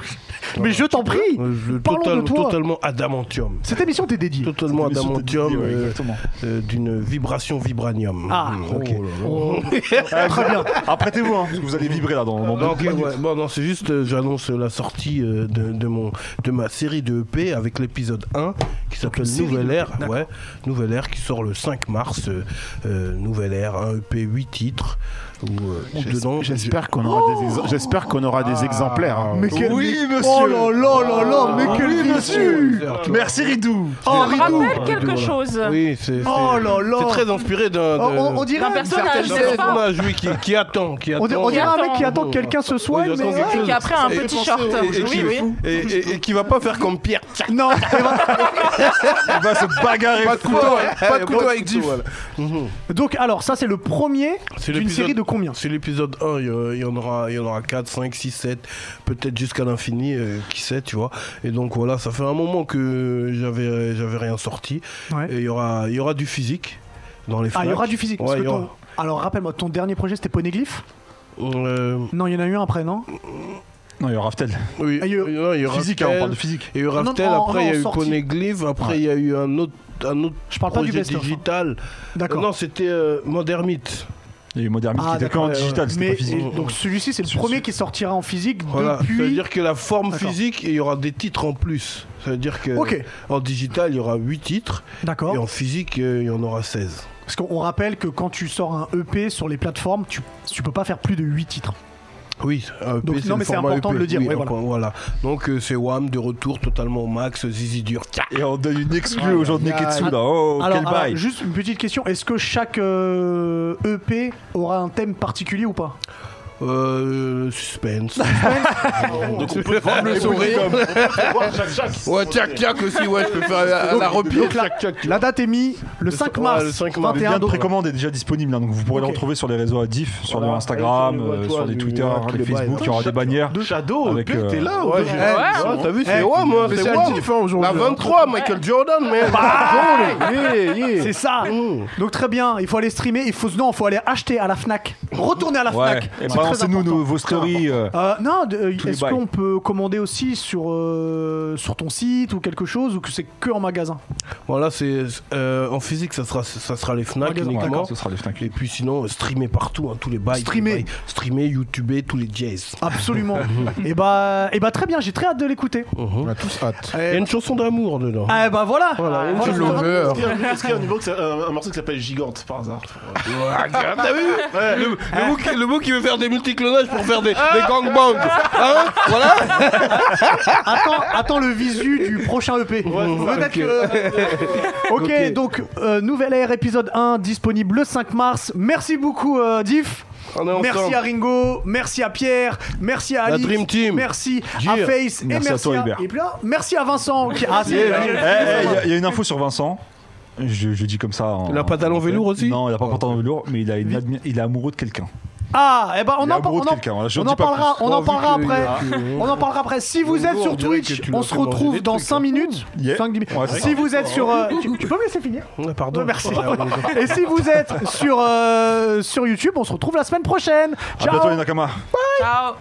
Speaker 1: mais je t'en prie.
Speaker 4: Euh, je-
Speaker 1: Parlons
Speaker 4: total-
Speaker 1: de toi.
Speaker 4: Totalement adamantium.
Speaker 1: Cette émission t'est dédiée.
Speaker 4: Totalement
Speaker 2: Cette émission t'est
Speaker 4: adamantium,
Speaker 2: dédiée, ouais,
Speaker 4: euh,
Speaker 2: exactement.
Speaker 4: euh, d'une vibration vibranium.
Speaker 1: Ah,
Speaker 4: Mmh,
Speaker 1: ok.
Speaker 4: oh là là.
Speaker 1: Oh, Très bien.
Speaker 2: Apprêtez-vous, hein, parce que vous allez vibrer là dans, dans
Speaker 1: bah,
Speaker 4: Non,
Speaker 2: deux
Speaker 4: ok, ouais. Bon, non, c'est juste, euh, j'annonce la sortie euh, de, de mon, de ma série de EP avec l'épisode 1 qui s'appelle
Speaker 1: E
Speaker 4: Nouvelle Ère. Ouais, Nouvelle Ère qui sort le 5 mars. euh, euh, Nouvelle Ère, un EP 8 titres. Où, euh, où dedans,
Speaker 5: J'espère qu'on aura, des, ex- j'espère qu'on aura des exemplaires. hein.
Speaker 1: Oh Ah. Mais quel-
Speaker 2: Oui,
Speaker 1: mais-
Speaker 2: monsieur.
Speaker 1: Oh là là là
Speaker 4: Ah,
Speaker 1: là, mais quel
Speaker 2: Oui,
Speaker 1: visu.
Speaker 4: Heures, tu vois.
Speaker 2: Merci Ridou
Speaker 4: Ah,
Speaker 1: Oh,
Speaker 3: Ça me
Speaker 1: Ridou.
Speaker 3: rappelle quelque chose.
Speaker 4: euh, Oui, c'est.
Speaker 1: Oh
Speaker 4: c'est-
Speaker 1: là là.
Speaker 4: C'est très inspiré d'un.
Speaker 1: Oh,
Speaker 4: d'un-
Speaker 1: on, on dirait,
Speaker 3: La personne
Speaker 4: d'un
Speaker 3: a
Speaker 4: personnage,
Speaker 3: sais pas.
Speaker 4: oui, qui, qui attend, qui
Speaker 1: on,
Speaker 4: attend.
Speaker 1: di- on dirait un mec qui
Speaker 3: Attends.
Speaker 1: attend que quelqu'un se soigne.
Speaker 4: Oui,
Speaker 1: mais-
Speaker 4: j'attends quelque
Speaker 3: Et
Speaker 4: chose.
Speaker 3: qui après a un
Speaker 4: Et-
Speaker 3: petit short.
Speaker 4: et- et-
Speaker 3: Oui, oui.
Speaker 4: Et, et- et qui va pas faire comme Pierre. Tiens,
Speaker 1: Non, et voilà.
Speaker 2: Il va se bagarrer
Speaker 11: Pas de couteau, pas de couteau avec Diff.
Speaker 4: Eh, voilà.
Speaker 1: Donc alors ça c'est le premier
Speaker 4: C'est
Speaker 1: d'une
Speaker 4: l'épisode-
Speaker 1: série de combien
Speaker 4: C'est l'épisode 1, il y a- il y, en aura, il y en aura 4, 5, 6, 7, peut-être jusqu'à l'infini, euh, qui sait, tu vois. Et donc voilà, ça fait un moment que j'avais j'avais rien sorti.
Speaker 1: Ouais.
Speaker 4: Et il y aura, il y aura du physique dans les
Speaker 1: Ah il y
Speaker 4: Fnac.
Speaker 1: aura du physique. parce
Speaker 4: Ouais,
Speaker 1: que
Speaker 4: il y aura.
Speaker 1: ton- Alors rappelle-moi, ton dernier projet c'était Poneglyph
Speaker 4: Euh,
Speaker 1: Non, il y en a eu un après, non
Speaker 2: Non, il y aura Raftel.
Speaker 4: oui,
Speaker 1: Ah, il y a-
Speaker 4: il y aura- il y aura
Speaker 2: Physique, hein, on
Speaker 4: Tel,
Speaker 2: parle de physique.
Speaker 4: Il y a eu
Speaker 1: Ah, non,
Speaker 4: Raftel,
Speaker 1: en-
Speaker 4: après
Speaker 1: en
Speaker 4: il y a eu
Speaker 1: sortie.
Speaker 4: Poneglyph, après il y a eu un autre, un autre
Speaker 1: Je parle pas
Speaker 4: projet
Speaker 1: du best-of, hein.
Speaker 4: digital. Euh,
Speaker 1: D'accord.
Speaker 4: non, c'était euh, Modermite.
Speaker 2: Il y a eu Modern
Speaker 1: Ah,
Speaker 2: qui était
Speaker 1: d'accord,
Speaker 2: quand
Speaker 4: ouais,
Speaker 2: digital, c'était
Speaker 1: Mais
Speaker 2: pas physique.
Speaker 1: et donc celui-ci c'est le premier qui sortira en physique
Speaker 4: Voilà, ça veut
Speaker 1: depuis.
Speaker 4: dire que la forme
Speaker 1: D'accord.
Speaker 4: physique, il y aura des titres en plus. Ça veut dire que
Speaker 1: Ok.
Speaker 4: en digital, il y aura 8 titres
Speaker 1: D'accord.
Speaker 4: et en physique, euh, il y en aura 16.
Speaker 1: Parce qu'on rappelle que quand tu sors un EP sur les plateformes, tu, tu peux pas faire plus de 8 titres.
Speaker 4: Oui, un EP,
Speaker 1: Donc, non,
Speaker 4: le
Speaker 1: mais c'est
Speaker 4: format
Speaker 1: important de
Speaker 4: EP.
Speaker 1: le dire,
Speaker 4: Oui,
Speaker 1: ouais,
Speaker 4: encore, voilà. Donc euh, c'est Wham de retour totalement au max, Zizi dur. Tiens.
Speaker 2: Et on donne une exclue aux gens de Neketsu là. Oh,
Speaker 1: Oh alors,
Speaker 2: quel
Speaker 1: alors,
Speaker 2: bail
Speaker 1: juste une petite question, est-ce que chaque euh, EP aura un thème particulier ou pas
Speaker 4: Euh, suspense.
Speaker 5: Donc on peut voir
Speaker 11: Le sourire.
Speaker 5: chaque chaque.
Speaker 11: Ouais, tiens, tiens aussi, ouais, je peux faire la, la repire.
Speaker 1: Donc, la, la date est mise le 5
Speaker 4: ouais,
Speaker 1: mars
Speaker 4: le 5 mars.
Speaker 2: Le lien
Speaker 1: 21
Speaker 2: de
Speaker 1: donc-
Speaker 2: précommande est déjà disponible, hein, donc vous pourrez le
Speaker 1: Ok.
Speaker 2: retrouver sur les réseaux à diff, sur
Speaker 4: Voilà.
Speaker 2: leur Instagram,
Speaker 4: Et sur le
Speaker 2: euh,
Speaker 4: Wattwad,
Speaker 2: sur les
Speaker 4: du-
Speaker 2: Twitter,
Speaker 4: ouais,
Speaker 2: les
Speaker 4: le bail.
Speaker 2: Facebook, il y aura des bannières.
Speaker 5: Shadow,
Speaker 2: Avec,
Speaker 5: Buck, t'es
Speaker 2: euh,
Speaker 5: là
Speaker 4: Ouais, j'ai-
Speaker 5: aujourd'hui.
Speaker 4: Ouais, T'as vu, c'est Wham, hein, c'est
Speaker 11: C'est
Speaker 4: Wham.
Speaker 11: Diff, hein, aujourd'hui.
Speaker 4: La 23, Michael Jordan, man.
Speaker 1: Bah,
Speaker 4: Yeah, yeah.
Speaker 1: C'est ça.
Speaker 4: Mmh.
Speaker 1: Donc très bien, il faut aller streamer, il faut non, il faut aller acheter à la Fnac. Retourner à la
Speaker 2: Ouais,
Speaker 1: Fnac.
Speaker 2: et
Speaker 1: C'est
Speaker 2: balancez-nous
Speaker 1: très important.
Speaker 2: nos- vos stories. euh,
Speaker 1: Euh, non, de- euh,
Speaker 2: Tous les
Speaker 1: est-ce
Speaker 2: bails.
Speaker 1: qu'on peut commander aussi sur, euh, sur ton site ou quelque chose ou que c'est que en magasin
Speaker 4: Voilà, c'est euh, en physique, ça sera, ça sera les Fnac
Speaker 1: Magasin,
Speaker 4: uniquement.
Speaker 2: D'accord, ce sera les Fnac.
Speaker 4: Et puis sinon, euh, streamer partout, hein, tous les bails. tous les
Speaker 1: Streamer.
Speaker 4: bails. Streamer, YouTuber, tous les jazz.
Speaker 1: Absolument. et bah, et bah très bien, j'ai très hâte de l'écouter.
Speaker 11: On a tous hâte.
Speaker 4: Il y a une chanson d'amour dedans.
Speaker 1: Eh bah voilà.
Speaker 4: Voilà,
Speaker 1: Voilà.
Speaker 11: Une lover.
Speaker 5: Est-ce qu'il y a- est-ce qu'il y a un, niveau que ça- un- un morceau qui s'appelle Gigante par hasard
Speaker 4: T'as vu le, le mot qui, le mot qui veut faire des multiclonages pour faire des,
Speaker 1: Ah.
Speaker 4: des gangbangs. Hein voilà
Speaker 1: Attends, attends le visu du prochain EP. Peut-être que- Ok,
Speaker 4: Ok.
Speaker 1: donc euh, nouvelle ère épisode 1 disponible le 5 mars. Merci beaucoup euh, Diff.
Speaker 4: On est
Speaker 1: Merci
Speaker 4: ensemble.
Speaker 1: à Ringo, merci à Pierre, merci à
Speaker 4: La
Speaker 1: Alix,
Speaker 4: Dream Team.
Speaker 1: merci
Speaker 4: Gire.
Speaker 1: à Face et
Speaker 2: Merci à
Speaker 1: merci
Speaker 2: toi,
Speaker 1: à,
Speaker 2: Hubert.
Speaker 1: et puis là, merci à Vincent qui ah, c'est-
Speaker 2: Eh, eh, Il y a- il y a une info sur Vincent. Je, je dis comme ça. en-
Speaker 4: Il a pas de talon
Speaker 2: en fait.
Speaker 4: velours aussi
Speaker 2: Non, il a pas de pantalon velours, mais il, a une admi- il est amoureux de quelqu'un.
Speaker 1: Ah, eh ben on
Speaker 2: Il est
Speaker 1: en, par-
Speaker 2: amoureux
Speaker 1: on
Speaker 2: de
Speaker 1: en-
Speaker 2: quelqu'un, hein, je
Speaker 1: on
Speaker 2: ne
Speaker 1: en
Speaker 2: dis pas
Speaker 1: parlera, on en
Speaker 4: Oh,
Speaker 1: parlera
Speaker 4: vu que-
Speaker 1: après.
Speaker 2: hein.
Speaker 4: que-
Speaker 1: On en parlera après. Si vous êtes
Speaker 4: on
Speaker 1: sur
Speaker 4: dirait
Speaker 1: Twitch,
Speaker 4: que tu
Speaker 1: on
Speaker 4: l'as
Speaker 1: se
Speaker 4: fait manger
Speaker 1: retrouve
Speaker 4: des
Speaker 1: dans
Speaker 4: trucs,
Speaker 1: 5
Speaker 4: hein.
Speaker 1: minutes.
Speaker 2: Yeah.
Speaker 1: 5 minutes.
Speaker 2: Ouais, c'est
Speaker 1: si vous êtes sur euh, tu, tu peux me laisser finir
Speaker 4: Ouais, Pardon.
Speaker 1: Merci. Et si vous êtes sur euh, sur YouTube, on se retrouve la semaine prochaine.
Speaker 2: À bientôt,
Speaker 1: Ciao.
Speaker 2: les Nakama.
Speaker 3: Ciao.